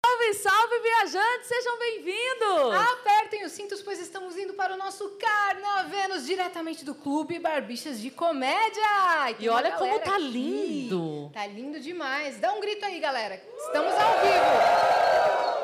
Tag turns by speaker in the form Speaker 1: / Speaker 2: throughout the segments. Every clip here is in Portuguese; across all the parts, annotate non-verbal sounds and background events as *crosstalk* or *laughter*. Speaker 1: Salve, salve, viajantes! Sejam bem-vindos!
Speaker 2: Apertem os cintos, pois estamos indo para o nosso Carnavenos, diretamente do Clube Barbixas de Comédia! tem
Speaker 1: e
Speaker 2: uma
Speaker 1: olha como
Speaker 2: galera
Speaker 1: tá
Speaker 2: aqui.
Speaker 1: lindo!
Speaker 2: Tá lindo demais! Dá um grito aí, galera! Estamos ao vivo!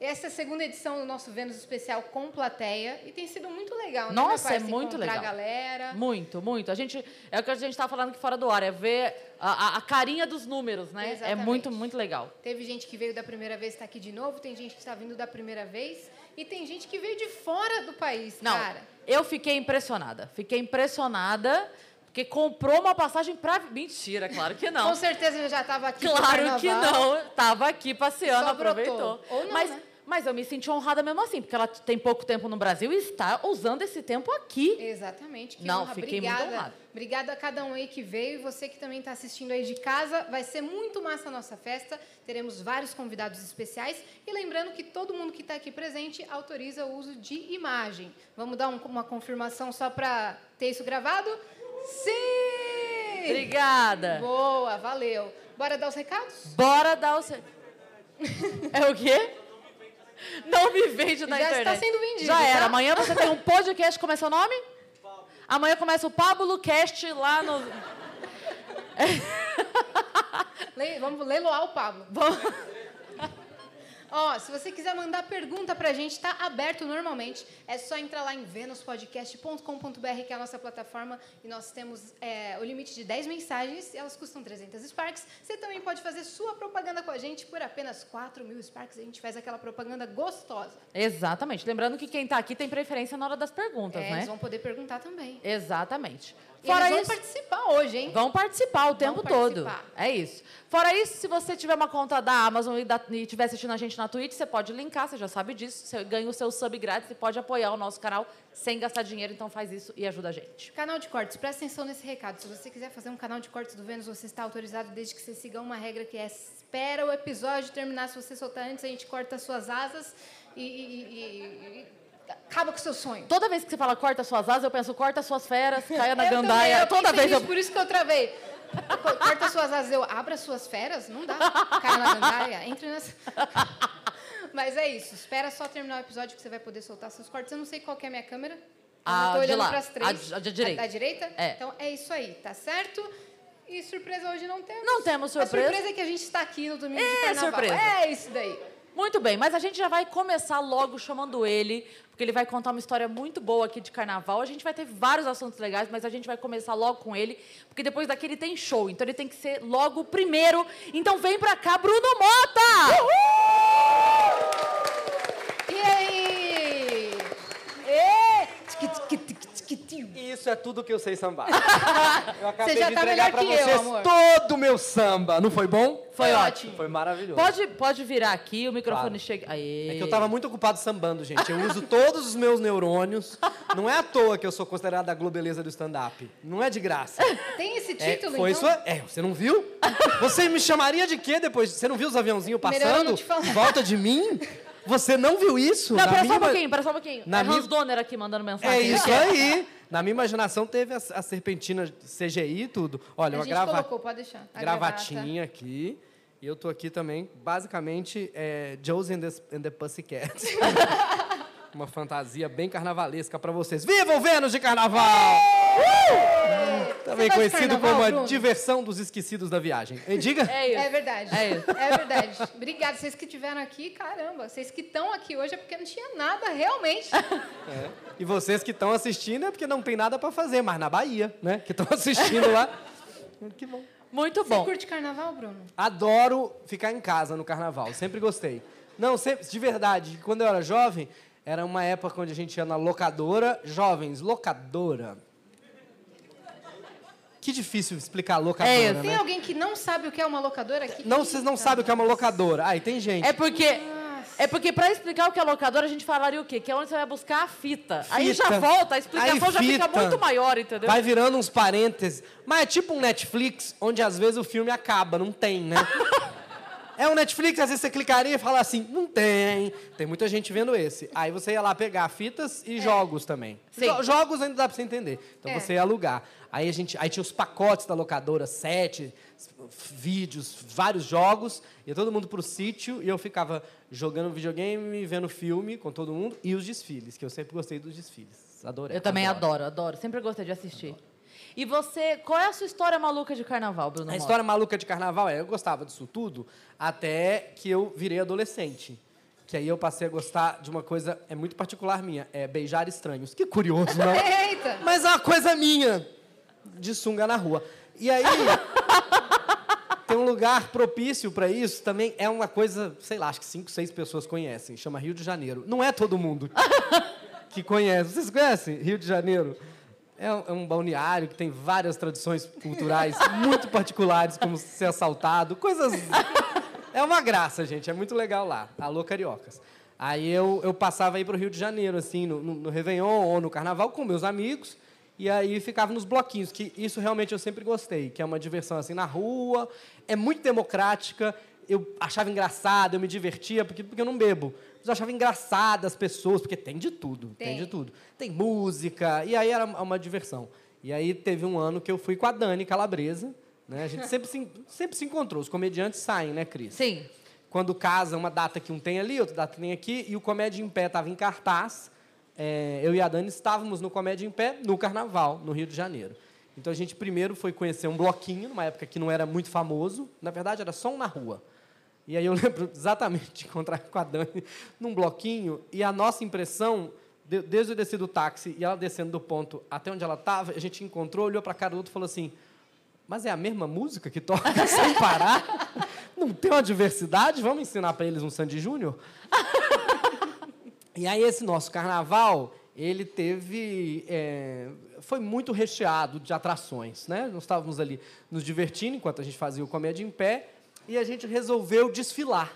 Speaker 2: Essa é a segunda edição do nosso Vênus especial com plateia e tem sido muito legal. né,
Speaker 1: Nossa,
Speaker 2: rapaz?
Speaker 1: é
Speaker 2: Se
Speaker 1: muito
Speaker 2: encontrar
Speaker 1: legal.
Speaker 2: a galera.
Speaker 1: Muito, muito. A gente. É o que a gente tava falando aqui fora do ar, é ver a, a- a carinha dos números, né? É
Speaker 2: Exatamente.
Speaker 1: muito, muito legal.
Speaker 2: Teve gente que veio da primeira vez está aqui de novo, tem gente que está vindo da primeira vez e tem gente que veio de fora do país,
Speaker 1: Não,
Speaker 2: cara.
Speaker 1: eu fiquei impressionada. Fiquei impressionada, porque comprou uma passagem pra. Mentira, claro que não.
Speaker 2: Com certeza já estava aqui. pro
Speaker 1: Claro que
Speaker 2: carnaval.
Speaker 1: não. Tava aqui passeando,
Speaker 2: Só brotou.
Speaker 1: aproveitou.
Speaker 2: Ou não,
Speaker 1: mas,
Speaker 2: né?
Speaker 1: mas eu me senti honrada mesmo assim, porque ela tem pouco tempo no Brasil e está usando esse tempo aqui.
Speaker 2: Exatamente. Que
Speaker 1: Não,
Speaker 2: honra.
Speaker 1: fiquei muito
Speaker 2: Obrigada.
Speaker 1: honrada.
Speaker 2: Obrigada a cada um aí que veio e você que também está assistindo aí de casa. Vai ser muito massa a nossa festa. Teremos vários convidados especiais. E lembrando que todo mundo que está aqui presente autoriza o uso de imagem. Vamos dar um- uma confirmação só para ter isso gravado? Sim!
Speaker 1: Obrigada.
Speaker 2: Boa, valeu. Bora dar os recados?
Speaker 1: Bora dar o. se- É o quê? Não me vende na
Speaker 2: Já está
Speaker 1: internet.
Speaker 2: sendo vendido,
Speaker 1: Já era.
Speaker 2: tá?
Speaker 1: Amanhã você tem um podcast. Como é seu nome? Amanhã começa o Pablo Cast lá no.
Speaker 2: Le- vamos leiloar o Pablo.
Speaker 1: Vamos-
Speaker 2: *laughs* Ó, se você quiser mandar pergunta pra gente, tá aberto normalmente. É só entrar lá em venuspodcast.com.br, que é a nossa plataforma, e nós temos é, o limite de 10 mensagens, e elas custam 300 Sparks. Você também pode fazer sua propaganda com a gente por apenas 4 mil Sparks, a gente faz aquela propaganda gostosa.
Speaker 1: Exatamente. Lembrando que quem tá aqui tem preferência na hora das perguntas,
Speaker 2: É,
Speaker 1: né?
Speaker 2: Eles vão poder perguntar também.
Speaker 1: Exatamente.
Speaker 2: E
Speaker 1: Fora
Speaker 2: eles
Speaker 1: isso.
Speaker 2: vão participar hoje, hein?
Speaker 1: Vão participar o tempo todo.
Speaker 2: participar.
Speaker 1: É isso. Fora isso, se você tiver uma conta da Amazon e, da, e tiver assistindo a gente na Twitch, você pode linkar, você já sabe disso. Você ganha o seu sub grátis e pode apoiar o nosso canal sem gastar dinheiro. Então faz isso e ajuda a gente.
Speaker 2: Canal de cortes, presta atenção nesse recado. Se você quiser fazer um canal de cortes do Vênus, você está autorizado desde que você siga uma regra que é espera o episódio terminar. Se você soltar antes, a gente corta as suas asas e, e- e- e- e acaba com o seu sonho.
Speaker 1: Toda vez que você fala corta suas asas, eu penso corta suas
Speaker 2: *laughs*
Speaker 1: feras, caia na
Speaker 2: Eu também,
Speaker 1: gandaia.
Speaker 2: eu
Speaker 1: Toda
Speaker 2: pensei
Speaker 1: vez eu.
Speaker 2: nisso, Por isso que eu travei. Co- Corta suas asas, eu abra suas feras? Não dá. Cai na gandaia, entre nessa... *laughs* Mas é isso, espera só terminar o episódio que você vai poder soltar seus cortes. Eu não sei qual que é a minha câmera. Eu
Speaker 1: Ah, A
Speaker 2: não tô
Speaker 1: de
Speaker 2: olhando
Speaker 1: lá,
Speaker 2: pras três.
Speaker 1: a de- a de direita.
Speaker 2: A, da direita?
Speaker 1: É.
Speaker 2: Então é isso aí, tá certo? E surpresa hoje não temos.
Speaker 1: Não temos
Speaker 2: A
Speaker 1: surpresa.
Speaker 2: surpresa é que a gente está aqui no domingo de
Speaker 1: É,
Speaker 2: carnaval.
Speaker 1: surpresa.
Speaker 2: É isso daí.
Speaker 1: Muito bem, mas a gente já vai começar logo chamando ele, porque ele vai contar uma história muito boa aqui de carnaval. A gente vai ter vários assuntos legais, mas a gente vai começar logo com ele, porque depois daqui ele tem show, então ele tem que ser logo o primeiro. Então vem pra cá, Bruno Mota!
Speaker 2: E aí?
Speaker 3: Isso é tudo que eu
Speaker 2: *laughs*
Speaker 3: sei sambar. Eu acabei
Speaker 2: Você já
Speaker 3: de
Speaker 2: tá melhor
Speaker 3: entregar pra
Speaker 2: que eu,
Speaker 3: vocês
Speaker 2: amor.
Speaker 3: todo o meu samba. Não foi bom? É.
Speaker 1: Foi ótimo.
Speaker 3: Foi maravilhoso.
Speaker 1: Pode, pode virar aqui, o microfone
Speaker 3: Claro.
Speaker 1: chega. Aê.
Speaker 3: É que eu tava muito ocupado sambando, gente. Eu uso todos os meus neurônios. Não é à toa que eu sou considerada a globeleza do stand-up. Não é
Speaker 2: *laughs*
Speaker 3: de graça.
Speaker 2: Tem esse
Speaker 3: É,
Speaker 2: título,
Speaker 3: foi
Speaker 2: então?
Speaker 3: sua... É, você não viu? Você me chamaria de quê depois? Você não viu os aviãozinhos
Speaker 2: Melhor eu
Speaker 3: passando?
Speaker 2: não te falar.
Speaker 3: Em Volta de mim? Você não viu isso?
Speaker 1: Não,
Speaker 3: Na
Speaker 1: pera só
Speaker 3: minha-
Speaker 1: um pouquinho, pera só um pouquinho.
Speaker 3: na
Speaker 1: é Hans
Speaker 3: minha-
Speaker 1: Donner aqui mandando mensagem. *laughs*
Speaker 3: É isso aí. Na minha imaginação teve a, a serpentina CGI e tudo. Olha,
Speaker 2: A
Speaker 3: uma
Speaker 2: gente
Speaker 3: gravata.
Speaker 2: colocou, pode deixar. A Tá gravata.
Speaker 3: gravatinha aqui. E eu tô aqui também, basicamente, é, Josie and the, and
Speaker 2: *laughs*
Speaker 3: the Pussycat. Uma fantasia bem carnavalesca pra vocês. Viva o Vênus de Carnaval! Uh! Também
Speaker 2: Você gosta de
Speaker 3: conhecido
Speaker 2: carnaval,
Speaker 3: como a
Speaker 2: Bruno?
Speaker 3: diversão dos esquecidos da viagem. E diga,
Speaker 1: É isso.
Speaker 2: É verdade.
Speaker 1: É isso.
Speaker 2: É verdade. Obrigada. Vocês que estiveram aqui, caramba. Vocês que estão aqui hoje é porque não tinha nada
Speaker 1: *laughs*
Speaker 2: realmente.
Speaker 3: É. e vocês que estão assistindo é porque não tem nada pra fazer, mas na Bahia, né? Que estão assistindo lá. Que bom.
Speaker 1: Muito
Speaker 2: Você
Speaker 1: bom.
Speaker 2: curte carnaval, Bruno?
Speaker 3: Adoro ficar em casa no carnaval, sempre gostei. Não, sempre, de verdade, quando eu era jovem, era uma época onde a gente ia na locadora. Jovens, locadora. Que difícil explicar locadora,
Speaker 1: É isso.
Speaker 2: Tem
Speaker 3: né?
Speaker 2: alguém que não sabe o que é uma locadora aqui?
Speaker 3: Não, vocês não sabem o que é uma locadora. Aí tem gente.
Speaker 1: É porque. É porque pra explicar o que é locadora, a gente falaria o quê? Que é onde você vai buscar a fita. Aí
Speaker 3: Fita.
Speaker 1: já volta, a explicação
Speaker 3: Aí
Speaker 1: já fica
Speaker 3: fita.
Speaker 1: muito maior, entendeu?
Speaker 3: Vai virando uns
Speaker 1: *laughs*
Speaker 3: parênteses. Mas é tipo um Netflix, onde às vezes o filme acaba, não tem, né? É um Netflix, às vezes você clicaria e fala assim, não tem. Tem muita gente vendo esse. Aí você ia lá pegar fitas e jogos também.
Speaker 1: É. Sim.
Speaker 3: Jo- jogos ainda dá pra você entender. Então
Speaker 4: É.
Speaker 3: você ia alugar. Aí a gente. Aí tinha os pacotes da locadora, sete s- vídeos, vários jogos. Ia todo mundo pro sítio e eu ficava jogando videogame, vendo filme com todo mundo. E os desfiles, que eu sempre gostei dos desfiles. Adorei.
Speaker 1: Eu também adoro, adoro. Sempre gostei de assistir. E você, qual é a sua história maluca de carnaval, Bruno?
Speaker 3: A
Speaker 1: Mota?
Speaker 3: história maluca de carnaval é, eu gostava disso tudo até que eu virei adolescente. Que aí eu passei a gostar de uma coisa, é muito particular minha, é beijar estranhos. Que curioso,
Speaker 1: *laughs*
Speaker 3: não?
Speaker 4: Eita!
Speaker 3: Mas é uma coisa minha, de sunga na rua. E aí, tem um lugar propício pra isso, também é uma coisa, sei lá, acho que cinco, seis pessoas conhecem, chama Rio de Janeiro. Não é todo mundo que conhece. Vocês conhecem Rio de Janeiro? É um, é um balneário que tem várias tradições culturais muito particulares, como ser assaltado, coisas. É uma graça, gente. É muito legal lá. Alô, cariocas. Aí eu, eu passava aí pro Rio de Janeiro, assim, no, no, no Réveillon ou no Carnaval, com meus amigos. E aí ficava nos bloquinhos, que isso realmente eu sempre gostei, que é uma diversão assim na rua, é muito democrática. Eu achava engraçado, eu me divertia, porque, porque eu não bebo. Mas eu achava engraçado as pessoas, porque tem de tudo, tem,
Speaker 4: Tem.
Speaker 3: de tudo. Tem música, e aí era uma diversão. E aí teve um ano que eu fui com a Dani Calabresa, né? A gente sempre se, en- sempre se encontrou, os comediantes saem, né, Cris?
Speaker 1: Sim.
Speaker 3: quando casa uma data que um tem ali, outra data que tem aqui, e o Comédia em Pé estava em cartaz. É, eu e a Dani estávamos no Comédia em Pé no Carnaval, no Rio de Janeiro. Então a gente primeiro foi conhecer um bloquinho, numa época que não era muito famoso, na verdade era só um na rua. E aí eu *laughs* lembro exatamente de encontrar com a Dani num bloquinho, e a nossa impressão, de- desde eu descer do táxi e ela descendo do ponto até onde ela estava, a gente encontrou, olhou para a cara do outro e falou assim: mas é a mesma música que toca *laughs* sem parar? Não tem uma diversidade? Vamos ensinar para eles um Sandy Júnior? E aí esse nosso carnaval, ele teve... é, foi muito recheado de atrações, né? Nós estávamos ali nos divertindo enquanto a gente fazia o Comédia em Pé e a gente resolveu desfilar.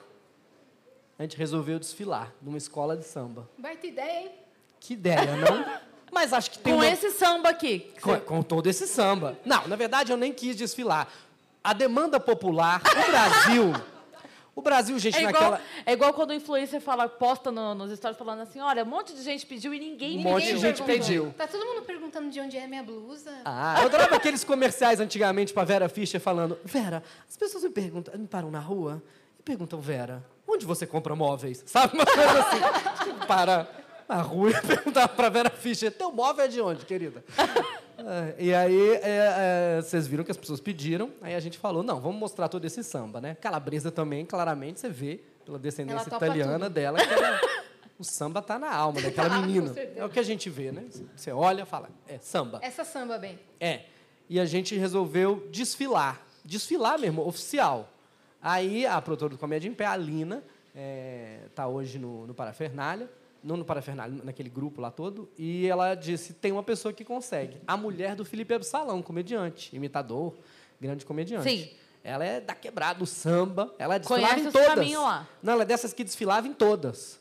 Speaker 3: A gente resolveu desfilar numa escola de samba.
Speaker 4: Baita ideia, hein?
Speaker 3: Que ideia, não? Mas acho que tem
Speaker 1: Com
Speaker 3: uma-
Speaker 1: esse samba aqui.
Speaker 3: com, com todo esse samba. Não, na verdade eu nem quis desfilar. A demanda popular,
Speaker 1: *laughs*
Speaker 3: o Brasil. O Brasil, gente,
Speaker 1: É igual,
Speaker 3: naquela.
Speaker 1: é igual quando o influencer fala, posta no- nos stories falando assim, olha, um monte de gente pediu e ninguém
Speaker 3: Um monte
Speaker 1: ninguém
Speaker 3: de gente
Speaker 1: perguntou."
Speaker 3: pediu.
Speaker 4: Tá todo mundo perguntando de onde é minha blusa.
Speaker 3: Ah, eu adorava aqueles comerciais antigamente pra Vera Fischer falando: Vera, as pessoas me perguntam, me param na rua e perguntam, Vera, onde você compra móveis? Sabe uma coisa assim? *laughs* Para na rua e *laughs* perguntar pra Vera Fischer: teu móvel é de onde, querida? Ah, E aí, é, é, vocês viram que as pessoas pediram, aí a gente falou: não, vamos mostrar todo esse samba, né? Calabresa também, claramente, você vê pela descendência
Speaker 4: topa
Speaker 3: italiana dela que ela- o samba tá na alma daquela
Speaker 4: *laughs* Ah, com
Speaker 3: menina.
Speaker 4: certeza.
Speaker 3: É o que a gente vê, né? Você olha e fala: é samba.
Speaker 4: Essa samba, bem.
Speaker 3: É. E a gente resolveu desfilar. Desfilar mesmo, oficial. Aí a produtora do Comédia em Pé, a Lina, é, tá hoje no, no Parafernália. Não no Parafernália, naquele grupo lá todo. E ela disse, tem uma pessoa que consegue. A mulher do Felipe Absalão, comediante, imitador, grande comediante.
Speaker 1: Sim.
Speaker 3: Ela é da quebrada, do samba. Ela desfilava
Speaker 1: Conhece
Speaker 3: em
Speaker 1: os
Speaker 3: todas.
Speaker 1: caminhos lá.
Speaker 3: Não, ela é dessas que desfilava em todas.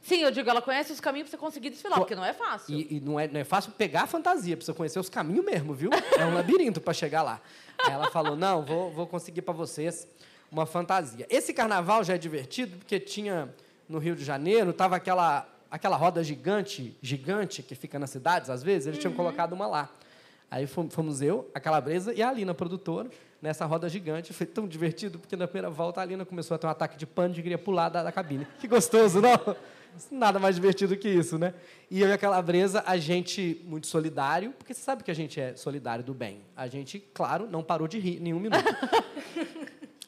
Speaker 1: Sim, eu digo, ela conhece os caminhos pra você conseguir desfilar, porque não é fácil.
Speaker 3: E, e não, é, não é fácil pegar a fantasia, precisa conhecer os caminhos mesmo, viu? É um labirinto para chegar lá. Aí ela falou: não, vou, vou conseguir para vocês uma fantasia. Esse carnaval já é divertido, porque tinha no Rio de Janeiro, tava aquela, aquela roda gigante, gigante, que fica nas cidades, às vezes, eles tinham colocado uma lá. Aí fom- fomos eu, a Calabresa e a Alina, produtora, nessa roda gigante. Foi tão divertido, porque na primeira volta a Alina começou a ter um ataque de pânico e queria pular da, da cabine. Que gostoso, não? Nada mais divertido que isso, né? E eu e a Calabresa, a gente, muito solidário, porque você sabe que a gente é solidário do bem. A gente, claro, não parou de rir nenhum minuto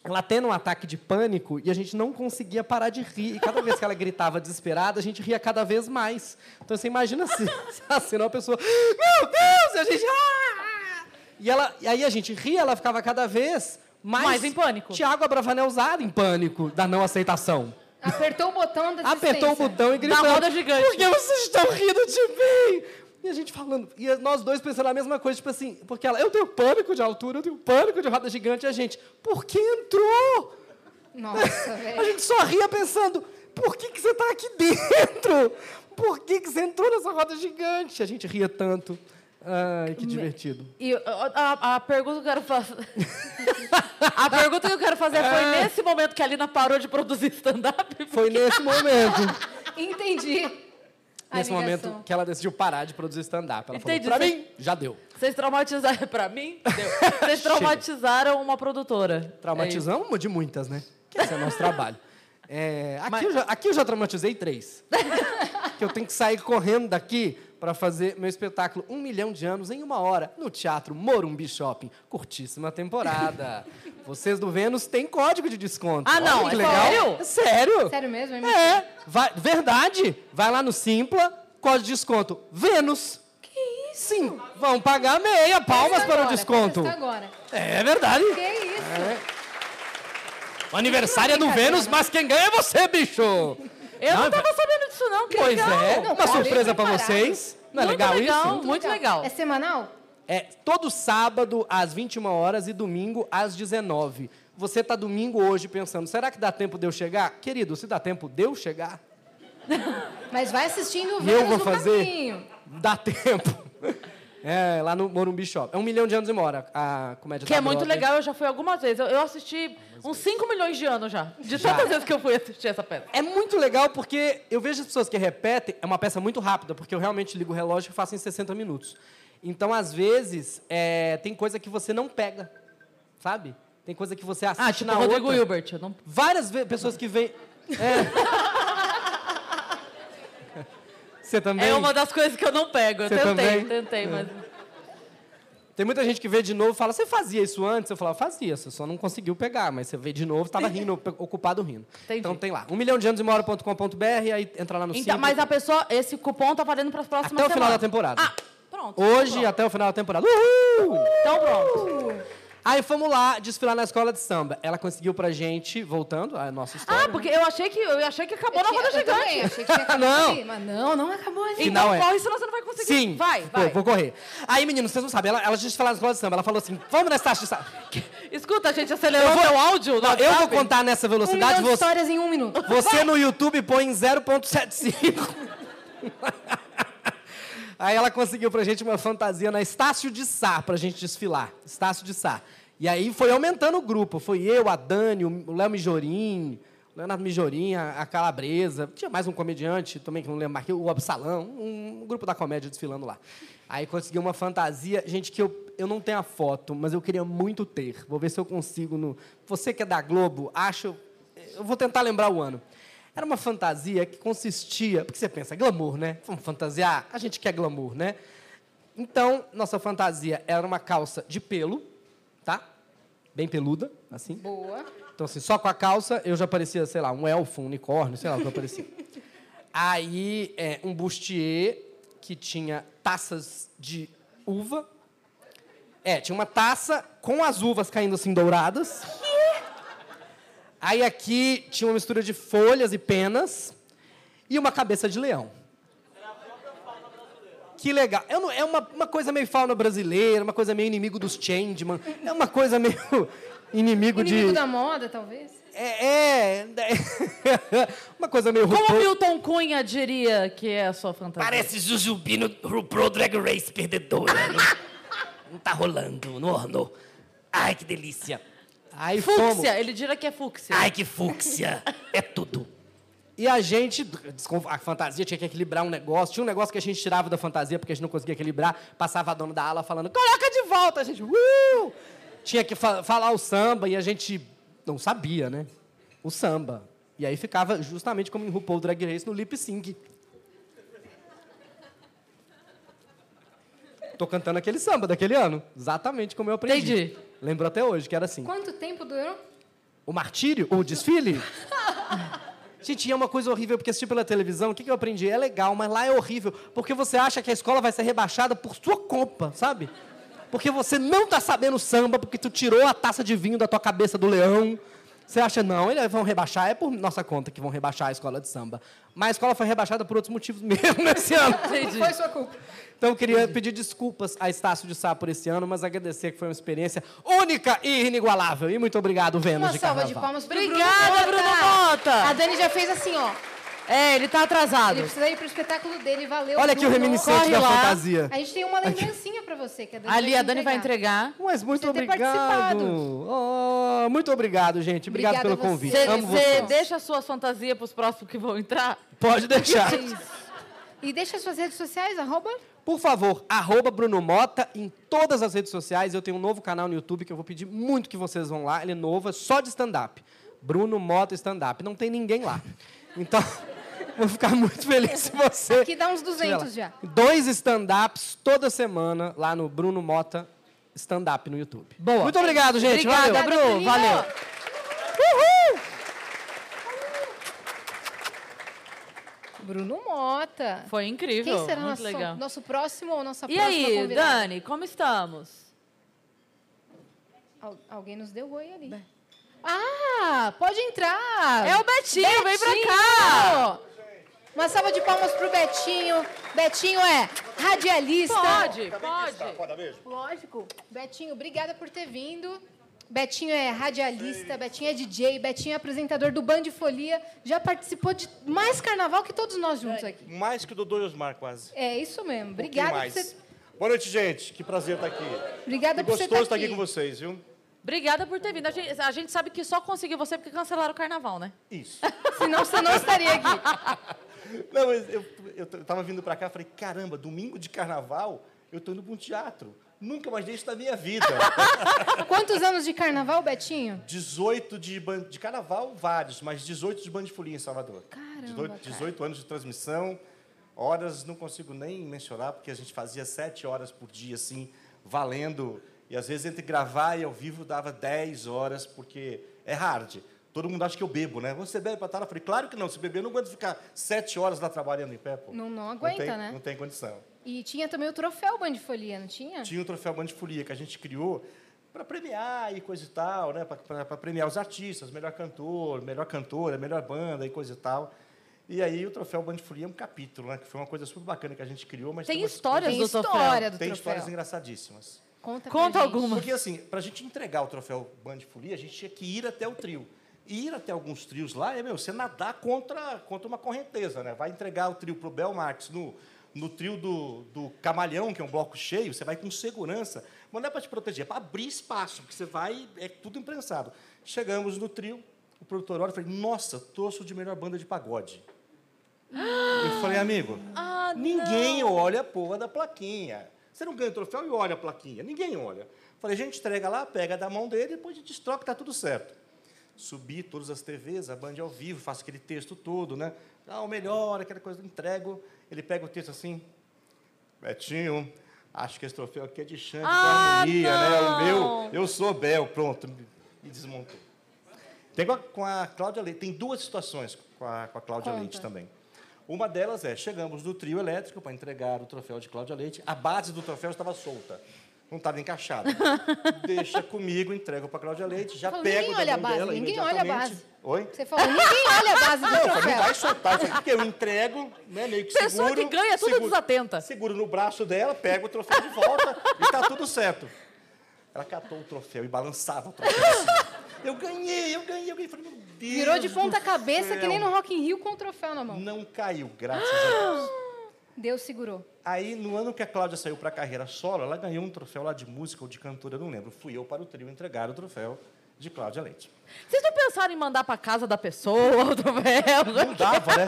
Speaker 3: ela tendo um ataque de pânico e a gente não conseguia parar de rir. E cada vez que ela gritava desesperada, a gente ria cada vez mais. Então você imagina se, se assinar uma pessoa, meu Deus! E a gente. "Ah!" E, ela, e aí a gente ria, ela ficava cada vez mais.
Speaker 1: Mais em pânico.
Speaker 3: Tiago Abravanelzado em pânico da não aceitação.
Speaker 4: Apertou o botão da
Speaker 3: Apertou o
Speaker 4: desistência.
Speaker 3: botão e gritou.
Speaker 1: roda gigante.
Speaker 3: Por que vocês estão rindo de mim? E a gente falando. E nós dois pensando a mesma coisa, tipo assim, porque ela, eu tenho pânico de altura, eu tenho pânico de roda gigante. E a gente, por que entrou?
Speaker 4: Nossa,
Speaker 3: A
Speaker 4: velho.
Speaker 3: gente só ria pensando, por que, que você *laughs* tá aqui dentro? Por que, que você entrou nessa roda gigante? A gente ria tanto. Ai, que divertido.
Speaker 1: E ó, ó, a, a pergunta que eu quero fazer. *laughs* a pergunta que eu quero fazer foi
Speaker 3: É.
Speaker 1: nesse momento que a Lina parou de produzir stand-up.
Speaker 3: *laughs* Foi nesse momento.
Speaker 4: *laughs* Entendi. a
Speaker 3: nesse
Speaker 4: ligação.
Speaker 3: momento que ela decidiu parar de produzir stand-up. Ela
Speaker 1: Entendi,
Speaker 3: falou, pra
Speaker 1: você-
Speaker 3: mim, já deu.
Speaker 1: Vocês traumatizaram. Pra mim? Deu. Vocês traumatizaram uma produtora. É
Speaker 3: Traumatizar uma de muitas, né? Que esse é nosso trabalho. É, aqui, eu já, aqui eu já traumatizei
Speaker 1: *laughs*
Speaker 3: três. que eu tenho que sair correndo daqui para fazer meu espetáculo Um Milhão de Anos em Uma Hora, no Teatro Morumbi Shopping.
Speaker 1: *laughs*
Speaker 3: Curtíssima temporada. Vocês do Vênus têm código de desconto.
Speaker 1: Ah, não,
Speaker 3: Olha que
Speaker 1: é
Speaker 3: legal.
Speaker 1: sério?
Speaker 3: Sério?
Speaker 4: Sério mesmo? É mentira?
Speaker 3: É. Vai- verdade. Vai lá no Simpla, código de desconto Vênus. Que isso? Sim, vão pagar meia. Palmas
Speaker 4: Testa
Speaker 3: para o
Speaker 4: agora,
Speaker 3: desconto.
Speaker 4: testa agora.
Speaker 3: É verdade. É.
Speaker 4: Que isso?
Speaker 3: O aniversário é do Vênus, mas quem ganha é você, bicho!
Speaker 1: Eu não,
Speaker 3: Não,
Speaker 1: tava sabendo disso, não. Que
Speaker 3: Pois
Speaker 1: legal.
Speaker 3: é,
Speaker 4: Não,
Speaker 3: uma
Speaker 4: tá bem
Speaker 3: surpresa pra
Speaker 4: preparado.
Speaker 3: vocês. Não é
Speaker 1: Muito
Speaker 3: legal,
Speaker 1: legal.
Speaker 3: isso?
Speaker 1: Muito legal.
Speaker 4: É semanal?
Speaker 3: É todo sábado às 21 horas e domingo às 19. Você tá domingo hoje pensando, será que dá tempo de eu chegar? Querido, se dá tempo de eu chegar,
Speaker 4: Mas vai assistindo o
Speaker 3: e eu
Speaker 4: Vênus
Speaker 3: vou
Speaker 4: no
Speaker 3: fazer,
Speaker 4: caminho.
Speaker 3: dá tempo. É, lá no Morumbi Shop. É um milhão de anos e uma hora a comédia
Speaker 1: Que
Speaker 3: da
Speaker 1: é muito
Speaker 3: Broadway.
Speaker 1: legal, eu já fui algumas vezes. Eu, eu assisti uns 5 milhões de anos já. De
Speaker 3: Já.
Speaker 1: tantas vezes que eu fui assistir essa peça.
Speaker 3: É muito legal porque eu vejo as pessoas que repetem, é uma peça muito rápida, porque eu realmente ligo o relógio e faço em 60 minutos. Então, às vezes, é, tem coisa que você não pega, sabe? Tem coisa que você assiste
Speaker 1: Ah, tipo
Speaker 3: na
Speaker 1: Rodrigo
Speaker 3: outra.
Speaker 1: Hilbert. Eu não...
Speaker 3: Várias ve- pessoas que vêm... É. *laughs* Você também?
Speaker 1: É uma das coisas que eu não pego. Eu
Speaker 3: Você
Speaker 1: tentei,
Speaker 3: também? É.
Speaker 1: tentei, mas.
Speaker 3: Tem muita gente que vê de novo e fala, você fazia isso antes? Eu falava, fazia, você só não conseguiu pegar, mas você vê de novo,
Speaker 1: *laughs*
Speaker 3: tava rindo, pe- ocupado rindo.
Speaker 1: Entendi.
Speaker 3: Então tem lá, um milhão de anos e uma hora.com.br, aí entra lá no
Speaker 1: Então,
Speaker 3: Simpla.
Speaker 1: mas a pessoa, esse cupom tá valendo para as próximas
Speaker 3: Até o final
Speaker 1: semanas.
Speaker 3: da temporada.
Speaker 1: Ah, pronto.
Speaker 3: Hoje
Speaker 1: pronto.
Speaker 3: até o final da temporada. Uhul!
Speaker 1: Então pronto.
Speaker 3: Aí fomos lá desfilar na escola de samba. Ela conseguiu pra gente, voltando a nossa história.
Speaker 1: Ah, porque eu achei que eu achei que acabou
Speaker 4: Eu
Speaker 1: na roda
Speaker 4: tinha- eu também,
Speaker 1: gigante.
Speaker 4: achei que tinha
Speaker 3: *laughs*
Speaker 4: acabado
Speaker 3: Não.
Speaker 4: ali, mas não, não acabou assim.
Speaker 3: Final
Speaker 1: então
Speaker 3: é.
Speaker 1: corre, senão você não vai conseguir.
Speaker 3: Sim.
Speaker 1: Vai,
Speaker 3: Vou-
Speaker 1: vai.
Speaker 3: Vou, correr. Aí, menino, vocês não sabem, ela, ela desfilar na escola de samba. Ela falou assim: vamos nessa taxa de samba.
Speaker 1: Escuta, a gente acelerou o meu áudio. no
Speaker 3: Não, eu vou
Speaker 1: WhatsApp.
Speaker 3: contar nessa
Speaker 4: Um
Speaker 3: velocidade.
Speaker 4: milhão de
Speaker 3: você
Speaker 4: histórias em um minuto.
Speaker 3: você no YouTube põe em 0,75. *laughs* Aí ela conseguiu pra gente uma fantasia na Estácio de Sá, pra gente desfilar. Estácio de Sá. E aí foi aumentando o grupo. Foi eu, a Dani, o Léo Mijorim, o Leonardo Mijorim, a, a Calabresa. Tinha mais um comediante também, que eu não lembro, mais, o Absalão. Um, um grupo da comédia desfilando lá. Aí conseguiu uma fantasia, gente, que eu, eu não tenho a foto, mas eu queria muito ter. Vou ver se eu consigo. No... Você que é da Globo, acho... Eu vou tentar lembrar o ano. Era uma fantasia que consistia. Porque você pensa, glamour, né? Vamos fantasiar? A gente quer glamour, né? Então, nossa fantasia era uma calça de pelo, tá? Bem peluda, assim.
Speaker 4: Boa.
Speaker 3: Então, assim, só com a calça eu já parecia, sei lá, um elfo, um unicórnio, sei lá o que eu parecia. Aí, é, um bustier que tinha taças de uva. É, tinha uma taça com as uvas caindo assim douradas. Aí aqui tinha uma mistura de folhas e penas e uma cabeça de leão. Que legal. Eu não- é uma, uma coisa meio fauna brasileira, uma coisa meio inimigo dos Changeman, é uma coisa meio *laughs* inimigo,
Speaker 4: Inimigo
Speaker 3: de.
Speaker 4: da moda, talvez.
Speaker 3: É, *laughs* é, uma coisa meio
Speaker 1: Como o
Speaker 3: RuPaul.
Speaker 1: Milton Cunha diria que é a sua fantasia?
Speaker 5: Parece Jujubi no RuPro Drag Race perdedora. não, não tá rolando, não ornou. Ai, que delícia.
Speaker 3: Aí fomos.
Speaker 1: Fúcsia, ele diria que é fúcsia.
Speaker 5: Ai, que fúcsia. É tudo.
Speaker 3: E a gente, descon- a fantasia tinha que equilibrar um negócio. Tinha um negócio que a gente tirava da fantasia porque a gente não conseguia equilibrar. Passava a dona da ala falando, coloca de volta. A gente, uh! Tinha que fa- falar o samba e a gente não sabia, né? O samba. E aí ficava justamente como em RuPaul Drag Race no lip sync. Tô cantando aquele samba daquele ano. Exatamente como eu aprendi.
Speaker 1: Entendi.
Speaker 3: Lembro até hoje que era assim.
Speaker 4: Quanto tempo durou?
Speaker 3: O martírio? O desfile? *laughs* Gente, e é uma coisa horrível, porque assistir pela televisão, o que, que eu aprendi? É legal, mas lá é horrível, porque você acha que a escola vai ser rebaixada por sua culpa, sabe? Porque você não tá sabendo samba, porque tu tirou a taça de vinho da tua cabeça do leão. Você acha, não, eles vão rebaixar, é por nossa conta que vão rebaixar a escola de samba. Mas a escola foi rebaixada por outros motivos *laughs* mesmo *laughs*
Speaker 6: *laughs*
Speaker 3: nesse ano.
Speaker 1: Entendi.
Speaker 4: Foi sua culpa.
Speaker 3: Então eu queria pedir desculpas a Estácio de Sá por esse ano, mas agradecer que foi uma experiência única e inigualável. E muito obrigado, Vênus
Speaker 4: Uma
Speaker 3: de
Speaker 4: salva de
Speaker 3: Carnaval.
Speaker 4: palmas pro
Speaker 1: Obrigada,
Speaker 4: Bruno
Speaker 1: Bruno Mota.
Speaker 4: A Dani já fez assim, ó.
Speaker 1: É, ele tá atrasado.
Speaker 4: Ele precisa ir pro espetáculo dele, valeu.
Speaker 3: Olha aqui o
Speaker 4: Bruno.
Speaker 3: reminiscente
Speaker 1: corre
Speaker 3: da
Speaker 1: lá.
Speaker 3: fantasia.
Speaker 4: A gente tem uma lembrancinha pra você, que a Dani
Speaker 1: Ali,
Speaker 4: vai
Speaker 1: a
Speaker 4: te
Speaker 1: Dani vai entregar.
Speaker 3: Mas muito
Speaker 4: Você ter
Speaker 3: obrigado.
Speaker 4: participado.
Speaker 3: Oh, muito obrigado, gente. Obrigado
Speaker 4: Obrigada
Speaker 3: pelo
Speaker 4: a você.
Speaker 3: convite.
Speaker 1: Você
Speaker 3: Amo
Speaker 1: você
Speaker 3: você.
Speaker 1: deixa a sua fantasia pros próximos que vão entrar?
Speaker 3: Pode deixar.
Speaker 4: E deixa suas redes sociais, arroba.
Speaker 3: Por favor, arroba Bruno Mota em todas as redes sociais. Eu tenho um novo canal no YouTube que eu vou pedir muito que vocês vão lá. Ele é novo, é só de stand-up. Bruno Mota stand-up. Não tem ninguém lá. Então, *laughs* vou ficar muito feliz se você...
Speaker 4: Aqui dá uns 200
Speaker 3: estiver lá.
Speaker 4: já.
Speaker 3: Dois stand-ups toda semana lá no Bruno Mota stand-up no YouTube.
Speaker 1: Boa.
Speaker 3: Muito obrigado, gente.
Speaker 1: Obrigada,
Speaker 3: Valeu.
Speaker 1: Bruno.
Speaker 4: Bruninho.
Speaker 1: Valeu.
Speaker 4: Bruno Mota.
Speaker 1: Foi incrível.
Speaker 4: Quem será
Speaker 1: muito
Speaker 4: nosso,
Speaker 1: legal.
Speaker 4: nosso próximo ou nossa
Speaker 1: E
Speaker 4: próxima
Speaker 1: aí,
Speaker 4: convidada?
Speaker 1: Dani, como estamos?
Speaker 4: Al- alguém nos deu oi ali. Ah, pode entrar.
Speaker 1: É o Betinho, vem pra cá.
Speaker 4: Uma salva de palmas pro Betinho. Betinho é radialista.
Speaker 1: Pode, pode.
Speaker 4: Lógico. Betinho, obrigada por ter vindo. Betinho é radialista, Betinho é DJ, Betinho é apresentador do Band Folia. Já participou de mais carnaval que todos nós juntos aqui.
Speaker 7: Mais que o Dodô e Osmar, quase.
Speaker 4: É isso mesmo.
Speaker 7: Um pouquinho
Speaker 4: Obrigada por
Speaker 7: mais.
Speaker 4: você.
Speaker 7: Boa noite, gente. Que prazer estar aqui.
Speaker 4: Obrigada
Speaker 7: Que
Speaker 4: por você
Speaker 7: gostoso
Speaker 4: estar aqui.
Speaker 7: estar aqui com vocês, viu?
Speaker 1: Obrigada por ter vindo. A gente, a gente sabe que só conseguiu você porque cancelaram o carnaval, né? *laughs*
Speaker 7: Isso.
Speaker 4: Senão você não estaria aqui.
Speaker 7: Não, mas eu, eu t- tava vindo pra cá, falei, caramba, domingo de carnaval, eu tô indo pra um teatro. Nunca mais dei isso na
Speaker 4: *laughs*
Speaker 7: minha vida.
Speaker 4: Quantos anos de carnaval, Betinho?
Speaker 7: 18 de, ban- de carnaval, vários, mas 18 de band de folia em Salvador.
Speaker 4: Caramba,
Speaker 7: 18,
Speaker 4: cara.
Speaker 7: 18 anos de transmissão, horas não consigo nem mencionar, porque a gente fazia 7 horas por dia, assim, valendo. E às vezes entre gravar e ao vivo dava 10 horas, porque é hard. Todo mundo acha que eu bebo, né? Você bebe pra estar lá? Eu falei, claro que não. Se beber, eu não aguento ficar 7 horas lá trabalhando em pé, pô.
Speaker 4: Não- não aguenta,
Speaker 7: tem-
Speaker 4: né?
Speaker 7: Não tem condição.
Speaker 4: E tinha também o troféu Band Folia, não tinha?
Speaker 7: Tinha o troféu Band de Folia que a gente criou para premiar e coisa e tal, né? Para premiar os artistas, melhor cantor, melhor cantora, melhor banda e coisa e tal. E aí o troféu Band de Folia é um capítulo, né? Que foi uma coisa super bacana que a gente criou, mas
Speaker 1: Tem
Speaker 7: umas
Speaker 1: histórias
Speaker 4: Tem
Speaker 1: do troféu.
Speaker 4: história do
Speaker 7: coisas- tem
Speaker 4: troféu.
Speaker 7: histórias engraçadíssimas.
Speaker 4: Conta, pra
Speaker 1: Conta
Speaker 4: gente.
Speaker 1: alguma.
Speaker 7: Porque assim, para a gente entregar o troféu Band de Folia, a gente tinha que ir até o trio. E ir até alguns trios lá é, meu, você nadar contra, contra uma correnteza, né? Vai entregar o trio pro Bel Marx no, no trio do, do Camalhão, que é um bloco cheio, você vai com segurança, mas não é para te proteger, é para abrir espaço, porque você vai, é tudo imprensado. Chegamos no trio, o produtor olha e falei, nossa, torço de melhor banda de pagode. *gasps* Eu falei, amigo, ninguém olha a porra da plaquinha. Você não ganha o troféu e olha a plaquinha. Ninguém olha. Falei, a gente entrega lá, pega da mão dele, depois a gente troca e tá tudo certo. Subi todas as TVs, a Band ao vivo, faço aquele texto todo, né? Ah, o melhor, aquela coisa, entrego. Ele pega o texto assim, Betinho, acho que esse troféu aqui é de Xande
Speaker 1: Ah,
Speaker 7: da Harmonia, né?
Speaker 1: não.
Speaker 7: O meu, eu sou Bel, pronto, me me desmontou. Tem com a, com a Cláudia Leite, tem duas situações com a, com a Cláudia
Speaker 4: Conta.
Speaker 7: Leite também. Uma delas é, chegamos no trio elétrico para entregar o troféu de Cláudia Leite, a base do troféu estava solta, não
Speaker 4: *laughs*
Speaker 7: estava encaixada. Deixa comigo, entrego para Cláudia Leite, já
Speaker 4: Falou,
Speaker 7: pego
Speaker 4: ninguém
Speaker 7: da
Speaker 4: olha a
Speaker 7: mão
Speaker 4: base,
Speaker 7: dela
Speaker 4: ninguém olha a
Speaker 7: imediatamente.
Speaker 4: base.
Speaker 7: Oi?
Speaker 4: Você falou, ninguém olha a base do
Speaker 7: Não,
Speaker 4: troféu.
Speaker 7: não vai soltar isso aqui, porque eu entrego, né, meio que
Speaker 1: Pessoa
Speaker 7: seguro.
Speaker 1: que ganha tudo
Speaker 7: seguro-
Speaker 1: desatenta.
Speaker 7: Seguro no braço dela, pego o troféu de volta e tá tudo certo. Ela catou o troféu e balançava o troféu. assim. *laughs* Eu ganhei, eu ganhei, eu ganhei. Falei, meu Deus
Speaker 4: Virou de
Speaker 7: do
Speaker 4: ponta cabeça, que nem no
Speaker 7: céu.
Speaker 4: Rock in Rio com o troféu na mão.
Speaker 7: Não caiu, graças a Deus.
Speaker 4: *gasps* Deus segurou.
Speaker 7: Aí, no ano que a Cláudia saiu para a carreira solo, ela ganhou um troféu lá de música ou de cantora, eu não lembro. Fui eu para o trio entregar o troféu de Cláudia Leite.
Speaker 1: Vocês não pensaram em mandar pra casa da pessoa *laughs* o troféu?
Speaker 7: Não dava, né?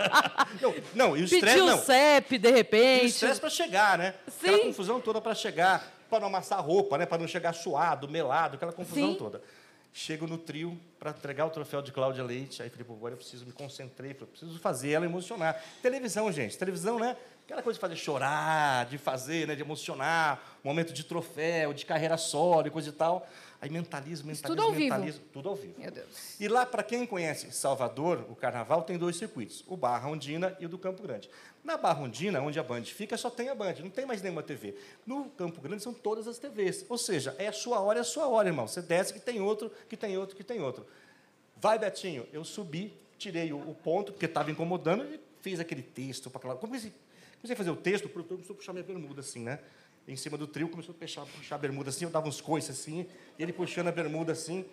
Speaker 7: *laughs* não, não, e o estresse
Speaker 1: Pedir o
Speaker 7: não.
Speaker 1: CEP, de
Speaker 7: Tem
Speaker 1: repente?
Speaker 7: estresse para chegar, né?
Speaker 1: Sim.
Speaker 7: Aquela confusão toda para chegar, para não amassar roupa, né? Para não chegar suado, melado, aquela confusão
Speaker 1: Sim.
Speaker 7: toda. Chego no trio para entregar o troféu de Cláudia Leite. Aí falei, pô, agora eu preciso me concentrar, eu preciso fazer ela emocionar. Televisão, gente, televisão, né? Aquela coisa de fazer chorar, de fazer, né? De emocionar, momento de troféu, de carreira solo e coisa e tal. Aí mentalismo, mentalismo,
Speaker 4: tudo ao vivo.
Speaker 7: Tá mentalismo, tudo ao vivo.
Speaker 4: Meu Deus.
Speaker 7: E lá, para quem conhece Salvador, o carnaval tem dois circuitos, o Barra Ondina e o do Campo Grande. Na Barra Ondina, onde a Band fica, só tem a Band, não tem mais nenhuma TV. No Campo Grande são todas as TVs. Ou seja, é a sua hora, é a sua hora, irmão. Você desce que tem outro, que tem outro, que tem outro. Vai, Betinho, eu subi, tirei o, o ponto, porque estava incomodando, e fiz aquele texto para Cláudia. Comecei, comecei a fazer o texto, o produtor começou a puxar minha bermuda assim, né? Em cima do trio, começou a puxar, puxar a bermuda assim, eu dava uns coices assim, ele puxando a bermuda assim.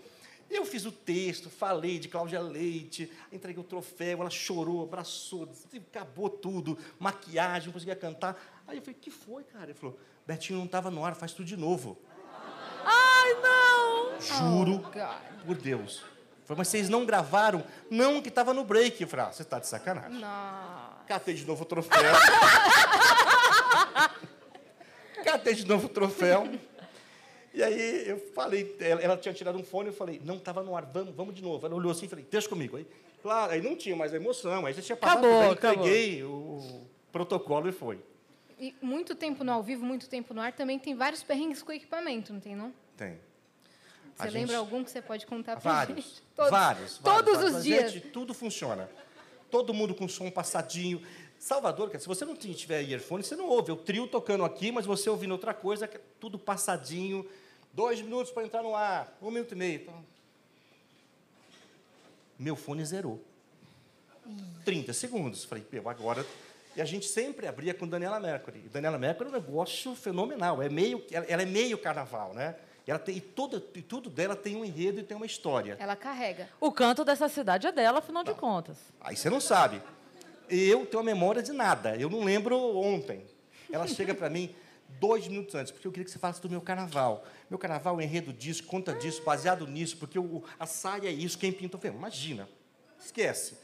Speaker 7: Eu fiz o texto, falei de Cláudia Leite, entreguei o troféu, ela chorou, abraçou, acabou tudo, maquiagem, não conseguia cantar. Aí eu falei, que foi, cara? Ele falou, Betinho não estava no ar, faz tudo de novo.
Speaker 1: Ai, não!
Speaker 7: Juro
Speaker 4: God.
Speaker 7: por Deus. Falei, mas vocês não gravaram? Não, que estava no break. Eu falei, ah, você está de sacanagem.
Speaker 4: Nossa.
Speaker 7: Catei de novo o *laughs* troféu. Catei de novo o troféu. E aí eu falei, ela, ela tinha tirado um fone, eu falei, não, estava no ar, vamos, vamos de novo. Ela olhou assim e falei, deixa comigo. Aí, claro, aí não tinha mais a emoção, aí já tinha passado,
Speaker 1: Acabou,
Speaker 7: tudo, aí
Speaker 1: acabou.
Speaker 7: entreguei o, o protocolo e foi.
Speaker 4: E muito tempo no ao vivo, muito tempo no ar, também tem vários perrengues com equipamento, não tem, não?
Speaker 7: Tem.
Speaker 4: Você
Speaker 7: A gente-
Speaker 4: lembra algum que você pode contar pra
Speaker 7: Vários.
Speaker 4: gente? *laughs* Todos,
Speaker 7: vários.
Speaker 4: Todos
Speaker 7: vários,
Speaker 4: os
Speaker 7: vários.
Speaker 4: dias.
Speaker 7: Gente, tudo funciona. Todo mundo com som passadinho. Salvador, cara, se você não tiver earphone, você não ouve. É o trio tocando aqui, mas você ouvindo outra coisa, que é tudo passadinho. Dois minutos para entrar no ar, um minuto e meio. Então... Meu fone zerou. 30 segundos. Falei, meu, agora. E a gente sempre abria com Daniela Mercury. E Daniela Mercury é um negócio fenomenal. É meio, ela, ela é meio carnaval, né? E, ela tem, e, toda, e tudo dela tem um enredo e tem uma história.
Speaker 4: Ela carrega.
Speaker 1: O canto dessa cidade é dela, afinal de contas.
Speaker 7: Aí você não sabe. Eu tenho a memória de nada. Eu não lembro ontem. Ela chega para mim dois minutos antes, porque eu queria que você falasse do meu carnaval. Meu carnaval, enredo disso, conta disso, baseado nisso, porque o- a saia é isso, quem pinta o ferro. Imagina. Esquece.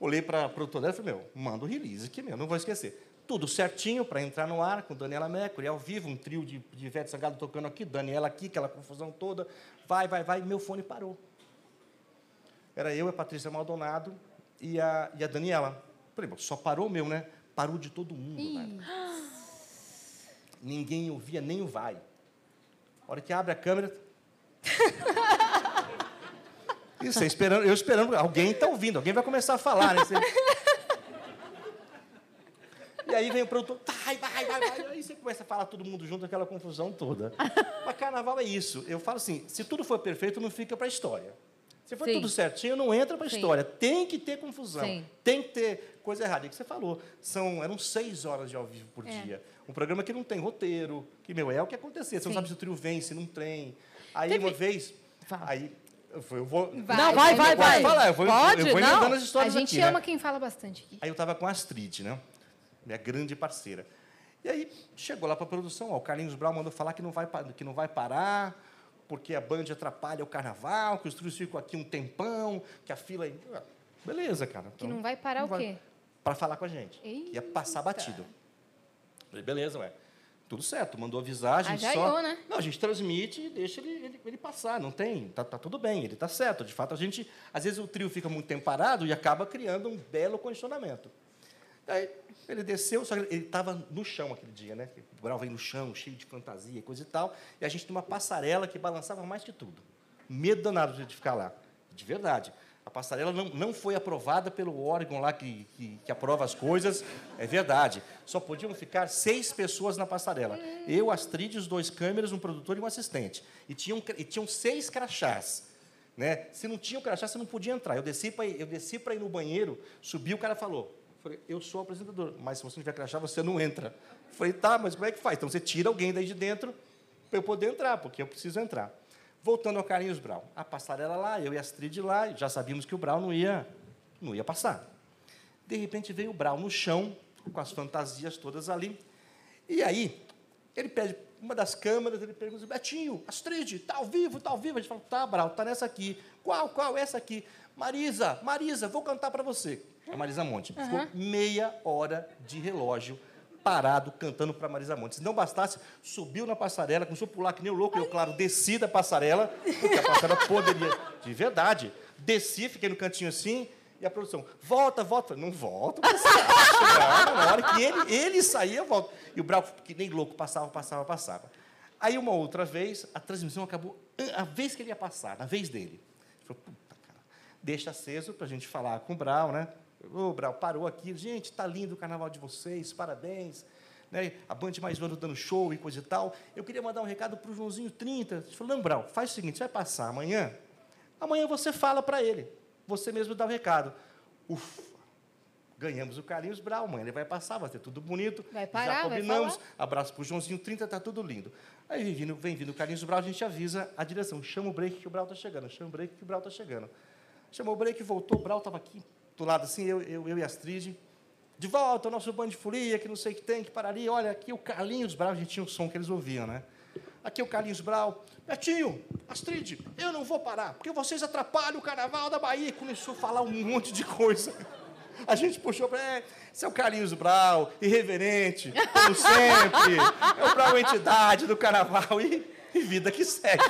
Speaker 7: Olhei para a produtora dela e falei, meu, manda o release aqui, meu, não vou esquecer. Tudo certinho para entrar no ar com Daniela Mercury, ao vivo, um trio de, de Ivete Sangalo tocando aqui, Daniela aqui, aquela confusão toda. Vai, vai, vai, meu fone parou. Era eu, a Patrícia Maldonado e a, e a Daniela. Falei, "Bom, só parou o meu, né? Parou de todo mundo. velho. Ninguém ouvia nem o vai. A hora que abre a *laughs* câmera. e você é esperando, eu esperando, alguém está ouvindo, alguém vai começar a falar, *laughs* né? Você- E aí vem o produtor, vai, vai, vai, vai. Aí você começa a falar todo mundo junto, aquela confusão toda. Mas carnaval é isso. Eu falo assim, se tudo for perfeito, não fica para história. Se for
Speaker 1: Sim.
Speaker 7: tudo certinho, não entra para
Speaker 1: Sim.
Speaker 7: história. Tem que ter confusão.
Speaker 1: Sim.
Speaker 7: Tem que ter coisa errada. É o que você falou. São, eram seis horas de ao vivo
Speaker 1: É.
Speaker 7: por dia. Um programa que não tem roteiro, que, meu, é o que acontecia. Você não
Speaker 1: Sim.
Speaker 7: sabe se o trio vem, se não tem. Aí,
Speaker 1: Teve-
Speaker 7: uma vez...
Speaker 1: Fala.
Speaker 7: Aí, eu vou... Eu vou
Speaker 4: Vai,
Speaker 1: não, vai, vai,
Speaker 4: vai,
Speaker 1: vai.
Speaker 7: Pode falar, eu vou,
Speaker 1: Pode,
Speaker 7: eu vou
Speaker 1: não.
Speaker 7: emendando as
Speaker 4: A
Speaker 7: histórias
Speaker 4: gente
Speaker 7: aqui, né?
Speaker 4: ama quem fala bastante aqui.
Speaker 7: Aí eu estava com a Astrid, né? Minha grande parceira. E aí chegou lá para a produção, ó, o Carlinhos Brown mandou falar que não, vai, pa- que não vai parar, porque a Band atrapalha o carnaval, que os trios ficam aqui um tempão, que a fila. aí- Ah, Beleza, cara.
Speaker 4: Que não vai parar o quê?
Speaker 7: Para falar com a gente. Ia passar
Speaker 4: Eita.
Speaker 7: batido. Falei, beleza, ué. Tudo certo, mandou avisar, a gente
Speaker 4: já
Speaker 7: só...
Speaker 4: iou, né?
Speaker 7: Não, a gente transmite e deixa ele, ele, ele passar, não tem, tá, tá tudo bem, ele tá certo. De fato, a gente, às vezes o trio fica muito tempo parado e acaba criando um belo condicionamento. Aí ele desceu, só que ele estava no chão aquele dia, né? O Brau veio no chão, cheio de fantasia e coisa e tal, e a gente tinha uma passarela que balançava mais que tudo. Medo danado de- de ficar lá, de verdade. A passarela não, não foi aprovada pelo órgão lá que, que, que aprova as coisas, é verdade. Só podiam ficar seis pessoas na passarela. Eu, Astrid, os dois câmeras, um produtor e um assistente. E tinham, cra- e tinham seis crachás. Né? Se não tinha o crachá, você não podia entrar. Eu desci para ir, eu desci pra ir no banheiro, subi, o cara falou, falei, eu sou apresentador, mas se você não tiver crachá, você não entra. Falei, tá, mas como é que faz? Então você tira alguém daí de dentro para eu poder entrar, porque eu preciso entrar. Voltando ao Carlinhos Brau, a passarela lá, eu e a Astrid lá, e já sabíamos que o Brau não ia, não ia passar. De repente veio o Brau no chão, com as fantasias todas ali. E aí, ele pede uma das câmeras, ele pergunta, Betinho, Astrid, tá ao vivo, tá ao vivo? A gente fala, tá, Brau, tá nessa aqui. Qual, qual? Essa aqui. Marisa, Marisa, vou cantar para você. A Marisa Monte. Ficou meia hora de relógio parado cantando para Marisa Monte. Se não bastasse, subiu na passarela, começou a pular que nem o louco, eu, claro, desci da passarela, porque a passarela poderia, de verdade, desci, fiquei no cantinho assim, e a produção, volta, volta. Falei, Não volta, você acha, cara? né? na hora que ele, ele saía, eu volto. E o Brau, que nem louco, passava, passava, passava. Aí, uma outra vez, a transmissão acabou, an- a vez que ele ia passar, na vez dele. Ele falou, puta, cara, deixa aceso para a gente falar com o Brau, né? Ô, Brau, parou aqui. Gente, tá lindo o carnaval de vocês, parabéns. Né? A Band Mais Bando dando show e coisa e tal. Eu queria mandar um recado para o Joãozinho 30. Ele falou, não, Brau, faz o seguinte, você vai passar amanhã, amanhã você fala para ele. Você mesmo dá o recado. Ufa, Ganhamos o Carlinhos Brau, amanhã ele vai passar, vai ser tudo bonito.
Speaker 4: Vai parar,
Speaker 7: já
Speaker 4: vai
Speaker 7: combinamos.
Speaker 4: falar.
Speaker 7: Abraço pro Joãozinho 30, tá tudo lindo. Aí vem vindo, vem vindo o Carlinhos Brau, a gente avisa a direção. Chama o break que o Brau tá chegando, chama o break que o Brau tá chegando. Chamou o break, voltou, o Brau tava aqui do lado assim, eu, eu, eu e a Astrid. De volta, o nosso bando de folia, que não sei o que tem, que pararia. Olha, aqui o Carlinhos Brau, a gente tinha um som que eles ouviam, né? Aqui o Carlinhos Brau. Betinho, Astrid, eu não vou parar, porque vocês atrapalham o carnaval da Bahia. E Começou a falar um monte de coisa. A gente puxou pra. É, esse é o Carlinhos Brau, irreverente, como sempre. É o Brau entidade do carnaval e, e vida que segue.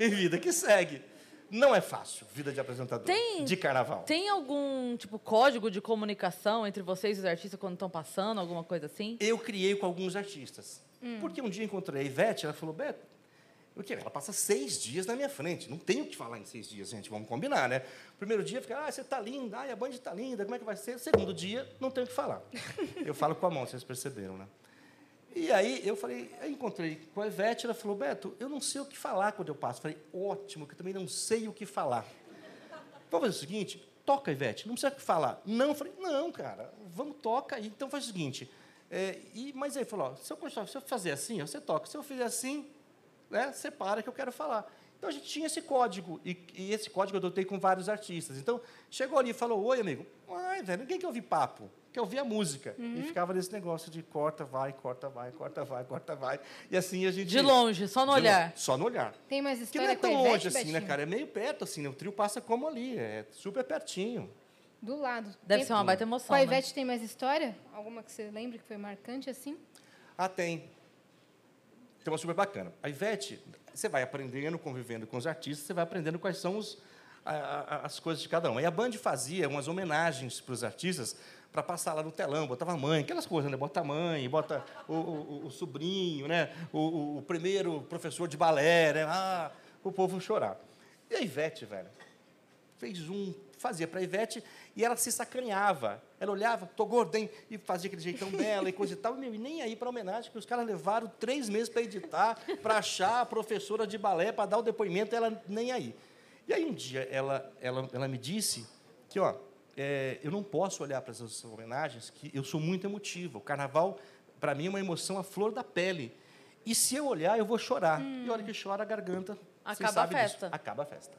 Speaker 7: E vida que segue. Não é fácil, vida de apresentador.
Speaker 1: Tem-
Speaker 7: De carnaval.
Speaker 1: Tem algum, tipo, código de comunicação entre vocês e os artistas quando estão passando, alguma coisa assim?
Speaker 7: eu criei com alguns artistas. Porque um dia encontrei a Ivete, ela falou, Beto, o quê? Ela passa seis dias na minha frente. Não tenho o que falar em seis dias, gente. Vamos combinar, né? Primeiro dia fica, ah, você tá linda, ai, a Band tá linda, como é que vai ser? Segundo dia, não tenho o que falar. eu falo com a mão, vocês perceberam, né? E aí eu falei, eu encontrei com a Ivete, ela falou, Beto, eu não sei o que falar quando eu passo. Eu falei, ótimo, que eu também não sei o que falar. Vamos fazer o seguinte? Toca, Ivete, não precisa falar. Não, eu falei, não, cara, vamos, toca aí. Então faz o seguinte. é, e, mas aí ele falou, ó, se eu, continuar- se eu fazer assim, ó, você toca. Se eu fizer assim, né, você para que eu quero falar. Então a gente tinha esse código, e, e esse código eu adotei com vários artistas. Então, chegou ali e falou, oi, amigo. Ai, velho, ninguém quer ouvir papo, quer ouvir a música. E ficava nesse negócio de corta, vai, corta, vai, corta, vai, corta, vai. E assim a gente.
Speaker 1: De longe, só no
Speaker 7: De
Speaker 1: olhar.
Speaker 7: longe, Só no olhar.
Speaker 4: Tem mais
Speaker 7: Que não
Speaker 4: história
Speaker 7: é
Speaker 4: com a
Speaker 7: tão
Speaker 4: Ivete,
Speaker 7: longe assim, né,
Speaker 4: Betinho?
Speaker 7: cara? É meio perto, assim, né? O trio passa como ali, é super pertinho.
Speaker 4: Do lado.
Speaker 1: Deve
Speaker 4: Tem-
Speaker 1: ser uma baita
Speaker 4: Com
Speaker 1: emoção,
Speaker 4: a
Speaker 1: né?
Speaker 4: Ivete tem mais história? Alguma que você lembre que foi marcante assim?
Speaker 7: Ah, tem. Tem uma super bacana. A Ivete, você vai aprendendo, convivendo com os artistas, você vai aprendendo quais são os, a- a- as coisas de cada um. E a Band fazia umas homenagens para os artistas para passar lá no telão, botava a mãe, aquelas coisas, né? Bota a mãe, bota o, o- o- o sobrinho, né? O, o- o primeiro professor de balé, né? Ah, o povo chorar. E a Ivete, velho, fez um, fazia para Ivete e ela se sacaneava. Ela olhava, tô gorda, hein? E fazia aquele jeitão dela e coisa e tal. E meu, e nem aí para homenagem, que os caras levaram três meses para editar, para achar a professora de balé, para dar o depoimento, ela nem aí. E aí um dia ela, ela, ela me disse que, ó, é, eu não posso olhar para essas homenagens, que eu sou muito emotiva. O carnaval, para mim, é uma emoção à flor da pele. E se eu olhar, eu vou chorar. E a hora que chora, a garganta. vocês
Speaker 1: Acaba a
Speaker 7: sabem disso,
Speaker 1: festa.
Speaker 7: acaba a festa.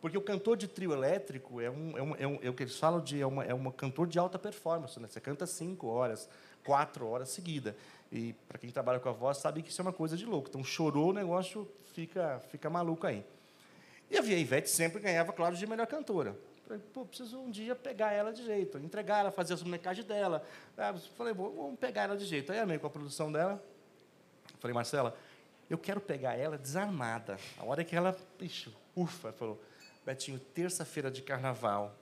Speaker 7: Porque o cantor de trio elétrico é um, é um, é um- é o que eles falam de é uma, é um cantor de alta performance, né? Você canta cinco horas, quatro horas seguida. E para quem trabalha com a voz sabe que isso é uma coisa de louco. Então chorou, o negócio fica fica maluco aí. E a Via Ivete sempre ganhava, claro, de melhor cantora. Falei, pô, preciso um dia pegar ela de jeito, entregar ela, fazer as molecagens dela. Ah, Falei, "Bom, vamos pegar ela de jeito. Aí amei com a produção dela, Falei, Marcela, eu quero pegar ela desarmada. A hora que ela, ixi, ufa, falou, Betinho, terça-feira de carnaval,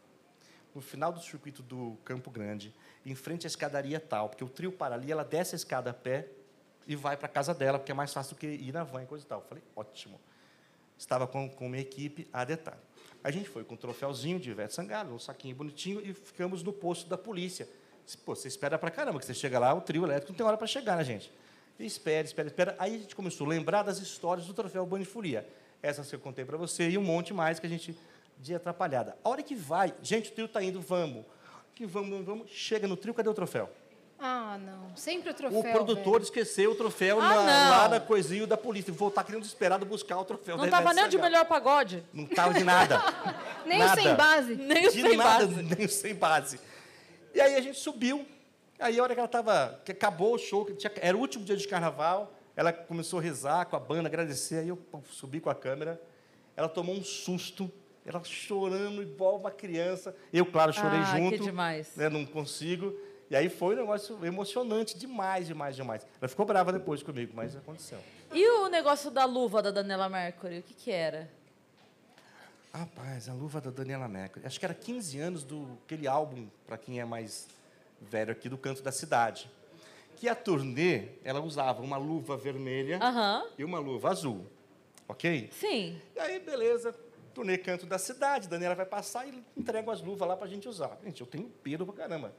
Speaker 7: no final do circuito do Campo Grande, em frente à escadaria tal, porque o trio para ali, ela desce a escada a pé e vai para casa dela, porque é mais fácil do que ir na van e coisa e tal. Falei, ótimo. Estava com, com minha equipe a detalhe. A gente foi com um troféuzinho de Ivete Sangalo, um saquinho bonitinho, e ficamos no posto da polícia. Pô, você espera pra caramba, que você chega lá, o trio elétrico não tem hora para chegar, né, gente? E espera, espera, espera. Aí a gente começou a lembrar das histórias do troféu Band de Folia. Essas que eu contei para você e um monte mais que a gente de atrapalhada. A hora que vai, gente, o trio tá indo, vamos. Que vamos, vamos, vamos. Chega no trio, cadê o troféu?
Speaker 4: Ah, não. Sempre o troféu.
Speaker 7: O produtor
Speaker 4: velho.
Speaker 7: esqueceu o troféu
Speaker 1: Ah,
Speaker 7: na, lá
Speaker 1: não.
Speaker 7: na coisinha da polícia. Voltar querendo desesperado buscar o troféu
Speaker 1: Não
Speaker 7: da
Speaker 1: tava
Speaker 7: Ivete
Speaker 1: nem o de
Speaker 7: Sangalo.
Speaker 1: melhor pagode.
Speaker 7: Não tava
Speaker 1: *laughs*
Speaker 7: de nada.
Speaker 4: Nem
Speaker 7: nada.
Speaker 4: o sem base.
Speaker 1: Nem o
Speaker 7: de
Speaker 1: sem
Speaker 7: nada,
Speaker 1: base.
Speaker 7: *laughs* nem sem base. E aí a gente subiu. Aí a hora que ela tava. que acabou o show, que tinha- era o último dia de carnaval, ela começou a rezar com a banda, agradecer. Aí eu pum, subi com a câmera. Ela tomou um susto, ela chorando igual uma criança. Eu, claro, chorei
Speaker 1: Ah, que
Speaker 7: junto.
Speaker 1: demais.
Speaker 7: né, não consigo. E aí foi um negócio emocionante demais, demais, demais. Ela ficou brava depois comigo, mas aconteceu.
Speaker 1: E o negócio da luva da Daniela Mercury, o que que era?
Speaker 7: Rapaz, a luva da Daniela Mercury. Acho que era 15 anos do aquele álbum, para quem é mais velho aqui, do Canto da Cidade. Que a turnê, ela usava uma luva vermelha
Speaker 1: Aham.
Speaker 7: e uma luva azul. Ok?
Speaker 1: Sim.
Speaker 7: E aí, beleza. Turnê Canto da Cidade, Daniela vai passar e entrega as luvas lá pra gente usar. Gente, eu tenho pedo pra caramba.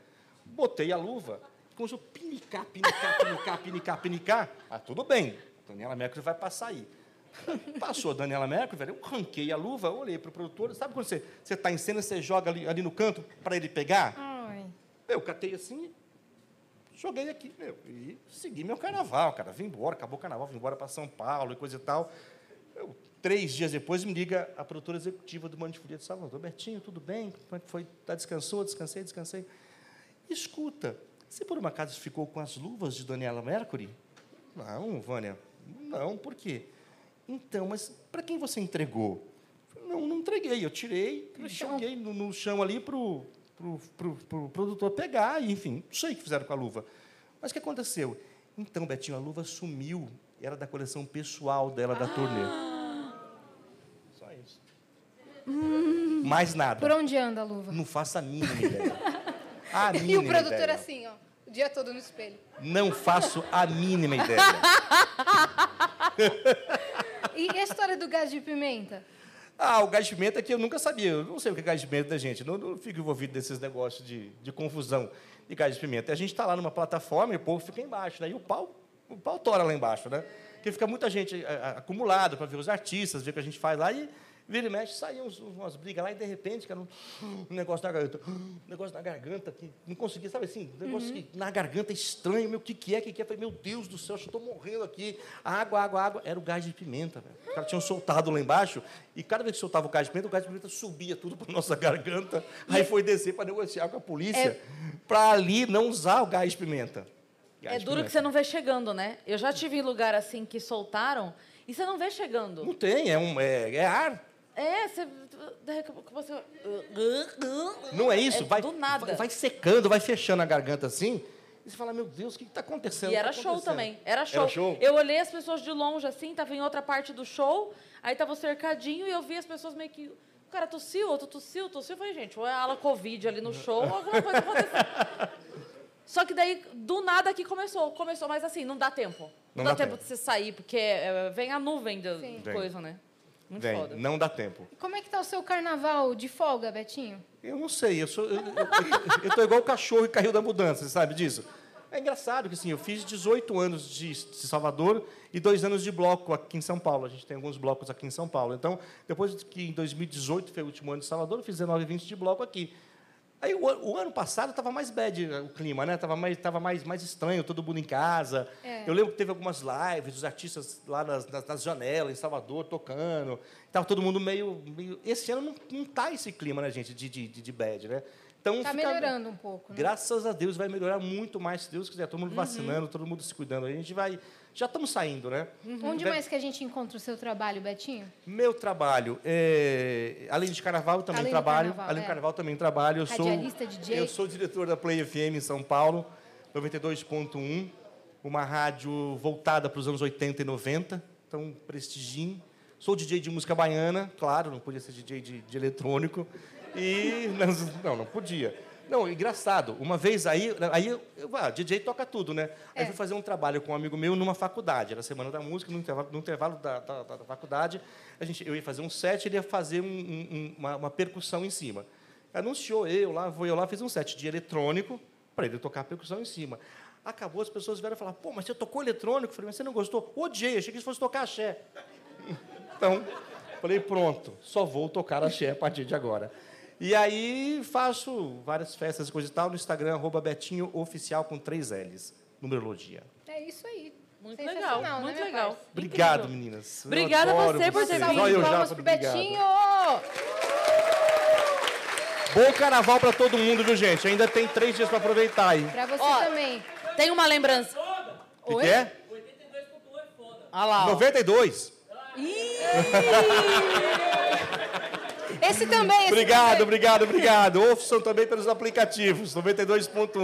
Speaker 7: Botei a luva, começou a pinicar, pinicar, pinicar, pinicar, pinicar. Ah, tudo bem. Daniela Mercury vai passar aí. *laughs* Passou a Daniela Mercury, velho. Eu ranquei a luva, olhei pro produtor. Sabe quando você, você tá em cena e você joga ali, ali no canto pra ele pegar?
Speaker 4: Ai.
Speaker 7: Eu catei assim, joguei aqui, meu, e segui meu carnaval, cara. Vim embora, acabou o carnaval, vim embora para São Paulo e coisa e tal. Eu, três dias depois me liga a produtora executiva do Mano de Folia de Salvador. Bertinho, tudo bem? Como é que foi? Tá, descansou? Descansei, descansei. Escuta, você por um acaso ficou com as luvas de Daniela Mercury? Não, Vânia, não, por quê? Então, mas para quem você entregou? Não, não entreguei, eu tirei e joguei no, no chão ali pro, pro, pro, pro produtor pegar, e, enfim, não sei o que fizeram com a luva. Mas o que aconteceu? Então, Betinho, a luva sumiu, era da coleção pessoal dela da turnê.
Speaker 4: Ah!
Speaker 7: Só isso. *laughs* Mais nada.
Speaker 4: Por onde anda a luva?
Speaker 7: Não faça a mínima ideia. A
Speaker 4: *laughs* E
Speaker 7: mínima
Speaker 4: o produtor
Speaker 7: ideia.
Speaker 4: assim, ó, o dia todo no espelho.
Speaker 7: Não faço a mínima ideia.
Speaker 4: *laughs* E a história do gás de pimenta?
Speaker 7: Ah, o gás de pimenta que eu nunca sabia. Eu não sei o que é gás de pimenta da gente. Não, não fico envolvido nesses negócios de, de confusão de gás de pimenta. A gente está lá numa plataforma e o povo fica embaixo, né? E o pau, o pau tora lá embaixo, né? Porque fica muita gente ah, ah, acumulada para ver os artistas, ver o que a gente faz lá e vira e mexe, saem uns- umas brigas lá e de repente, cara, um, um negócio na garganta, *gasps* um negócio na garganta que não conseguia, sabe assim, um negócio que na garganta estranho, meu, o que, que é, o que, que é? Eu Falei, meu Deus do céu, acho que eu estou morrendo aqui. Água, água, água. Era o gás de pimenta, velho. Os caras tinham soltado lá embaixo e cada vez que soltava o gás de pimenta, o gás de pimenta subia tudo para nossa garganta. Aí foi descer para negociar com a
Speaker 1: É
Speaker 7: polícia para ali não usar o gás de pimenta. Gás
Speaker 1: É
Speaker 7: de
Speaker 1: duro que
Speaker 7: pimenta.
Speaker 1: você não vê chegando, né? Eu já tive em lugar assim que soltaram e você não vê chegando.
Speaker 7: Não tem, é, um, é, é ar.
Speaker 1: É, você. daí que você-
Speaker 7: Não é isso? vai,
Speaker 1: do nada.
Speaker 7: vai- vai secando, vai fechando a garganta assim. E você fala, meu Deus, o que está acontecendo?
Speaker 1: E
Speaker 7: O que
Speaker 1: era
Speaker 7: tá
Speaker 1: show
Speaker 7: acontecendo?"
Speaker 1: também. Era show.
Speaker 7: Era show?
Speaker 1: Eu olhei as pessoas de longe, assim, tava em outra parte do show, aí tava o cercadinho e eu vi as pessoas meio que. O cara tossiu, outro tossiu, tossiu. Eu falei, gente, ou é ala Covid ali no
Speaker 7: *laughs*
Speaker 1: show, ou alguma coisa aconteceu. Só que daí, do nada que começou. Começou, mas assim, não dá tempo. Não,
Speaker 7: Não
Speaker 1: dá,
Speaker 7: dá
Speaker 1: tempo,
Speaker 7: tempo.
Speaker 1: de você sair, porque é, vem a nuvem da
Speaker 4: Sim.
Speaker 7: Vem.
Speaker 1: coisa, né? Muito
Speaker 7: Vem,
Speaker 1: foda.
Speaker 7: não dá tempo.
Speaker 4: E como é que tá o seu carnaval de folga, Betinho?
Speaker 7: Eu não sei, eu sou. Eu, eu- eu tô igual o cachorro que caiu da mudança, você sabe disso? É engraçado que assim, eu fiz 18 anos de de Salvador e dois anos de bloco aqui em São Paulo. A gente tem alguns blocos aqui em São Paulo. Então, depois que em 2018 foi o último ano de Salvador, eu fiz 19 e 20 de bloco aqui. Aí o, an- o ano passado estava mais bad o clima, né? Tava mais, tava mais, mais estranho, todo mundo em casa.
Speaker 4: É.
Speaker 7: Eu lembro que teve algumas lives, os artistas lá nas, nas, nas janelas, em Salvador, tocando. Tava todo mundo meio. meio... Esse ano não, não tá esse clima, né, gente, de, de, de, de bad, né? Então,
Speaker 4: Tá
Speaker 7: fica-
Speaker 4: melhorando um pouco, né?
Speaker 7: Graças a Deus vai melhorar muito mais, se Deus quiser. Todo
Speaker 4: Uhum.
Speaker 7: mundo vacinando, todo mundo se cuidando. A gente vai. Já estamos saindo, né?
Speaker 4: Uhum. Onde
Speaker 7: Vai-
Speaker 4: mais que a gente encontra o seu trabalho, Betinho?
Speaker 7: Meu trabalho, é, além de carnaval, eu também
Speaker 4: Além do
Speaker 7: trabalho.
Speaker 4: carnaval,
Speaker 7: além
Speaker 4: é.
Speaker 7: do carnaval, também trabalho. Eu sou,
Speaker 4: Radialista, DJ.
Speaker 7: eu sou diretor da Play FM em São Paulo, 92.1, uma rádio voltada para os anos 80 e 90, então prestiginho. Sou DJ de música baiana, claro, não podia ser DJ de, de eletrônico. E *laughs* não, não, não podia. Não, engraçado. Uma vez aí, aí eu, eu- ah, DJ toca tudo, né? Aí
Speaker 4: É.
Speaker 7: fui fazer um trabalho com um amigo meu numa faculdade. Era a semana da música, no intervalo, no intervalo da, da- da- da faculdade, a gente, eu ia fazer um set, ele ia fazer um- um- um- uma, uma percussão em cima. Anunciou eu lá, vou eu lá, fiz um set de eletrônico para ele tocar a percussão em cima. Acabou, as pessoas vieram falar: pô, mas você tocou eletrônico? Eu falei, mas você não gostou? Odiei, achei que isso fosse tocar axé. *laughs* Então, falei, pronto, só vou tocar axé a partir de agora. E aí faço várias festas e coisa e tal no Instagram, arroba Betinho Oficial com três L's, numerologia.
Speaker 4: É isso aí.
Speaker 1: Muito
Speaker 4: Sensacional,
Speaker 1: legal,
Speaker 4: né,
Speaker 1: muito
Speaker 4: meu
Speaker 1: legal.
Speaker 4: parça?
Speaker 7: Obrigado,
Speaker 1: Incrível.
Speaker 7: meninas. Eu
Speaker 1: Obrigada a
Speaker 7: adoro
Speaker 1: você por ter
Speaker 7: vocês.
Speaker 1: vindo.
Speaker 7: Olha, eu já
Speaker 4: Palmas
Speaker 7: falo
Speaker 4: pro
Speaker 7: obrigado.
Speaker 4: Betinho!
Speaker 7: Bom carnaval pra todo mundo, viu, gente? Ainda tem três dias pra aproveitar aí.
Speaker 4: Pra você
Speaker 1: Ó,
Speaker 4: também.
Speaker 1: Tem uma lembrança.
Speaker 7: O que, que é?
Speaker 1: Olha lá. ó.
Speaker 7: 92.
Speaker 4: Esse também, esse
Speaker 7: Obrigado,
Speaker 4: também.
Speaker 7: obrigado, obrigado. Ouçam também pelos aplicativos, 92.1,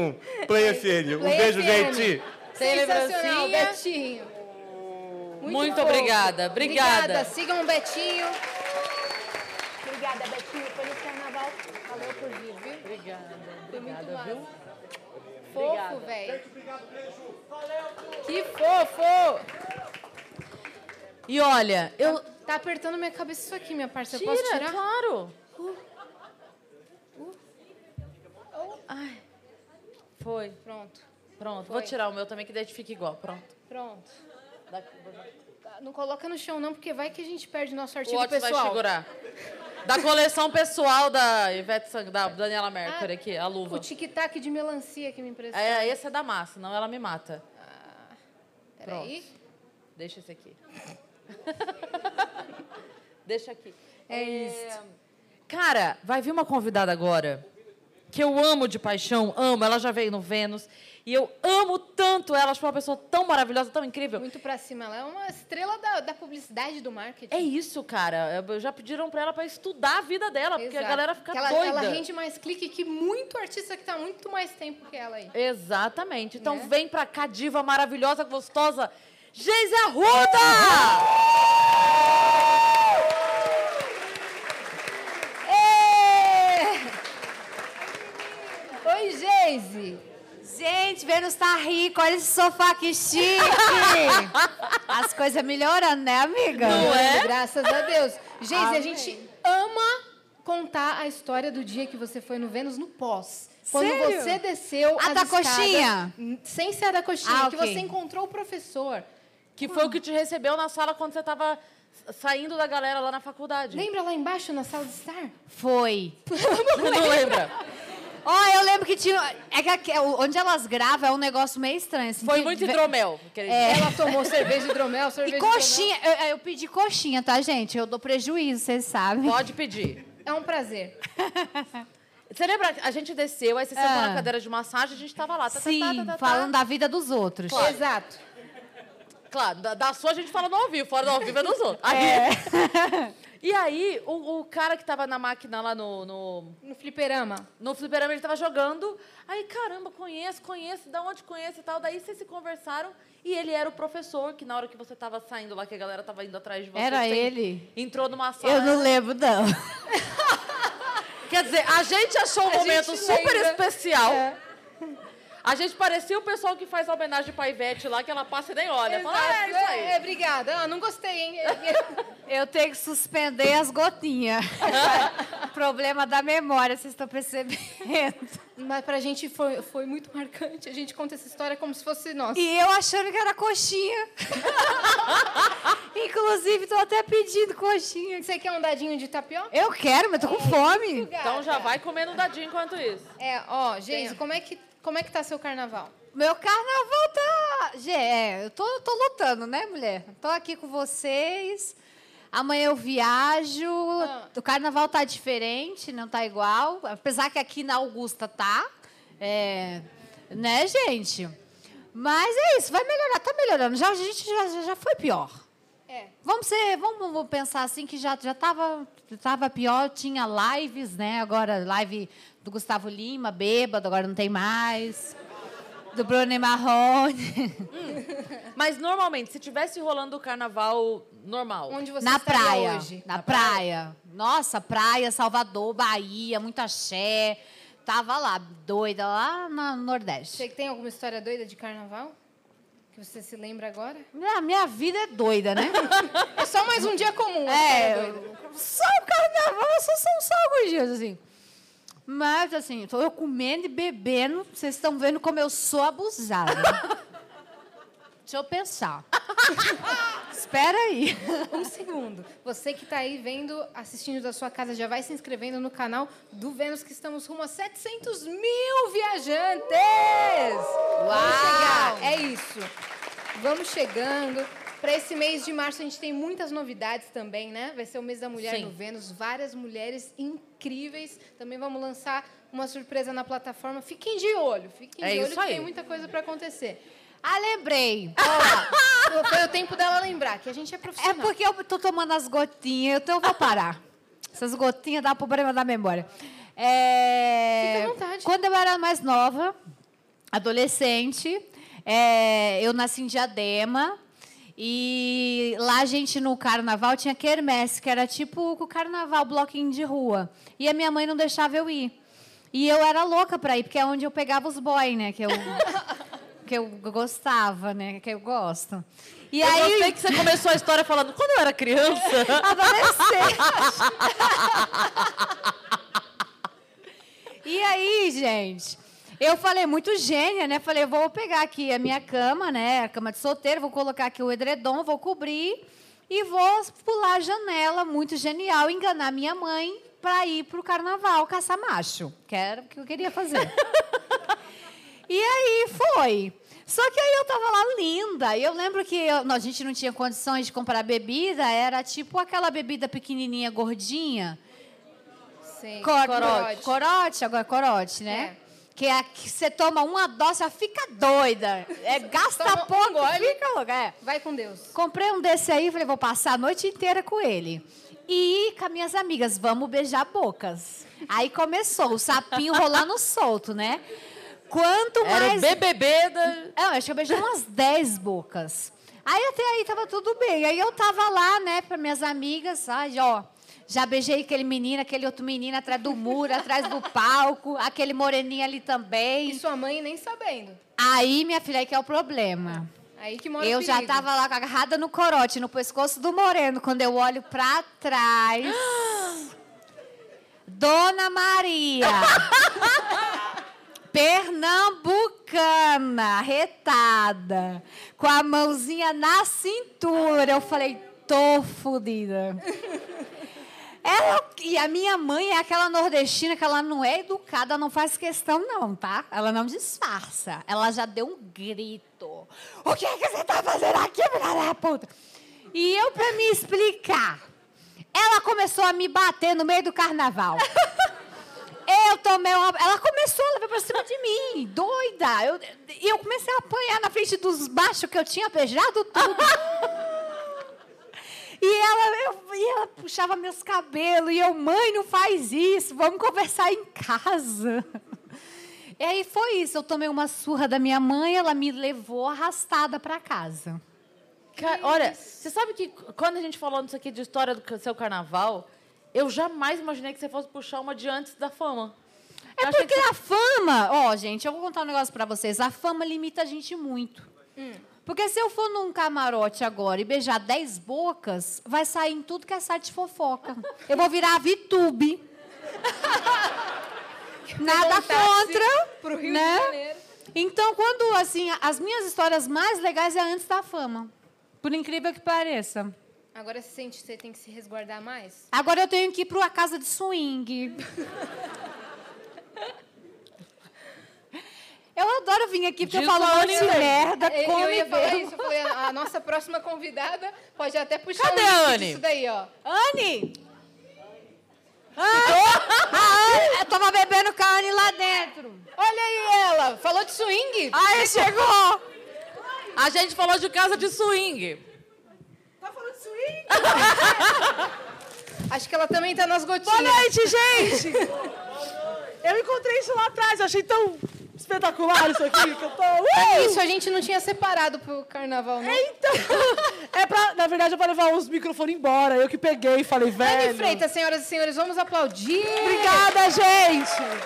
Speaker 7: Play FM. Um
Speaker 4: Play
Speaker 7: beijo,
Speaker 4: FM.
Speaker 7: gente.
Speaker 1: Tem
Speaker 4: Sensacional,
Speaker 1: lembrancinha.
Speaker 4: Betinho. Muito,
Speaker 1: Muito
Speaker 4: fofo.
Speaker 1: obrigada, obrigada.
Speaker 4: Obrigada, sigam o Betinho. Obrigada, Betinho, pelo carnaval. Valeu por vir, viu?
Speaker 1: Obrigada,
Speaker 4: Foi muito
Speaker 1: obrigada, viu?
Speaker 4: massa.
Speaker 1: Obrigada.
Speaker 4: Fofo, velho. Que fofo!
Speaker 1: E olha, eu.
Speaker 4: Tá apertando minha cabeça isso aqui, minha parça. Eu
Speaker 1: Tira,
Speaker 4: posso tirar?
Speaker 1: claro. Ai. Foi.
Speaker 4: Ah, Pronto,
Speaker 1: Pronto,
Speaker 4: Foi.
Speaker 1: vou tirar o meu também, que daí a gente fica igual. Pronto.
Speaker 4: pronto.
Speaker 1: Daqui-
Speaker 4: Tá, Não coloca no chão, não, porque vai que a gente perde nosso
Speaker 1: O
Speaker 4: artigo
Speaker 1: Otis vai
Speaker 4: pessoal.
Speaker 1: segurar. Da coleção pessoal da Ivete Sang, da Daniela Mercury
Speaker 2: Ah,
Speaker 1: aqui, a luva.
Speaker 2: O tic-tac de melancia que me impressiona.
Speaker 1: É, esse é da massa, não ela me mata.
Speaker 2: Ah, Peraí.
Speaker 1: Deixa esse aqui. Deixa aqui.
Speaker 2: É isso.
Speaker 1: Cara, vai vir uma convidada agora que eu amo de paixão, amo. Ela já veio no Vênus e eu amo tanto ela. Acho que é uma pessoa tão maravilhosa, tão incrível.
Speaker 2: Muito pra cima. Ela é uma estrela da, da publicidade do marketing.
Speaker 1: É isso, cara. Eu- Já pediram pra ela pra estudar a vida dela, porque a
Speaker 2: Exato.
Speaker 1: galera fica
Speaker 2: Que ela,
Speaker 1: doida.
Speaker 2: Ela rende mais clique que muito artista que tá há muito mais tempo que ela aí.
Speaker 1: Exatamente. Então
Speaker 2: Né?
Speaker 1: vem pra cá, diva maravilhosa, gostosa, Geise Arruda!
Speaker 2: Ê! Oi, Geise!
Speaker 8: Gente, Vênus tá rico, olha esse sofá que chique! As coisas melhorando, né, amiga?
Speaker 1: Não é?
Speaker 2: Graças a Deus. Geise, a gente ama contar a história do dia que você foi no Vênus no pós. Quando
Speaker 8: Sério?
Speaker 2: você desceu
Speaker 8: A
Speaker 2: as
Speaker 8: da
Speaker 2: escadas-
Speaker 8: coxinha?
Speaker 2: N- sem ser a da coxinha,
Speaker 8: Ah,
Speaker 2: que
Speaker 8: ok.
Speaker 2: você encontrou o professor.
Speaker 1: Que foi o que te recebeu na sala quando você tava saindo da galera lá na faculdade.
Speaker 2: Lembra lá embaixo na sala de estar?
Speaker 8: Foi.
Speaker 1: Não lembra?
Speaker 8: Ó, eu lembro que tinha. É que aqui- onde elas gravam é um negócio meio estranho. assim,
Speaker 1: Foi
Speaker 8: que
Speaker 1: muito
Speaker 8: ve-
Speaker 1: hidromel. querida.
Speaker 2: Ela tomou cerveja de hidromel, cerveja
Speaker 8: E
Speaker 2: de hidromel.
Speaker 8: coxinha, eu, eu pedi coxinha, tá, gente? Eu dou prejuízo, vocês sabem.
Speaker 1: Pode pedir.
Speaker 2: É um
Speaker 8: *laughs*
Speaker 2: prazer.
Speaker 1: Você lembra? A gente desceu, aí você sentou
Speaker 8: Ah.
Speaker 1: na cadeira de massagem, a gente tava lá. Tá, tá, tá,
Speaker 8: Sim,
Speaker 1: tá, tá, tá.
Speaker 8: falando da vida dos outros.
Speaker 2: Exato.
Speaker 1: Claro, da, da sua a gente fala no ao vivo, fora do ao vivo é dos outros. Aí-
Speaker 8: *laughs*
Speaker 1: E aí, o, o cara que tava na máquina lá no- no
Speaker 2: No fliperama.
Speaker 1: No fliperama ele tava jogando. Aí, caramba, conheço, conheço, da onde conheço e tal. Daí vocês se conversaram e ele era o professor, que na hora que você tava saindo lá, que a galera tava indo atrás de você.
Speaker 8: Era
Speaker 1: que você
Speaker 8: ele?
Speaker 1: Entrou numa sala.
Speaker 8: Eu não lembro, não.
Speaker 1: Quer dizer, a gente achou um
Speaker 2: A
Speaker 1: momento
Speaker 2: gente
Speaker 1: super
Speaker 2: lembra. É.
Speaker 1: especial. *laughs* A gente parecia o pessoal que faz a homenagem pra Ivete lá, que ela passa e nem olha. Fala, ah, é isso aí.
Speaker 2: É, obrigada. Ah, não gostei, hein?
Speaker 8: Eu tenho que suspender as
Speaker 2: *laughs*
Speaker 8: gotinhas. Problema da memória, vocês estão percebendo.
Speaker 2: Mas pra gente foi, foi muito marcante. A gente conta essa história como se fosse nossa.
Speaker 8: E eu achando que
Speaker 2: *laughs*
Speaker 8: era coxinha. Inclusive, tô até pedindo coxinha.
Speaker 2: Você quer um dadinho de tapioca?
Speaker 8: Eu quero, mas tô com fome.
Speaker 1: Então já vai comendo um dadinho enquanto
Speaker 2: *laughs*
Speaker 1: isso.
Speaker 2: É, ó, Geise, como é que como é que tá seu carnaval?
Speaker 8: Meu carnaval tá. Gê, É, eu tô, tô lutando, né, mulher? Tô aqui com vocês. Amanhã eu viajo. O carnaval tá diferente, não tá igual. Apesar que aqui na Augusta tá. É, né, gente? Mas é isso, vai melhorar, tá melhorando. Já, a gente já, já- já foi pior.
Speaker 2: É.
Speaker 8: Vamos ser, vamos, vamos pensar assim que já já tava, tava pior, tinha lives, né? Agora live do Gustavo Lima, bêbado, agora não tem mais. Do Bruno e Marrone.
Speaker 1: Hum. Mas normalmente, se tivesse rolando o carnaval normal.
Speaker 2: Onde você
Speaker 8: Na
Speaker 2: estaria
Speaker 8: praia.
Speaker 2: hoje?
Speaker 8: *laughs* Na praia. Nossa, praia, Salvador, Bahia, muito axé. Tava lá, doida, lá na- no Nordeste.
Speaker 2: Você tem alguma história doida de carnaval? Que você se lembra agora?
Speaker 8: Minha, minha vida é doida, *laughs* né?
Speaker 2: É só mais um dia comum. a
Speaker 8: É,
Speaker 2: história doida.
Speaker 8: só o carnaval, só são só alguns dias, assim. Mas, assim, tô eu comendo e bebendo, vocês estão vendo como eu sou *laughs* abusada. Deixa eu pensar. Espera aí.
Speaker 2: *laughs* Um segundo. Você que tá aí vendo, assistindo da sua casa, já vai se inscrevendo no canal do Vênus, que estamos rumo a 700 mil viajantes! Vamos chegar, é isso. Vamos chegando. Para esse mês de março, a gente tem muitas novidades também, né? Vai ser o mês da mulher
Speaker 1: Sim.
Speaker 2: no Vênus. Várias mulheres incríveis. Também vamos lançar uma surpresa na plataforma. Fiquem de olho, fiquem
Speaker 1: É
Speaker 2: de olho
Speaker 1: isso
Speaker 2: que
Speaker 1: aí.
Speaker 2: tem muita coisa para acontecer.
Speaker 8: Ah, lembrei.
Speaker 2: Foi o tempo dela lembrar que a gente é
Speaker 8: É
Speaker 2: profissional.
Speaker 8: porque eu tô tomando as gotinhas, então eu vou parar. Essas gotinhas dá problema da memória. É,
Speaker 2: Fica à vontade.
Speaker 8: Quando eu era mais nova, adolescente, é, eu nasci em Diadema. E lá a gente, no carnaval, tinha quermesse, que era tipo o carnaval, bloquinho de rua. E a minha mãe não deixava eu ir. E eu era louca pra ir, porque é onde eu pegava os boy, né? Que eu, *laughs* que eu gostava, né? Que eu gosto. E
Speaker 1: Eu
Speaker 8: aí...
Speaker 1: gostei que você começou a história falando, quando eu
Speaker 2: *laughs*
Speaker 1: era criança.
Speaker 8: *laughs* Adolescente. e aí, gente? Eu falei, muito gênia, né? Falei, vou pegar aqui a minha cama, né? A cama de solteiro, vou colocar aqui o edredom, vou cobrir. E vou pular a janela, muito genial, enganar minha mãe para ir pro carnaval caçar macho, que era o que eu queria fazer. *laughs* E aí foi. Só que aí eu tava lá linda. E eu lembro que eu- não, a gente não tinha condições de comprar bebida, era tipo aquela bebida pequenininha, gordinha.
Speaker 4: Sim.
Speaker 8: Cor-
Speaker 4: Corote.
Speaker 8: corote. agora é corote, né? Que é a que você toma uma dose, já fica doida. É, gasta
Speaker 4: Toma um
Speaker 8: pouco,
Speaker 4: gole.
Speaker 8: fica louca. É.
Speaker 4: Vai com Deus.
Speaker 8: Comprei um desse aí, falei, vou passar a noite inteira com ele. E com as minhas amigas, vamos beijar bocas. Aí começou, o sapinho rolando solto, né? Quanto
Speaker 1: Era
Speaker 8: mais.
Speaker 1: o BBB da...
Speaker 8: É, eu acho que eu beijei umas 10 bocas. Aí até aí tava tudo bem. Aí eu tava lá, né, para minhas amigas, ai, ó, já beijei aquele menino, aquele outro menino atrás do muro, atrás do palco, aquele moreninho ali também.
Speaker 4: E sua mãe nem sabendo.
Speaker 8: Aí, minha filha, aí que é o problema.
Speaker 4: Aí que mora o
Speaker 8: Eu já
Speaker 4: perigo.
Speaker 8: tava lá agarrada no corote, no pescoço do moreno, quando eu olho pra
Speaker 4: *gasps*
Speaker 8: trás.
Speaker 4: *laughs*
Speaker 8: Dona Maria! Pernambucana, retada, com a mãozinha na cintura. Eu falei, tô
Speaker 4: *laughs*
Speaker 8: fodida. Ela- e a minha mãe é aquela nordestina que ela não é educada, não faz questão, não, tá? Ela não disfarça. Ela já deu um grito. O que é que você tá fazendo aqui, filha da puta? E eu, pra me explicar, ela começou a me bater no meio do carnaval. Eu tomei uma. Ela começou a levar pra cima de mim, doida. Eu- E eu, comecei a apanhar na frente dos baixos que eu tinha beijado tudo. E ela, eu- e ela puxava meus cabelos, e eu, mãe, não faz isso, vamos conversar em casa. E aí foi isso, eu tomei uma surra da minha mãe, ela me levou arrastada pra casa.
Speaker 1: Ca- Olha, você sabe que quando a gente falou disso aqui de história do ca- seu carnaval, eu jamais imaginei que você fosse puxar uma de antes da fama.
Speaker 8: É
Speaker 1: Eu achei
Speaker 8: porque
Speaker 1: que
Speaker 8: a fama, ó, gente, eu vou contar um negócio pra vocês, a fama limita a gente muito.
Speaker 9: Hum.
Speaker 8: Porque se eu for num camarote agora e beijar 10 bocas, vai sair em tudo que é site de fofoca. Eu vou virar
Speaker 4: *laughs*
Speaker 8: a VTube. Nada
Speaker 4: Montar-se
Speaker 8: contra,
Speaker 4: pro Rio de
Speaker 8: né?
Speaker 4: Janeiro.
Speaker 8: Então, quando assim, as minhas histórias mais legais é antes da fama. Por incrível que pareça.
Speaker 4: Agora você sente que você tem que se resguardar mais?
Speaker 8: Agora eu tenho que ir para a casa
Speaker 4: *laughs*
Speaker 8: de swing. Eu adoro vir aqui porque eu
Speaker 1: Diz
Speaker 8: falo um
Speaker 1: o
Speaker 8: monte de
Speaker 1: Anne.
Speaker 8: merda,
Speaker 4: É, Eu-
Speaker 8: come
Speaker 4: eu ia falar
Speaker 8: bebo.
Speaker 4: isso, eu falei, a a nossa próxima convidada pode até puxar
Speaker 1: Cadê
Speaker 4: um link
Speaker 1: a Anne?
Speaker 4: disso daí, ó.
Speaker 8: Anne! Anne! A Anne! Eu tava bebendo com a Anne lá dentro.
Speaker 4: Olha aí ela, falou de swing.
Speaker 8: Aí chegou!
Speaker 1: a gente falou de casa de swing.
Speaker 4: Acho que ela também tá nas gotinhas.
Speaker 9: Boa noite, gente! Eu encontrei isso lá atrás, eu achei tão espetacular isso aqui que eu tô. Uh!
Speaker 4: É Isso a gente não tinha separado pro carnaval, não.
Speaker 9: Então, *laughs* é pra, na verdade, é pra levar os microfones embora. Eu que peguei e falei,
Speaker 4: Anne
Speaker 9: velho.
Speaker 4: Freitas, senhoras e senhores, vamos aplaudir.
Speaker 9: Obrigada, gente!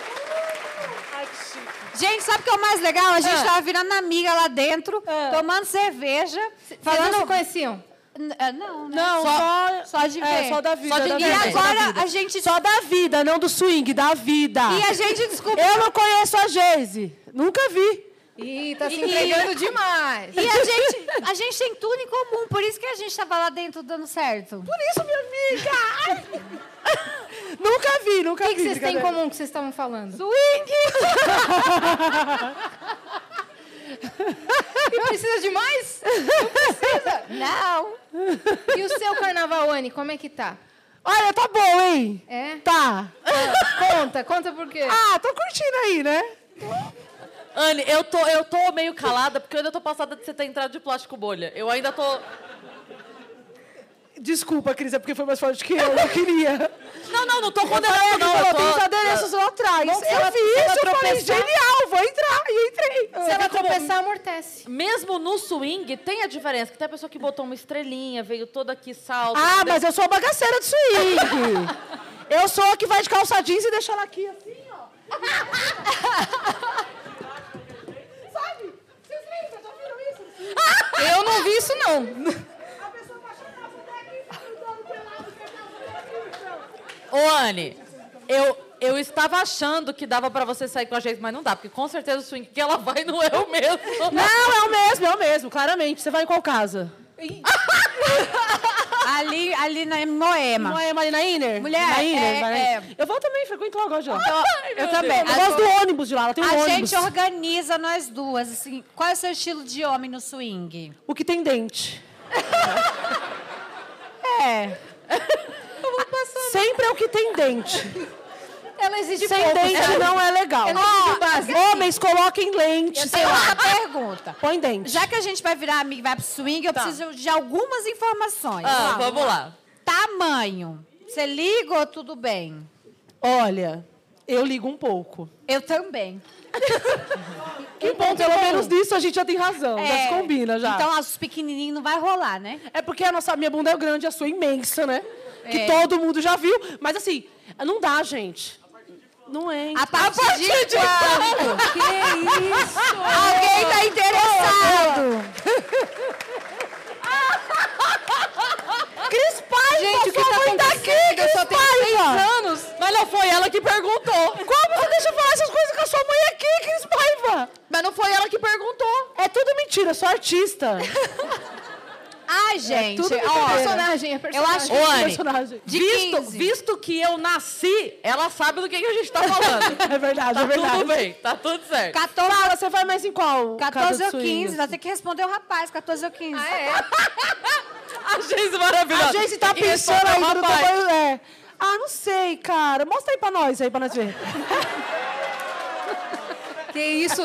Speaker 8: Gente, sabe o que é o mais legal? A gente
Speaker 4: Ah.
Speaker 8: tava virando amiga lá dentro,
Speaker 9: Ah.
Speaker 8: tomando cerveja,
Speaker 4: Vocês não se
Speaker 8: falando...
Speaker 4: conheciam?
Speaker 8: N- ah, Não, né?
Speaker 9: Não, só,
Speaker 8: só de ver.
Speaker 9: É, só da vida.
Speaker 1: Só de
Speaker 9: da
Speaker 1: ver.
Speaker 8: E
Speaker 9: vida, da
Speaker 8: agora
Speaker 9: vida.
Speaker 8: a gente...
Speaker 9: Só da vida, não do swing, da vida.
Speaker 8: E a gente descobriu...
Speaker 9: Eu não conheço a Geise. Nunca vi.
Speaker 4: Ih, tá se entregando demais.
Speaker 8: E a gente, a gente tem tudo em comum, por isso que a gente tava lá dentro dando certo.
Speaker 9: Por isso, minha amiga! Ai. nunca vi, nunca
Speaker 4: O
Speaker 9: vi.
Speaker 4: que, que vocês têm em
Speaker 9: cadê?
Speaker 4: comum que vocês estavam falando?
Speaker 8: Swing!
Speaker 4: E precisa de mais?
Speaker 8: Não!
Speaker 4: E o seu carnaval, Anne, como é que tá?
Speaker 9: Olha, tá bom, hein?
Speaker 4: É?
Speaker 9: Tá.
Speaker 4: Conta, conta por quê.
Speaker 9: Ah, tô curtindo aí, né?
Speaker 1: Anne, eu tô, eu tô meio calada porque eu ainda tô passada de você ter entrado de plástico bolha. Eu ainda tô.
Speaker 9: Desculpa, Cris, é porque foi mais forte que eu, eu queria.
Speaker 1: Não, não, não tô
Speaker 9: Ela
Speaker 1: condenando, não.
Speaker 9: falou,
Speaker 1: Eu
Speaker 9: tem os
Speaker 1: tô...
Speaker 9: adereços lá atrás.
Speaker 4: Bom, se
Speaker 9: eu
Speaker 4: ela-
Speaker 9: vi
Speaker 4: se ela
Speaker 9: isso, eu falei,
Speaker 4: tropeçar-
Speaker 9: genial, vou entrar. E entrei.
Speaker 4: Se ela
Speaker 1: como-
Speaker 4: tropeçar, amortece.
Speaker 1: Mesmo no swing, tem a diferença. Que tem a pessoa que botou uma estrelinha, veio toda aqui
Speaker 9: *laughs*
Speaker 1: salto.
Speaker 9: Ah, mas eu sou a bagaceira de swing. eu sou a que vai de calça jeans e deixa ela aqui, assim, ó. Sabe? Vocês lembram? Já viram isso?
Speaker 4: Eu não vi isso, não.
Speaker 9: A pessoa baixando a boneca e andando pelado,
Speaker 1: Ô, Anne, eu, eu estava achando que dava pra você sair com a gente, mas não dá, porque com certeza o swing que ela vai não é o mesmo. *laughs*
Speaker 9: Não, é o mesmo, é o mesmo, claramente. Você vai em qual casa?
Speaker 8: ali, ali na em Moema.
Speaker 9: Não é Marina Inner?
Speaker 8: Mulher,
Speaker 9: Marina,
Speaker 8: é,
Speaker 9: Marina-
Speaker 8: é.
Speaker 9: Eu vou também, frequento lá, eu gosto de lá.
Speaker 8: Então, eu também.
Speaker 9: Eu gosto do ônibus de lá, ela tem um
Speaker 8: A
Speaker 9: ônibus.
Speaker 8: gente organiza nós duas, assim, qual é o seu estilo de homem no swing?
Speaker 9: O que tem dente.
Speaker 8: É.
Speaker 9: Sempre é o que tem dente.
Speaker 8: Ela existe
Speaker 9: Sem dente
Speaker 4: né?
Speaker 9: não é legal.
Speaker 8: Ela exige
Speaker 9: Ó,
Speaker 8: básico.
Speaker 9: homens, coloquem lente.
Speaker 8: Tem outra pergunta.
Speaker 9: Põe dente.
Speaker 8: Tá.
Speaker 9: Tá.
Speaker 8: Já que a gente vai virar amiga e vai pro swing, eu preciso de algumas informações.
Speaker 1: Ah, vamos lá.
Speaker 8: Tamanho. Você liga ou tudo bem?
Speaker 9: Olha, eu ligo um pouco.
Speaker 8: Eu também.
Speaker 9: Que bom, pelo menos nisso a gente já tem razão. Já se combina, já.
Speaker 8: É, Então, ah, os pequenininhos não vai rolar, né?
Speaker 9: É porque a nossa, minha bunda é grande, a sua é imensa, né?
Speaker 8: É.
Speaker 9: Que todo mundo já viu. Mas assim, não dá, gente. Não é.
Speaker 8: A partir, de, quando? Que isso? Alguém tá interessado?
Speaker 9: Cris Paiva,
Speaker 8: Gente, o que
Speaker 9: sua
Speaker 8: tá
Speaker 9: mãe tá aqui,
Speaker 8: acontecendo? Eu
Speaker 9: Cris
Speaker 8: só tenho seis
Speaker 9: Paiva.
Speaker 8: anos.
Speaker 9: Mas não foi ela que perguntou. Como você deixa eu falar essas coisas com a sua mãe aqui, Cris Paiva?
Speaker 1: Mas não foi ela que perguntou.
Speaker 9: É tudo mentira, eu sou artista. É
Speaker 8: Ai, gente,
Speaker 9: tudo
Speaker 8: ó,
Speaker 4: personagem, é
Speaker 8: eu
Speaker 4: personagem.
Speaker 8: acho que
Speaker 1: Ô, Anne,
Speaker 9: Personagem.
Speaker 8: de
Speaker 1: visto,
Speaker 8: 15.
Speaker 1: visto que eu nasci, ela sabe do que, que a gente tá falando. *laughs*
Speaker 9: É verdade,
Speaker 1: tá
Speaker 9: é verdade.
Speaker 1: tudo bem, tá tudo certo.
Speaker 8: 14,
Speaker 9: Fala, Então, você vai mais em qual?
Speaker 8: 14 ou
Speaker 9: casa de
Speaker 8: 15,
Speaker 9: swing?
Speaker 8: nós temos que responder o rapaz, 14 ou 15.
Speaker 4: Ah, é?
Speaker 1: *laughs* A Geise maravilhosa.
Speaker 9: A gente tá
Speaker 1: Tem que
Speaker 9: pensando
Speaker 1: responder
Speaker 9: aí
Speaker 1: o
Speaker 9: do
Speaker 1: rapaz.
Speaker 9: tamanho. É. Ah, não sei, cara. Mostra aí pra nós aí, pra nós ver.
Speaker 4: Que isso?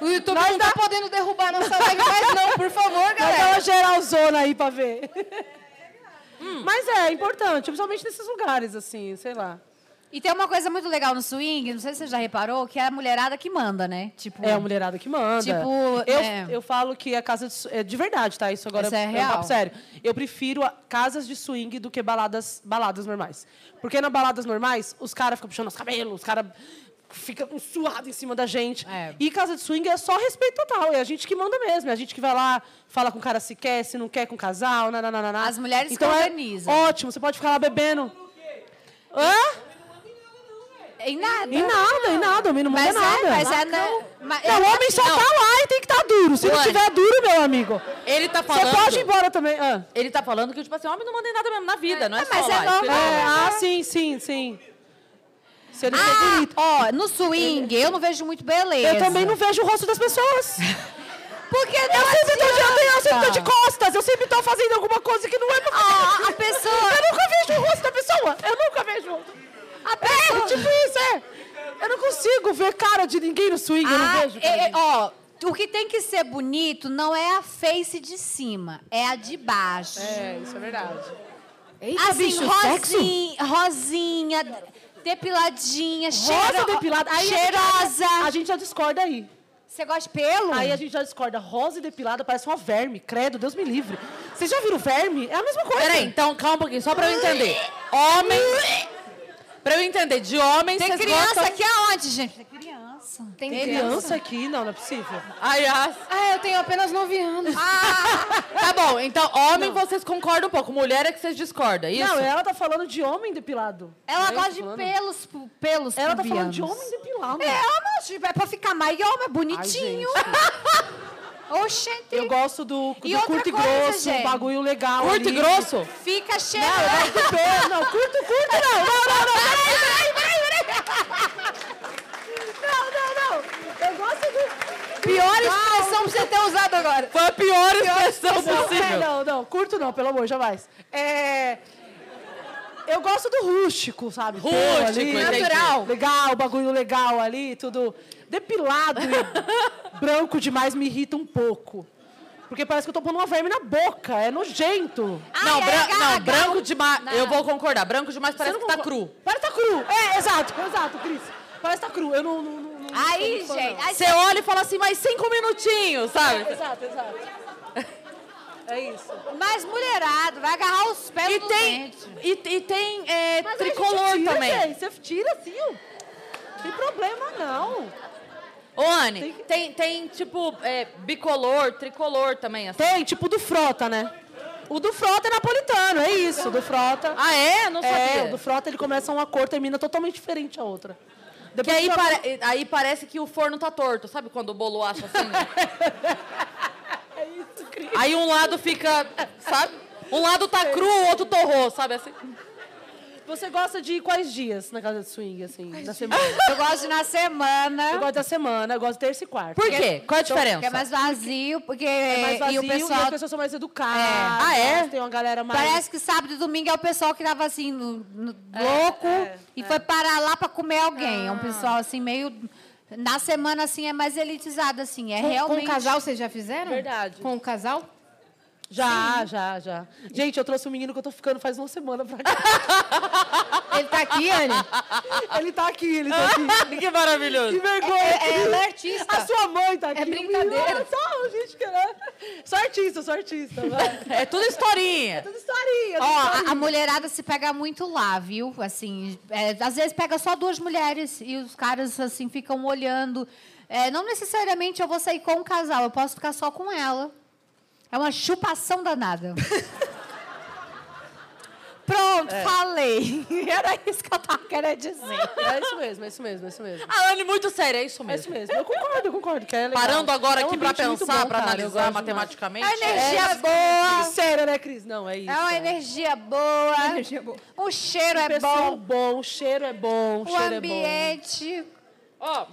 Speaker 4: O YouTube não tá podendo derrubar nossa live mais não, por favor,
Speaker 9: Vai dar
Speaker 4: galera.
Speaker 9: uma geralzona aí pra ver. Mas é, é importante, principalmente nesses lugares, assim, sei lá.
Speaker 8: E tem uma coisa muito legal no swing, não sei se você já reparou, que é a mulherada que manda, né? Tipo,
Speaker 9: É a mulherada que manda.
Speaker 8: Tipo,
Speaker 9: eu,
Speaker 8: é.
Speaker 9: eu falo que a casa de, su- é de verdade, tá? Isso agora
Speaker 8: Isso é
Speaker 9: um
Speaker 8: real.
Speaker 9: papo sério. Eu prefiro a- casas de swing do que baladas, baladas normais. Porque nas baladas normais, os caras ficam puxando os cabelos, os caras ficam suados em cima da gente.
Speaker 8: É.
Speaker 9: E casa de swing é só respeito total. É a gente que manda mesmo. É a gente que vai lá, fala com o cara se quer, se não quer com o casal, nananana.
Speaker 8: As mulheres
Speaker 9: então
Speaker 8: que
Speaker 9: é
Speaker 8: organizam.
Speaker 9: Ótimo, você pode ficar lá bebendo. Hã?
Speaker 8: em nada.
Speaker 9: Em nada, em nada, homem não manda
Speaker 8: Mas
Speaker 9: nada.
Speaker 8: é, mas é na, mas,
Speaker 9: Não, o homem só
Speaker 1: Não.
Speaker 9: tá lá e tem que estar duro. Se não
Speaker 1: Luane.
Speaker 9: tiver duro, meu amigo.
Speaker 1: Ele tá
Speaker 9: Você
Speaker 1: falando...
Speaker 9: pode ir embora também. Ah,
Speaker 1: Ele tá falando que, tipo assim, homem não manda em nada mesmo na vida, não é
Speaker 8: Ah,
Speaker 1: só
Speaker 8: mas é
Speaker 1: lá,
Speaker 9: é,
Speaker 8: normal.
Speaker 1: entendeu?
Speaker 9: ah, sim, sim, sim. Se ele for
Speaker 8: Ah,
Speaker 9: bonito.
Speaker 8: ó, no swing, eu não vejo muito beleza.
Speaker 9: Eu também não vejo o rosto das pessoas.
Speaker 8: *laughs* Porque não
Speaker 9: Eu sempre tô de eu sempre tô de
Speaker 8: adianta.
Speaker 9: costas, eu sempre tô fazendo alguma coisa que não é pra fazer.
Speaker 8: Ó, a pessoa-
Speaker 9: Eu nunca vejo o rosto da pessoa. Eu nunca vejo.
Speaker 8: A
Speaker 9: É,
Speaker 8: pessoa-
Speaker 9: tipo isso, é. Eu não consigo ver cara de ninguém no swing, eu não
Speaker 8: Ah,
Speaker 9: vejo. cara
Speaker 8: é, é,
Speaker 9: de-
Speaker 8: ó, o que tem que ser bonito não é a face de cima, é a de baixo.
Speaker 9: É, isso é verdade.
Speaker 4: Eita,
Speaker 8: assim,
Speaker 4: bicho, sexo?
Speaker 8: rosinha, rosinha, depiladinha,
Speaker 9: Rosa
Speaker 8: cheiro-
Speaker 9: depilada. Aí a gente já- A
Speaker 8: cheirosa.
Speaker 9: gente já discorda aí.
Speaker 8: Você gosta de pelo?
Speaker 9: Aí a gente já discorda. Rosa e depilada parece uma verme. Credo, Deus me livre. Vocês já viram verme? É a mesma coisa.
Speaker 1: Peraí, então calma um pouquinho, só pra eu entender. Homens... Pra eu entender, de homens
Speaker 8: Tem
Speaker 1: vocês
Speaker 8: criança
Speaker 1: gostam...
Speaker 8: aqui aonde,
Speaker 1: assim.
Speaker 8: gente? Tem criança.
Speaker 4: Tem
Speaker 9: Criança aqui? Não, não é possível.
Speaker 1: Ai, as...
Speaker 4: Ah, eu tenho apenas 9 anos.
Speaker 9: Ah!
Speaker 1: Tá bom, então homem vocês concordam um pouco, mulher é que vocês discordam, isso?
Speaker 9: Não, ela tá falando de homem depilado.
Speaker 8: Ela
Speaker 9: Não é
Speaker 8: gosta
Speaker 9: isso
Speaker 8: de
Speaker 9: que eu tô falando?
Speaker 8: pelos, pu- pelos
Speaker 9: Ela tá falando
Speaker 8: pubianos.
Speaker 9: de homem depilado.
Speaker 8: É, ela não, tipo, é pra ficar maior, mas
Speaker 9: Ai,
Speaker 8: bonitinho.
Speaker 9: gente.
Speaker 8: Oxente.
Speaker 9: Eu gosto do,
Speaker 8: E
Speaker 9: do
Speaker 8: outra
Speaker 9: curto e
Speaker 8: coisa,
Speaker 9: grosso, um
Speaker 8: gente.
Speaker 9: bagulho legal.
Speaker 1: Curto e
Speaker 9: ali.
Speaker 1: grosso?
Speaker 8: Fica cheio.
Speaker 9: Não, eu gosto do pé. Não, curto, curto não. Não, não, não.
Speaker 8: Vai, vai, vai.
Speaker 9: Não, não, não. Eu gosto do...
Speaker 4: Pior expressão pra você ter usado agora.
Speaker 1: Foi a pior expressão
Speaker 9: Não, é,
Speaker 1: possível.
Speaker 9: não, não, curto não, pelo amor, jamais. É. Eu gosto do rústico, sabe? Pelo
Speaker 1: Rústico, entendi.
Speaker 9: natural. Legal, bagulho legal ali, tudo depilado
Speaker 1: *laughs*
Speaker 9: e branco demais me irrita um pouco. Porque parece que eu tô pondo uma verme na boca, é nojento.
Speaker 8: Ai,
Speaker 1: Não,
Speaker 8: ai,
Speaker 1: bran-
Speaker 8: agarra,
Speaker 1: não
Speaker 8: agarra.
Speaker 1: branco demais.
Speaker 8: Não.
Speaker 1: Eu vou concordar. Branco demais parece que tá cru.
Speaker 9: Parece que tá cru. É, exato, exato, Cris. Parece que tá cru. Eu não. não, não, não
Speaker 8: Aí,
Speaker 9: sou muito fã,
Speaker 8: gente. aí-
Speaker 1: Você olha e fala assim, mais cinco minutinhos,
Speaker 9: não.
Speaker 1: sabe?
Speaker 9: Exato, exato. É isso.
Speaker 8: Mas mulherado, vai agarrar os pés
Speaker 1: E
Speaker 8: do
Speaker 1: tem,
Speaker 8: dente.
Speaker 1: e, e tem é,
Speaker 9: Mas a gente
Speaker 1: tricolor
Speaker 9: tira,
Speaker 1: também.
Speaker 9: gente, Você tira assim, ó. Não tem problema, não.
Speaker 1: Ô, Anne, tem, tem tipo é, bicolor, tricolor também, assim.
Speaker 9: Tem, tipo do Frota, né? O do Frota é napolitano, é isso. O do Frota.
Speaker 1: Ah, é? Não sabia.
Speaker 9: é, o do Frota ele começa uma cor, termina totalmente diferente a outra.
Speaker 1: Que
Speaker 9: Depois
Speaker 1: aí,
Speaker 9: você-
Speaker 1: pare- aí parece que o forno tá torto, sabe quando o bolo
Speaker 9: *laughs* Então,
Speaker 1: acha assim? aí um lado fica, sabe? Um lado tá cru, o outro torrou, sabe assim?
Speaker 9: Você gosta de quais dias na casa de swing, assim, na semana?
Speaker 8: Eu gosto de na
Speaker 9: Eu
Speaker 8: semana.
Speaker 9: gosto da semana, eu gosto de terça e quarta.
Speaker 1: Por quê? Qual a diferença?
Speaker 8: Que é mais vazio, porque
Speaker 9: É mais vazio
Speaker 8: e
Speaker 9: e,
Speaker 8: o pessoal
Speaker 9: as pessoas são mais educadas.
Speaker 8: É. Ah, é?
Speaker 9: Tem uma galera mais...
Speaker 8: Parece que sábado e domingo é o pessoal que tava assim, no- no-
Speaker 9: É,
Speaker 8: louco, e foi parar lá pra comer alguém. É
Speaker 9: Ah.
Speaker 8: um pessoal assim, meio. Na semana, assim, é mais elitizado, assim. É
Speaker 4: Com
Speaker 8: realmente.
Speaker 4: o casal vocês já fizeram?
Speaker 9: Verdade.
Speaker 4: Com o casal?
Speaker 9: Já, já, já. Gente, eu trouxe um menino que eu tô ficando faz uma semana pra cá.
Speaker 4: Ele tá aqui, Anne?
Speaker 9: ele tá aqui, ele tá aqui.
Speaker 1: que maravilhoso.
Speaker 9: Que vergonha.
Speaker 4: É, ela é artista.
Speaker 9: A sua mãe tá aqui. o menino-
Speaker 4: brincadeira.
Speaker 9: Olha só, gente, que era... Sou artista, sou artista. vai.
Speaker 1: É tudo historinha.
Speaker 9: Tudo historinha.
Speaker 8: Ó, a, a mulherada se pega muito lá, viu? Assim, é, às vezes pega só duas mulheres e os caras, assim, ficam olhando. É, não necessariamente eu vou sair com o casal, eu posso ficar só com ela. É uma
Speaker 9: *laughs*
Speaker 8: chupação danada. Pronto, falei. Era isso que eu tava querendo dizer.
Speaker 9: É isso mesmo, é isso mesmo, é isso mesmo.
Speaker 1: A Anne muito séria, é isso
Speaker 9: É isso
Speaker 1: mesmo.
Speaker 9: mesmo. Eu concordo, eu concordo. Que é legal.
Speaker 1: Parando agora
Speaker 9: É um
Speaker 1: aqui pra
Speaker 9: ambiente muito
Speaker 1: pensar,
Speaker 9: bom,
Speaker 1: pra
Speaker 9: cara, eu
Speaker 1: analisar
Speaker 9: gosto
Speaker 1: matematicamente. um
Speaker 8: É uma energia
Speaker 9: demais.
Speaker 8: boa.
Speaker 9: Sério, né, Cris? Não, é isso.
Speaker 8: É uma energia boa.
Speaker 4: energia boa.
Speaker 8: O cheiro
Speaker 9: O
Speaker 8: é
Speaker 9: pessoal
Speaker 8: bom.
Speaker 9: bom, o cheiro é bom, o
Speaker 8: O
Speaker 9: cheiro é
Speaker 8: ambiente.
Speaker 1: é- Ó,
Speaker 9: bom.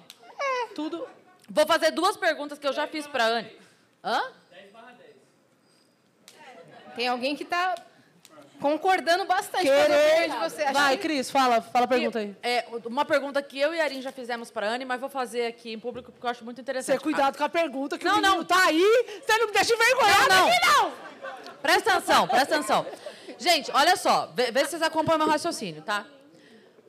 Speaker 9: Tudo.
Speaker 1: vou fazer duas perguntas que eu já fiz pra Anne. Hã?
Speaker 4: *laughs* Tem alguém que tá concordando bastante com as
Speaker 9: Querer.
Speaker 4: opiniões de você. Acho
Speaker 9: Vai,
Speaker 4: que-
Speaker 9: Cris, fala, fala a pergunta aí.
Speaker 1: É, uma pergunta que eu e a Arin já fizemos pra Anne, mas vou fazer aqui em público porque eu acho muito
Speaker 9: Você
Speaker 1: interessante.
Speaker 9: cuidado com a pergunta, que
Speaker 1: Não,
Speaker 9: o menino
Speaker 1: não.
Speaker 9: tá aí, você não me deixa envergonhar,
Speaker 1: Não, não.
Speaker 9: aqui, não.
Speaker 1: Presta atenção, presta atenção. Gente, olha só, vê, vê se vocês acompanham meu raciocínio, tá?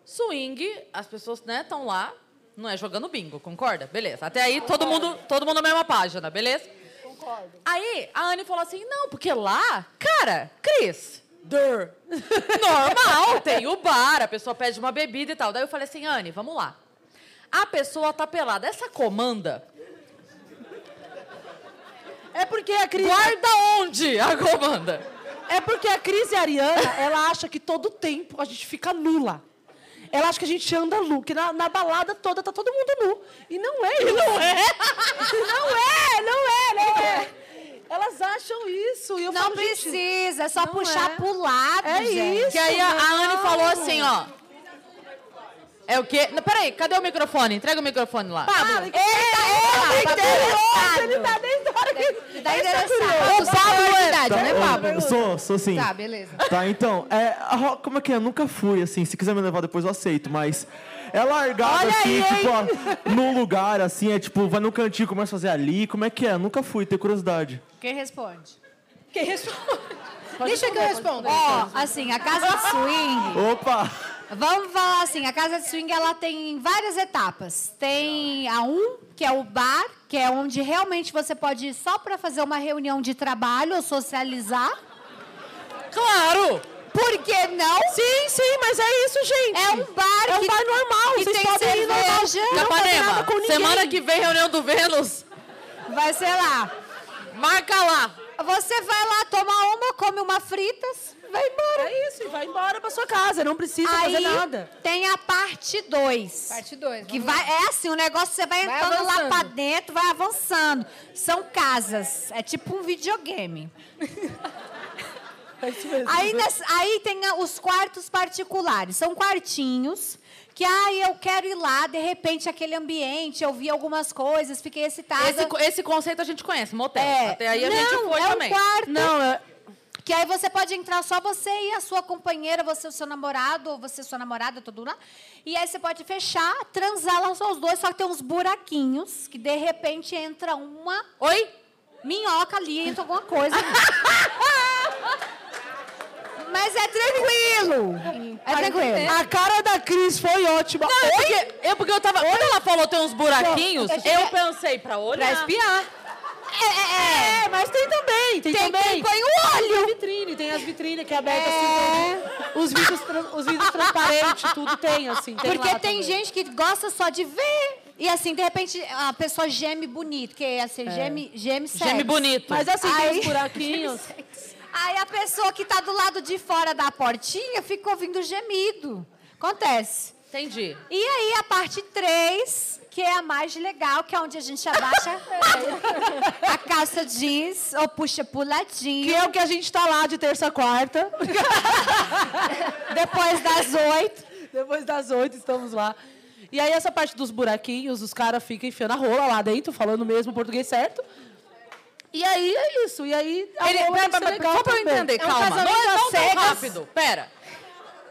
Speaker 1: Swing, as pessoas né estão lá, não é jogando bingo, concorda? Beleza. Até aí todo mundo, todo mundo na mesma página, beleza? Concordo. Aí a Anne falou assim: "Não, porque lá, cara, Cris, Dur. *laughs* Normal, tem o bar, a pessoa pede uma bebida e tal. Daí eu falei assim: "Anne, vamos lá. A pessoa tá pelada, essa comanda
Speaker 9: É porque a Cris...
Speaker 1: guarda onde a comanda?"
Speaker 9: É porque a Cris e a Ariana, ela acha que todo tempo a gente fica nula. Ela acha que a gente anda nu, que na, na balada toda tá todo mundo nu. E não é isso. Não é? não é, não é, não é. Elas acham isso. E eu
Speaker 8: Não
Speaker 9: falo, gente,
Speaker 8: precisa, é só
Speaker 9: não
Speaker 8: puxar
Speaker 9: é.
Speaker 8: pro lado,
Speaker 9: É
Speaker 8: gente.
Speaker 9: isso.
Speaker 1: Que aí a, a
Speaker 9: não.
Speaker 1: Anne falou assim, ó. É o quê? Não, peraí, cadê o microfone? Entrega o microfone lá.
Speaker 9: Pablo,
Speaker 8: Ele tá
Speaker 9: ele tá
Speaker 8: interessado.
Speaker 9: Ele tá nem dentro.
Speaker 8: Tá
Speaker 9: curioso.
Speaker 8: interessado. O Pablo é verdade, né, Pablo?
Speaker 10: tá, Sou, sou sim.
Speaker 4: Tá,
Speaker 10: Tá,
Speaker 4: beleza.
Speaker 10: então, é, a ro- como é que é? Eu nunca fui, assim, se quiser me levar depois eu aceito, mas é largado,
Speaker 8: Olha
Speaker 10: assim,
Speaker 8: aí,
Speaker 10: tipo, ó, num lugar, assim, é tipo, vai no cantinho, começa a fazer ali, como é que é? Nunca fui, tenho curiosidade.
Speaker 8: Quem responde?
Speaker 4: Quem responde? Deixa que eu respondo.
Speaker 8: Ó, assim, a casa
Speaker 1: *laughs*
Speaker 8: de swing.
Speaker 10: Opa!
Speaker 8: Vamos falar assim, a casa de swing ela tem várias etapas. Tem a um, que é o bar, que é onde realmente você pode ir só para fazer uma reunião de trabalho ou socializar.
Speaker 1: Claro!
Speaker 8: Por que não?
Speaker 9: Sim, sim, mas é isso, gente.
Speaker 8: É um bar
Speaker 9: É um
Speaker 8: que-
Speaker 9: bar normal,
Speaker 8: que
Speaker 9: vocês
Speaker 8: tem
Speaker 9: podem ir normal.
Speaker 8: cerveja.
Speaker 9: Não fazer
Speaker 1: Capanema,
Speaker 9: nada com ninguém.
Speaker 1: semana que vem, reunião do Vênus,
Speaker 8: Vai ser lá.
Speaker 1: marca lá.
Speaker 8: Você vai lá tomar uma, come uma fritas, vai embora.
Speaker 9: É isso, e vai embora pra sua casa, não precisa
Speaker 8: Aí
Speaker 9: fazer nada.
Speaker 8: tem a parte 2.
Speaker 4: Parte 2.
Speaker 8: Que vai, é assim, o negócio você vai
Speaker 4: Vai
Speaker 8: entrando lá
Speaker 4: avançando.
Speaker 8: pra dentro, vai avançando. São casas. É tipo um videogame.
Speaker 9: É isso mesmo.
Speaker 8: Aí, nessa- aí tem a- os quartos particulares. São quartinhos que, ah, eu quero ir lá, de repente, aquele ambiente, eu vi algumas coisas, fiquei excitada.
Speaker 1: Esse, co- esse conceito a gente conhece, motel.
Speaker 8: É.
Speaker 1: Até aí a
Speaker 8: Não,
Speaker 1: gente foi
Speaker 8: é um
Speaker 1: também.
Speaker 8: quarto
Speaker 9: Não, é-
Speaker 8: Que aí você pode entrar só você e a sua companheira, você e o seu namorado, ou você e sua namorada, todo mundo lá. E aí você pode fechar, transar lá só os dois, só que tem uns buraquinhos que de repente entra uma
Speaker 1: Oi?
Speaker 8: minhoca ali, entra alguma
Speaker 1: *laughs*
Speaker 8: coisa. Mas é tranquilo. É tranquilo.
Speaker 9: a cara da Cris foi ótima.
Speaker 1: Não, é porque, é porque eu tava. Quando ela falou tem uns buraquinhos,
Speaker 8: Não, eu
Speaker 1: eu
Speaker 8: cheguei-
Speaker 1: pensei pra olhar.
Speaker 8: Pra espiar. É, é,
Speaker 9: É, mas tem também, tem,
Speaker 8: Tem
Speaker 9: também.
Speaker 8: quem põe o olho.
Speaker 9: Tem vitrine, tem as vitrines que é aberta
Speaker 8: É.
Speaker 9: assim. Os vidros, tran- os vidros transparentes, tudo tem, assim. Tem
Speaker 8: Porque
Speaker 9: lá também.
Speaker 8: tem gente que gosta só de ver. E assim, de repente, a pessoa geme bonito, que é assim, geme, geme sexo.
Speaker 1: Geme bonito.
Speaker 9: Mas assim,
Speaker 8: Aí-
Speaker 9: tem os
Speaker 8: *laughs*
Speaker 9: buraquinhos.
Speaker 8: Aí a pessoa que tá do lado de fora da portinha fica ouvindo gemido. Acontece.
Speaker 1: Entendi.
Speaker 8: E aí a parte 3
Speaker 11: que é a mais legal, que é onde a gente
Speaker 9: *laughs*
Speaker 11: abaixa a calça jeans ou puxa pro ladinho.
Speaker 9: Que é o que a gente tá lá de terça a quarta.
Speaker 11: Depois das oito.
Speaker 9: Depois das oito estamos lá. E aí essa parte dos buraquinhos, os caras ficam enfiando a rola lá dentro, falando mesmo o português certo. E aí é isso. E aí a
Speaker 1: Ele,
Speaker 9: rola tem
Speaker 1: pera,
Speaker 9: que ser
Speaker 1: pera,
Speaker 9: legal
Speaker 1: só pra eu
Speaker 9: também.
Speaker 1: entender,
Speaker 9: É um
Speaker 1: calma.
Speaker 9: casamento
Speaker 1: não é
Speaker 9: às
Speaker 1: tão tão
Speaker 9: cegas.
Speaker 1: rápido. Pera.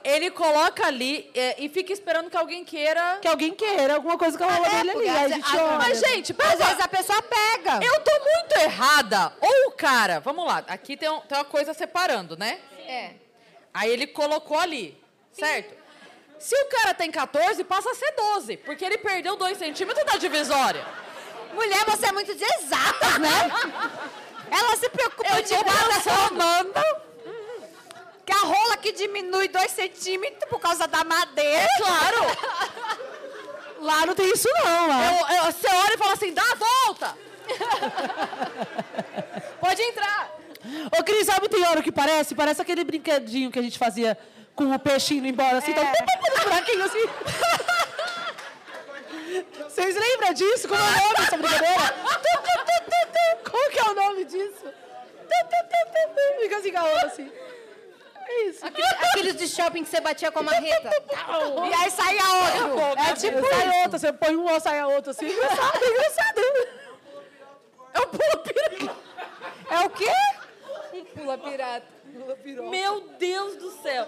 Speaker 1: Ele coloca ali é, e fica esperando que alguém queira. É,
Speaker 9: Que alguém queira alguma coisa com a rola dele ali.
Speaker 11: porque
Speaker 9: Aí a
Speaker 11: às-
Speaker 9: gente
Speaker 11: às-
Speaker 9: olha.
Speaker 1: Mas, gente, pera.
Speaker 11: Às vezes a pessoa pega.
Speaker 1: Eu tô muito errada. Ou o cara. Vamos lá, aqui tem, um- tem uma coisa separando, né?
Speaker 4: É.
Speaker 1: Aí ele colocou ali, certo? Se o cara tem 14, passa a ser 12, porque ele perdeu 2 centímetros da divisória.
Speaker 11: Mulher, você é muito de exatas, né? Ela se preocupa
Speaker 1: Eu
Speaker 11: de
Speaker 1: tô
Speaker 11: nada
Speaker 1: balançando.
Speaker 11: formando. Que a rola que diminui dois centímetros por causa da madeira.
Speaker 4: É
Speaker 1: Claro!
Speaker 9: Lá não tem isso não, lá.
Speaker 1: Eu- eu- você olha e fala assim, dá a *laughs* volta! Pode entrar!
Speaker 9: Ô, Cris, sabe tem hora que parece? Parece aquele brinquedinho que a gente fazia com o peixinho embora, assim,
Speaker 11: É.
Speaker 9: tá um buraquinho assim. Vocês lembram disso? Como é o nome dessa brincadeira? Tu, tu, tu, tu, tu. Como que é o nome disso? Tu, tu, tu, tu, tu. Fica assim, calma, assim. É isso.
Speaker 4: Aqueles de shopping que você batia com a marreta.
Speaker 11: E aí sai a outra.
Speaker 9: É tipo sai outra, você põe um, sai a outra, assim. Engraçado, engraçado. É
Speaker 11: um
Speaker 9: o pulo piroca. É o quê?
Speaker 4: Pula pirata.
Speaker 1: Meu Deus do céu!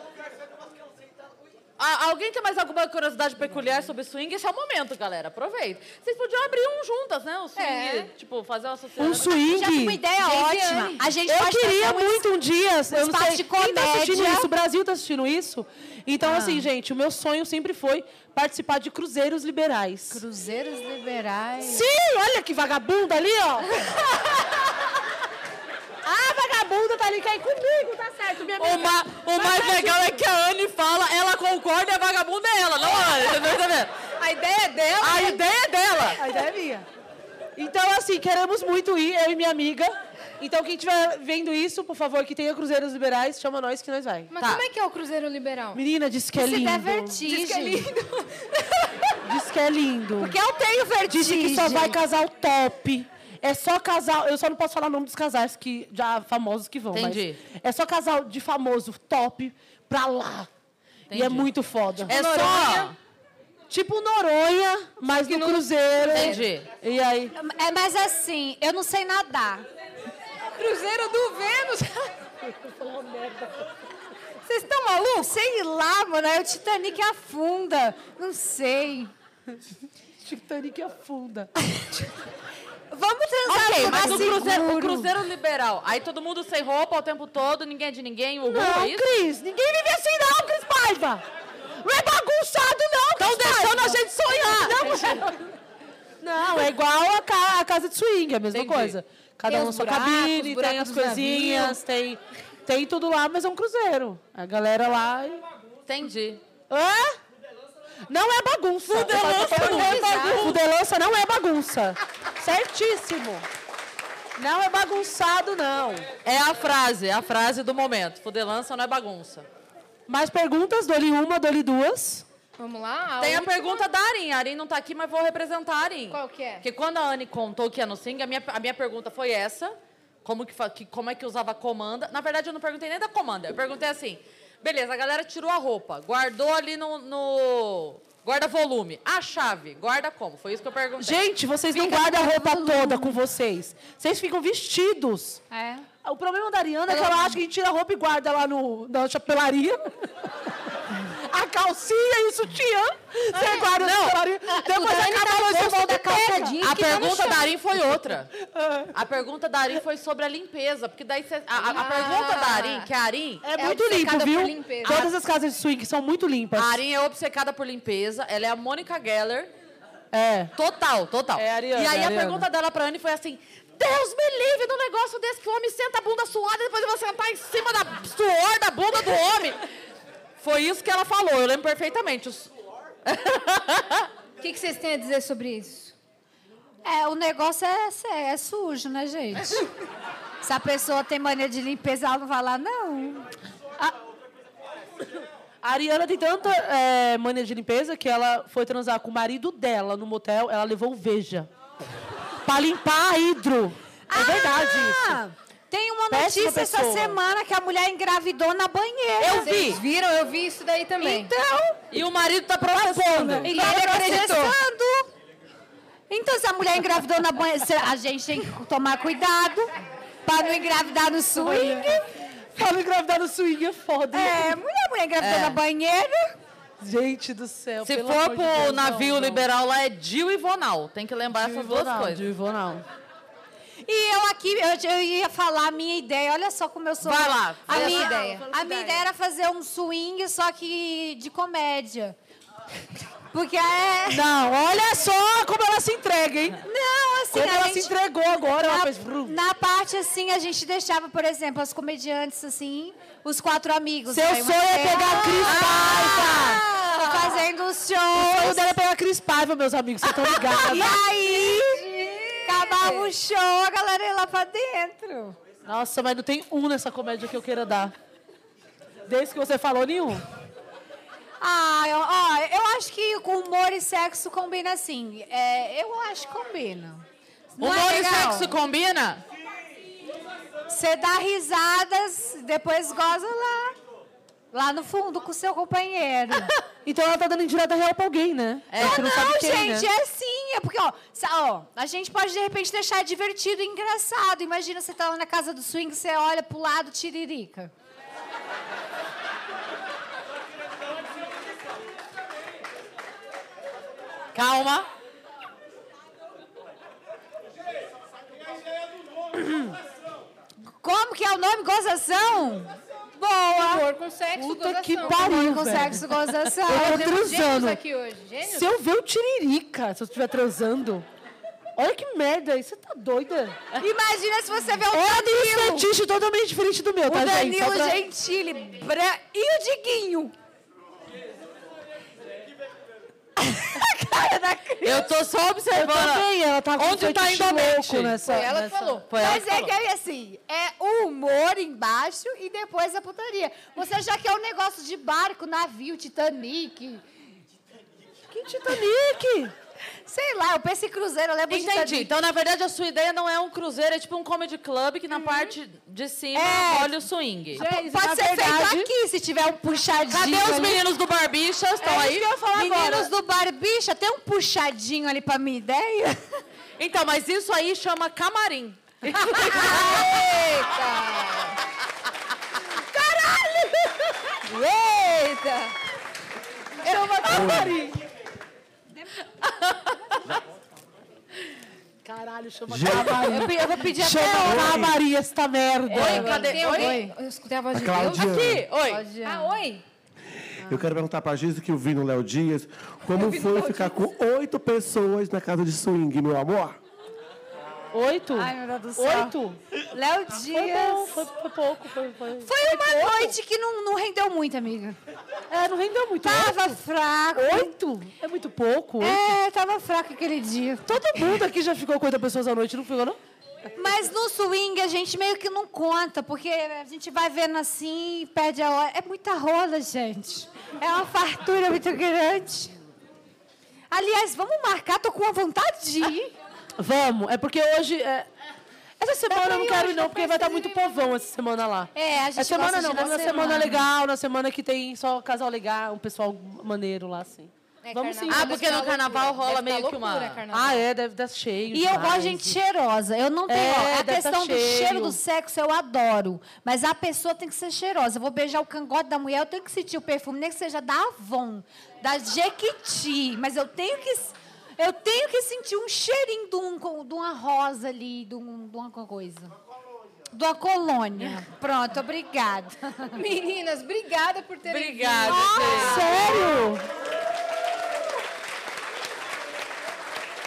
Speaker 1: Ah, alguém tem mais alguma curiosidade peculiar sobre swing? Esse é o momento, galera. Aproveita. Vocês podiam abrir um juntas, né? Um swing,
Speaker 4: É.
Speaker 1: tipo, fazer uma sociedade.
Speaker 9: Um swing.
Speaker 11: Já tive uma ideia ótima. A gente
Speaker 9: Eu
Speaker 11: pode
Speaker 9: queria
Speaker 11: fazer um
Speaker 9: muito um dia. eu não
Speaker 11: espaço
Speaker 9: sei,
Speaker 11: de
Speaker 9: Quem tá assistindo
Speaker 11: comédia.
Speaker 9: isso? O Brasil tá assistindo isso? Então, assim, gente, o meu sonho sempre foi participar de cruzeiros liberais.
Speaker 8: Cruzeiros liberais.
Speaker 9: Sim, olha que vagabunda ali, ó. *laughs* ah, vagabunda tá ali, quer ir comigo, tá certo, minha amiga. um
Speaker 1: Uma- o mais legal é que a Anne fala, ela concorda e a vagabunda é ela, não a Anne, tá entendendo?
Speaker 4: A ideia é dela.
Speaker 1: A ideia é dela.
Speaker 9: A ideia é minha. Então, assim, queremos muito ir, eu e minha amiga. Então, quem estiver vendo isso, por favor, que tenha cruzeiros liberais, chama nós que nós vai.
Speaker 4: Mas
Speaker 1: Tá.
Speaker 4: como é que é o Cruzeiro Liberal?
Speaker 9: Tá. Menina, disse que é
Speaker 11: Se
Speaker 9: lindo.
Speaker 11: der
Speaker 2: é
Speaker 11: vertigem.
Speaker 9: *laughs* Diz que é lindo.
Speaker 11: Porque eu tenho
Speaker 9: Dizem
Speaker 11: vertigem.
Speaker 9: que só vai casal top. É só casal. Eu só não posso falar o nome dos casais que já famosos que vão.
Speaker 1: Entendi.
Speaker 9: Mas é só casal de famoso top pra lá. E é muito foda.
Speaker 1: É só...
Speaker 9: tipo Noronha, mas no Cruzeiro.
Speaker 1: Entendi.
Speaker 9: E aí?
Speaker 11: É, mas assim, eu não sei nadar.
Speaker 4: Cruzeiro do Vênus.
Speaker 9: *laughs*
Speaker 11: Vocês estão malucos? Sei lá, mano. Aí o Titanic afunda. Não sei. *laughs*
Speaker 9: Titanic afunda.
Speaker 11: Vamos transar
Speaker 1: Ok,
Speaker 11: com
Speaker 1: mas o
Speaker 11: seguro.
Speaker 1: cruzeiro, o cruzeiro liberal, aí todo mundo sem roupa o tempo todo, ninguém é de ninguém, o
Speaker 9: Não,
Speaker 1: é isso?
Speaker 9: Cris, ninguém vive assim não, Cris Paiva. Não é bagunçado não,
Speaker 1: Então
Speaker 9: Estão deixando a gente sonhar. Não, gente. Não, é igual a, ca- a casa de swing, é a mesma
Speaker 1: Entendi.
Speaker 9: coisa. Cada
Speaker 4: Tem
Speaker 9: um na
Speaker 4: os
Speaker 9: sua
Speaker 4: buracos,
Speaker 9: cabine, tem
Speaker 4: buracos
Speaker 9: as
Speaker 4: dos
Speaker 9: coisinhas, tem, tem tudo lá, mas é um cruzeiro. A galera lá... e-
Speaker 1: Entendi.
Speaker 9: Hã? Não é bagunça.
Speaker 1: Fudelança não é bagunça.
Speaker 9: Fudelança não é bagunça. Certíssimo. Não é bagunçado, não.
Speaker 1: É a frase, a frase do momento. Fudelança não é bagunça.
Speaker 9: Mais perguntas? Dole uma, dole duas.
Speaker 4: Vamos lá?
Speaker 1: Tem É a
Speaker 4: última.
Speaker 1: pergunta da Arin. A Arin não tá aqui, mas vou representar a Arin.
Speaker 4: Qual que é?
Speaker 1: Porque quando a Anne contou que ia no Sing, a minha, a minha pergunta foi essa. Como, que, fa- que- como é que usava a comanda? Na verdade, eu não perguntei nem da comanda. Eu perguntei assim, beleza, a galera tirou a roupa, guardou ali no... no- guarda volume. A chave, guarda como? Foi isso que eu perguntei.
Speaker 9: Gente, vocês não guardam a roupa toda com vocês. Vocês ficam vestidos.
Speaker 11: É.
Speaker 9: O problema da Ariana é que ela acha que a gente tira a roupa e guarda lá no, na chapelaria. A calcinha e o sutiã. Você é
Speaker 1: É.
Speaker 9: guarda na chapelaria.
Speaker 1: Ah,
Speaker 9: Depois
Speaker 1: tá
Speaker 9: acaba a noite, Então você volta e pega. Ah.
Speaker 1: a pergunta da Arin foi outra. A pergunta da Arin foi sobre a limpeza, porque daí você... A, a- a pergunta da Arin, que a Arin...
Speaker 9: É muito
Speaker 4: obcecada
Speaker 9: limpo,
Speaker 4: por
Speaker 9: viu?
Speaker 4: limpeza.
Speaker 9: Todas as casas de swing são muito limpas.
Speaker 1: A Arin é obcecada por limpeza, ela é a Mônica Geller,
Speaker 9: É.
Speaker 1: Total, total.
Speaker 9: É a Ariana,
Speaker 1: e aí
Speaker 9: é a
Speaker 1: a
Speaker 9: Ariana.
Speaker 1: pergunta dela pra Anne foi assim: Deus me livre de um negócio desse que o homem senta a bunda suada e depois eu vou sentar em cima da suor da bunda do homem. Foi isso que ela falou, eu lembro perfeitamente. Os- *laughs*
Speaker 4: O que, que vocês têm a dizer sobre isso?
Speaker 11: É, o negócio é, sé- é sujo, né, gente?
Speaker 4: *laughs*
Speaker 11: Se a pessoa tem mania de limpeza, ela não vai lá, não.
Speaker 9: A Ariana tem tanta é, mania de limpeza que ela foi transar com o marido dela no motel, ela levou um Veja. pra limpar a hidro. É verdade
Speaker 8: Ah,
Speaker 9: isso.
Speaker 8: Tem uma
Speaker 9: Péssima
Speaker 8: notícia essa
Speaker 9: pessoa.
Speaker 8: semana que a mulher engravidou na banheira.
Speaker 2: Eu vi. Vocês viram? Eu vi isso daí também.
Speaker 8: Então,
Speaker 1: E o marido tá processando.
Speaker 8: e tá processando. Então, se a mulher engravidou na banheira, se- a gente tem que tomar cuidado pra não engravidar no swing.
Speaker 9: Fala engravidar no swing, é foda.
Speaker 8: É, mulher, mulher engravidou na banheira.
Speaker 9: Gente do céu,
Speaker 1: Se
Speaker 9: pelo
Speaker 1: for
Speaker 9: amor
Speaker 1: pro
Speaker 9: de Deus, não,
Speaker 1: navio
Speaker 9: não.
Speaker 1: liberal lá, é Dil e Vonal. Tem que lembrar
Speaker 9: Divo
Speaker 1: essas duas
Speaker 9: não,
Speaker 1: coisas.
Speaker 9: Divo não.
Speaker 8: E eu aqui, eu, eu ia falar a minha ideia. Olha só como eu sou.
Speaker 1: Vai lá,
Speaker 8: a
Speaker 2: fala
Speaker 8: minha
Speaker 2: sua
Speaker 8: ideia.
Speaker 2: ideia.
Speaker 8: A minha ideia era fazer um swing, só que de comédia. Porque é.
Speaker 9: Não, olha só como ela se entrega, hein?
Speaker 8: Não, assim,
Speaker 9: Quando
Speaker 8: a
Speaker 9: ela
Speaker 8: gente-
Speaker 9: se entregou agora, ela fez...
Speaker 8: na, na parte assim, a gente deixava, por exemplo, as comediantes assim, os quatro amigos.
Speaker 9: Seu
Speaker 8: Aí uma
Speaker 9: sonho é
Speaker 8: delas-
Speaker 9: pegar a Cris
Speaker 8: Ah! Fazendo os
Speaker 9: O sonho
Speaker 8: shows.
Speaker 9: dela é pegar a Cris Paiva, meus amigos, vocês estão ligados.
Speaker 8: E aí, acabava
Speaker 9: um
Speaker 8: o show, a galera ia lá pra dentro.
Speaker 9: Nossa, mas não tem um nessa comédia que eu queira dar. Desde que você falou, nenhum.
Speaker 8: Ah, eu, ó, eu acho que com humor e sexo combina assim. É, eu acho que combina. Não
Speaker 1: Humor
Speaker 8: é
Speaker 1: e
Speaker 8: legal?
Speaker 1: sexo combina?
Speaker 8: Você dá risadas, depois goza lá. Lá no fundo com o seu companheiro.
Speaker 9: *laughs* Então ela tá dando indireta real pra alguém, né?
Speaker 8: É,
Speaker 9: Só que
Speaker 8: não,
Speaker 9: sabe quem, né?
Speaker 8: gente, é sim. É porque, ó, sa- ó, a gente pode de repente deixar divertido e engraçado. Imagina você tá lá na casa do swing, você olha pro lado, tiririca.
Speaker 1: Calma.
Speaker 8: Como que é o nome? Gozação? Boa!
Speaker 2: Humor com sexo,
Speaker 9: Puta que
Speaker 2: gozação.
Speaker 9: pariu.
Speaker 8: Humor com
Speaker 9: velho.
Speaker 8: *laughs* sexo, gozação.
Speaker 9: Eu tô
Speaker 2: Fazemos gênios
Speaker 9: transando.
Speaker 2: aqui hoje. Gênios?
Speaker 9: Se eu ver o tiririca, se eu estiver transando... Olha que merda, aí você tá doida.
Speaker 8: Imagina se você vê o
Speaker 9: Olha do
Speaker 8: Danilo.
Speaker 9: fetiche totalmente diferente do meu,
Speaker 8: O
Speaker 9: tá, gente? Só
Speaker 8: Danilo
Speaker 9: pra-
Speaker 8: Gentili. Bra- E o
Speaker 9: *laughs*
Speaker 8: Diguinho? Cara da Cris.
Speaker 1: Eu tô só
Speaker 9: Eu
Speaker 1: observando.
Speaker 9: também, ela tá com
Speaker 1: Onde
Speaker 9: um
Speaker 1: tá
Speaker 9: fetiche
Speaker 1: indo a mente?
Speaker 9: louco nessa...
Speaker 2: Foi ela que
Speaker 9: nessa-
Speaker 2: falou.
Speaker 1: Foi ela
Speaker 8: Mas é que é assim, é o humor embaixo e depois a putaria. Você já quer um negócio de barco, navio, Titanic.
Speaker 9: Que Titanic!
Speaker 8: Sei lá, eu pensei em cruzeiro, eu lembro de
Speaker 1: Entendi.
Speaker 8: Titanic.
Speaker 1: Então, na verdade, a sua ideia não é um cruzeiro, é tipo um comedy club que na parte de cima
Speaker 8: É.
Speaker 1: olha o swing.
Speaker 9: Uhum. Gente, na
Speaker 8: Pode ser
Speaker 9: verdade-
Speaker 8: feito aqui, se tiver um puxadinho
Speaker 1: Cadê os
Speaker 8: ali.
Speaker 1: meninos do Barbichas? Estão
Speaker 8: É
Speaker 1: aí?
Speaker 8: isso que eu ia falar
Speaker 1: Meninos
Speaker 8: Meninos do Barbicha, tem um puxadinho ali pra minha ideia?
Speaker 1: Então, mas isso aí chama
Speaker 8: *laughs*
Speaker 1: camarim. *laughs*
Speaker 8: Eita!
Speaker 9: Caralho, chama
Speaker 10: Gente,
Speaker 8: Eu, pe- eu vou pedir até
Speaker 9: Chama
Speaker 8: hoje.
Speaker 9: Camarim esta merda.
Speaker 1: Oi, cadê?
Speaker 2: Tem
Speaker 1: Oi?
Speaker 2: alguém? Eu escutei a voz de Deus.
Speaker 10: Claudiana,
Speaker 1: Aqui, oi.
Speaker 8: Pode,
Speaker 2: Ah, oi?
Speaker 10: eu quero perguntar pra Giz o que eu vi no Léo Dias. Como foi ficar com oito pessoas na casa de swing, meu amor?
Speaker 9: Oito?
Speaker 8: Ai, meu Deus do céu.
Speaker 9: Oito? Foi
Speaker 8: Léo
Speaker 9: bom,
Speaker 8: Dias.
Speaker 9: foi, foi pouco. Foi, foi.
Speaker 8: Foi uma noite que não, não rendeu muito, amiga.
Speaker 9: É, não rendeu muito.
Speaker 8: Tava fraco.
Speaker 9: Oito? É muito pouco. oito?
Speaker 8: É, tava fraco aquele dia.
Speaker 9: Todo mundo aqui já ficou com oito pessoas à noite, não ficou, não?
Speaker 8: Mas no swing a gente meio que não conta, porque a gente vai vendo assim e perde a hora. É muita rola, gente. É uma fartura muito grande. Aliás, vamos marcar, tô com uma vontade de ir.
Speaker 9: Vamos, é porque hoje... é- Essa semana eu não
Speaker 8: Também
Speaker 9: quero
Speaker 8: hoje
Speaker 9: ir, não,
Speaker 8: não
Speaker 9: porque vai estar muito
Speaker 8: precisa ir,
Speaker 9: povão essa semana lá.
Speaker 8: É, a gente
Speaker 9: Essa semana
Speaker 8: gosta de
Speaker 9: não,
Speaker 8: ir na
Speaker 9: vamos na semana
Speaker 8: semana.
Speaker 9: legal, na semana que tem só casal legal, um pessoal maneiro lá, assim.
Speaker 2: É,
Speaker 9: vamos sim.
Speaker 2: carnaval
Speaker 1: Ah, porque
Speaker 2: deve
Speaker 1: no
Speaker 2: tá
Speaker 1: carnaval
Speaker 2: loucura.
Speaker 1: rola
Speaker 2: Deve
Speaker 1: meio
Speaker 2: tá
Speaker 1: que uma-
Speaker 2: loucura, carnaval.
Speaker 9: Ah, é, deve estar cheio.
Speaker 8: E eu gosto de
Speaker 9: demais.
Speaker 8: gente cheirosa. Eu não tenho.
Speaker 9: É,
Speaker 8: ó, a
Speaker 9: deve tá
Speaker 8: questão do
Speaker 9: cheio.
Speaker 8: cheiro do sexo eu adoro. Mas a pessoa tem que ser cheirosa. Eu vou beijar o cangote da mulher, eu tenho que sentir o perfume, nem que seja da Avon, da Jequiti. Mas eu tenho que. Eu tenho que sentir um cheirinho de, um co- de uma rosa ali, de, um- de uma coisa. De uma colônia. Pronto,
Speaker 9: *laughs*
Speaker 8: obrigada.
Speaker 2: Meninas, obrigada por terem
Speaker 1: Obrigada, gente.
Speaker 9: Sério?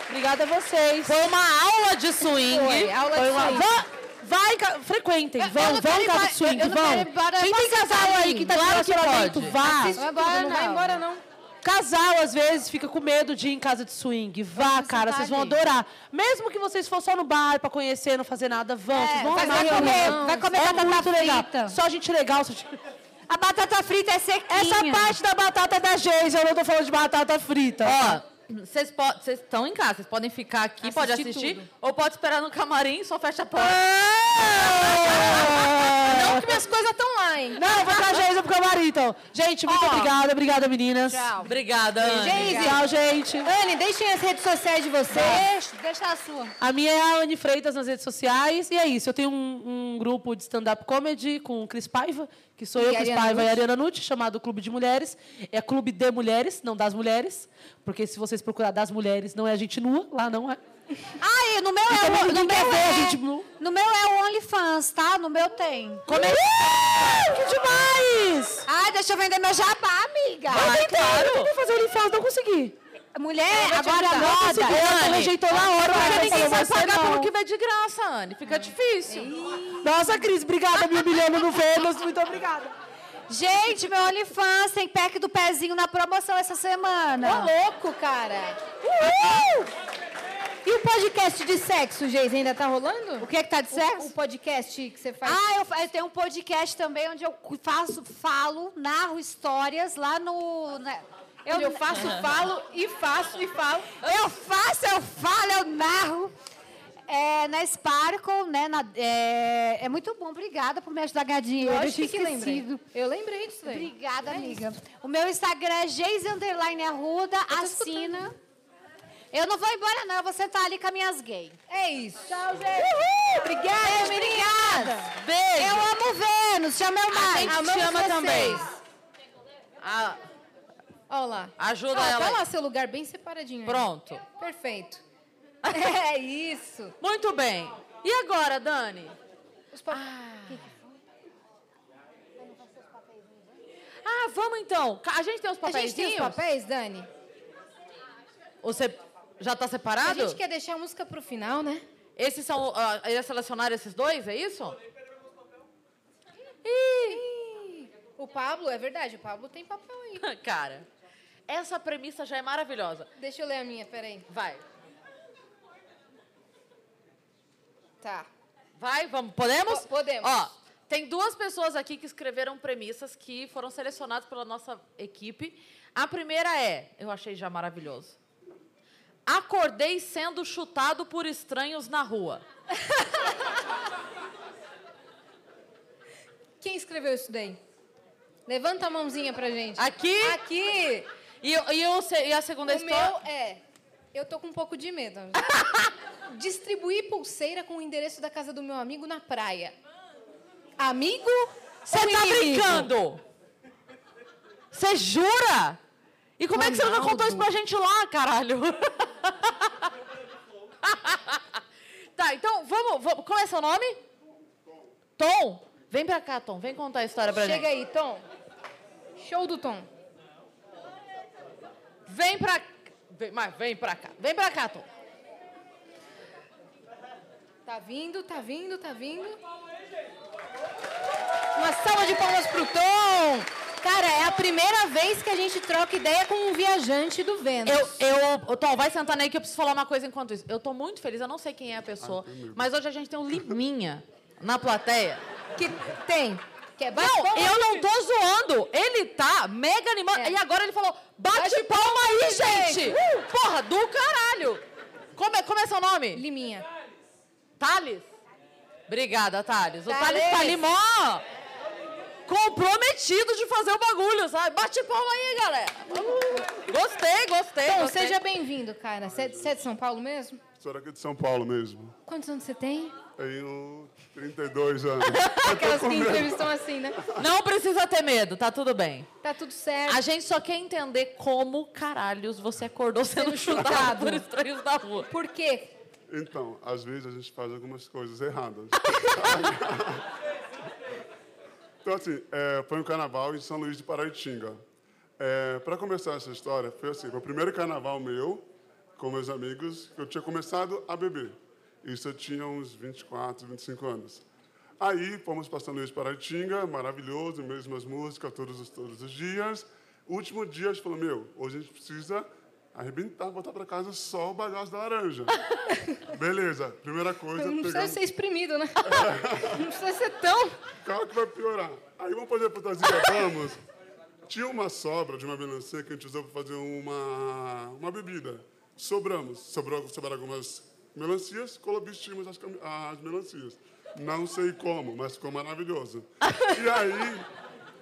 Speaker 9: Obrigada a vocês.
Speaker 1: Foi uma aula de swing.
Speaker 2: Foi, aula de
Speaker 9: uma-
Speaker 2: swing.
Speaker 9: Vá- Vai, em ca- frequentem, vão, vão
Speaker 8: não quero ir
Speaker 9: casa
Speaker 8: pra-
Speaker 9: de swing,
Speaker 8: eu não
Speaker 9: vão.
Speaker 8: quero ir embora,
Speaker 9: Quem tem
Speaker 8: posso
Speaker 9: casal
Speaker 8: sair?
Speaker 9: aí, que tá de
Speaker 1: Claro que
Speaker 9: relacionamento,
Speaker 1: pode.
Speaker 9: vá.
Speaker 2: Assiste tudo,
Speaker 8: embora,
Speaker 2: não vai
Speaker 8: não.
Speaker 2: embora, não.
Speaker 9: Casal, às vezes, fica com medo de ir em casa de swing. Vá, cara, vocês vão adorar. Mesmo que vocês for só no bar pra conhecer, não fazer nada, vão. vocês vão
Speaker 8: É, vai
Speaker 9: amar.
Speaker 8: comer, vai comer
Speaker 9: é
Speaker 8: batata
Speaker 9: muito legal.
Speaker 8: frita.
Speaker 9: Só gente legal. Só gente...
Speaker 8: A batata frita é sequinha.
Speaker 9: Essa parte da batata é da Geisa, eu não tô falando de batata frita.
Speaker 1: Ó, vocês po- vocês estão em casa, vocês podem ficar aqui, pode
Speaker 9: Assistir
Speaker 1: assistir,
Speaker 9: tudo.
Speaker 1: ou pode esperar no camarim, só fecha a porta.
Speaker 9: Não
Speaker 2: que minhas coisas estão lá, hein?
Speaker 9: Não, vou dar a Geisa É pro camarim, então. Gente, muito
Speaker 2: Ó.
Speaker 9: obrigada, obrigada, meninas.
Speaker 2: Tchau.
Speaker 1: Obrigada,
Speaker 2: Geise.
Speaker 9: Tchau, gente.
Speaker 2: Anne, deixem as redes sociais de vocês.
Speaker 8: Deixa a sua.
Speaker 9: A minha é a Anne Freitas nas redes sociais. E é isso. Eu tenho um, um grupo de stand-up comedy com o Cris Paiva, que sou
Speaker 2: E
Speaker 9: eu,
Speaker 2: a
Speaker 9: Cris
Speaker 2: Ariana
Speaker 9: Paiva e
Speaker 2: Nucci.
Speaker 9: a Ariana Nucci, chamado Clube de Mulheres. É Clube de Mulheres, não das Mulheres. Porque se vocês procurar das mulheres, não é a gente nua, lá não é.
Speaker 8: Ai, no meu
Speaker 9: E
Speaker 8: é
Speaker 9: também
Speaker 8: o.
Speaker 9: Então, ninguém
Speaker 8: No meu
Speaker 9: quer ver
Speaker 8: é,
Speaker 9: a gente nu.
Speaker 8: no meu é o OnlyFans, tá? No meu tem.
Speaker 9: Como é que demais!
Speaker 8: Ai, deixa eu vender meu jabá, amiga.
Speaker 9: eu tentei, eu tentei fazer OnlyFans, não consegui.
Speaker 8: Mulher,
Speaker 1: vou te
Speaker 8: agora
Speaker 1: ajudar.
Speaker 8: moda.
Speaker 9: Consegui, ela
Speaker 1: Anne,
Speaker 9: rejeitou na hora. ela
Speaker 1: Porque
Speaker 9: falou,
Speaker 1: ninguém vai
Speaker 9: "Você
Speaker 1: pagar
Speaker 9: não."
Speaker 1: pelo que vê de graça, Anne.
Speaker 8: tá.
Speaker 1: Fica difícil.
Speaker 9: Nossa, Cris, obrigada, me humilhando no Vênus. Muito obrigada.
Speaker 8: Gente, meu OnlyFans tem pack do pezinho na promoção essa
Speaker 2: Ô,
Speaker 8: semana. Uh!
Speaker 2: louco, cara. E o podcast de sexo, Geis, ainda tá rolando?
Speaker 8: O que é que tá de
Speaker 2: O,
Speaker 8: sexo?
Speaker 2: o podcast que você faz.
Speaker 8: Ah, eu, fa- eu tenho um podcast também onde eu cu- faço, falo, narro histórias lá no. né? na-
Speaker 2: eu, faço, falo e faço e falo.
Speaker 8: Eu faço, eu falo, eu narro. É, na Sparkle, né? na- é, é muito bom, obrigada por me ajudar a ganhar dinheiro. eu
Speaker 2: Lógico
Speaker 8: tinha
Speaker 2: que, que lembrei.
Speaker 8: esquecido.
Speaker 2: Eu lembrei disso É daí.
Speaker 8: Obrigada, amiga. O meu Instagram é Geise Underline Arruda, assina. Eu não vou embora, não. Eu vou sentar ali com as minhas gays.
Speaker 2: É isso. Tchau, gente.
Speaker 8: Obrigada, meninas. Beijo. Eu amo Vênus. Chama eu mais.
Speaker 2: Amamos
Speaker 1: te ama
Speaker 2: vocês.
Speaker 1: também. Ah,
Speaker 2: Olha lá.
Speaker 1: ajuda
Speaker 2: Ah,
Speaker 1: ela.
Speaker 2: tá
Speaker 1: aí.
Speaker 2: lá seu lugar bem separadinho. aí.
Speaker 1: Pronto.
Speaker 2: Perfeito. É isso.
Speaker 1: Muito bem. E agora, Dani?
Speaker 2: Os pa-
Speaker 1: Ah, vamos então. Ca- A gente tem os
Speaker 2: a gente tem os
Speaker 1: papeizinhos?
Speaker 2: papéis, Dani?
Speaker 1: Você já tá
Speaker 2: A
Speaker 1: separado?
Speaker 2: gente quer deixar a música pro final, né?
Speaker 1: Esses são. ah, eles selecionaram esses dois, é isso?
Speaker 2: Ih, o Pablo, é verdade, o Pablo tem papel aí.
Speaker 1: *laughs* Cara, essa premissa já é maravilhosa.
Speaker 2: Deixa eu ler a minha, peraí.
Speaker 1: Vai.
Speaker 2: Tá.
Speaker 1: Vai, vamos. Podemos?
Speaker 2: Po- podemos.
Speaker 1: Ó, tem duas pessoas aqui que escreveram premissas que foram selecionadas pela nossa equipe. A primeira é, eu achei já maravilhoso. Acordei sendo chutado por estranhos na rua.
Speaker 2: Quem escreveu isso daí? Levanta a mãozinha pra gente.
Speaker 1: Aqui?
Speaker 2: Aqui!
Speaker 1: E, eu- e, eu se- e a segunda
Speaker 2: O
Speaker 1: história?
Speaker 2: meu é. Eu tô com um pouco de *laughs* medo. Distribuir pulseira com o endereço da casa do meu amigo na praia. Amigo?
Speaker 1: Você
Speaker 2: ou
Speaker 1: tá
Speaker 2: inimigo?
Speaker 1: brincando? Você jura? E como é que você não contou isso pra gente lá, caralho? *laughs* tá, então vamos, vamos- Qual é seu nome? Tom. Vem pra cá, Tom. Vem contar a história pra
Speaker 2: Chega
Speaker 1: gente.
Speaker 2: aí, Tom. Show do Tom.
Speaker 1: Vem pra. Vem, mas vem pra cá. Vem pra cá, Tom.
Speaker 2: Tá vindo, tá vindo, tá vindo. Uma salva de palmas pro Tom! Cara, é a primeira vez que a gente troca ideia com um viajante do Vênus.
Speaker 1: Eu, eu, ô, Tom, vai sentando aí que eu preciso falar uma coisa enquanto isso. Eu tô muito feliz, eu não sei quem é a pessoa, mas hoje a gente tem um Liminha na plateia.
Speaker 2: Que tem. Que é bate
Speaker 1: Não,
Speaker 2: palma.
Speaker 1: eu não tô zoando. Ele tá mega animado.
Speaker 2: É.
Speaker 1: E agora ele falou, bate,
Speaker 2: Bate
Speaker 1: palma, aí, gente. Uh,
Speaker 2: gente.
Speaker 1: Porra, do caralho. Como é, como é seu nome?
Speaker 2: Liminha.
Speaker 1: Thales? Obrigada, Thales. O Thales
Speaker 2: Thales.
Speaker 1: tá ali mó comprometido de fazer o bagulho, sabe? Bate palma aí, galera. Uh, Gostei, gostei.
Speaker 2: Tom,
Speaker 1: gostei.
Speaker 2: seja bem-vindo, cara. Você é você é de São Paulo mesmo?
Speaker 12: Será que é de São Paulo mesmo?
Speaker 2: Quantos anos você tem?
Speaker 12: Tenho 32 anos.
Speaker 2: *laughs* Aquelas que entrevistam assim, né?
Speaker 1: Não precisa ter medo, tá tudo bem.
Speaker 2: Tá tudo certo.
Speaker 1: A gente só quer entender como caralhos você acordou sendo chutado por estranhos da rua.
Speaker 2: Por quê?
Speaker 12: Então, às vezes a gente faz algumas coisas erradas. então, assim, é, foi um carnaval em São Luís de Paraitinga. É, Para começar essa história, foi assim: foi o primeiro carnaval meu, com meus amigos, que eu tinha começado a beber. Isso eu tinha uns 24, 25 anos. Aí fomos para São Luís de Paraitinga, maravilhoso, mesmas músicas todos os, todos os dias. Último dia, a gente falou: meu, hoje a gente precisa Arrebentar, voltar pra casa só o bagaço da laranja. *laughs* Beleza, primeira coisa.
Speaker 2: Não precisa
Speaker 12: pegamos-
Speaker 2: ser exprimido,
Speaker 12: *laughs*
Speaker 2: né? Não precisa ser tão.
Speaker 12: Calma que vai piorar. Aí vamos fazer a fantasia, vamos. Tinha uma sobra de uma melancia que a gente usou para fazer uma, uma bebida. Sobramos. Sobrou, sobraram algumas melancias, colabistimos as, cami- as melancias. Não sei como, mas ficou maravilhoso. E aí,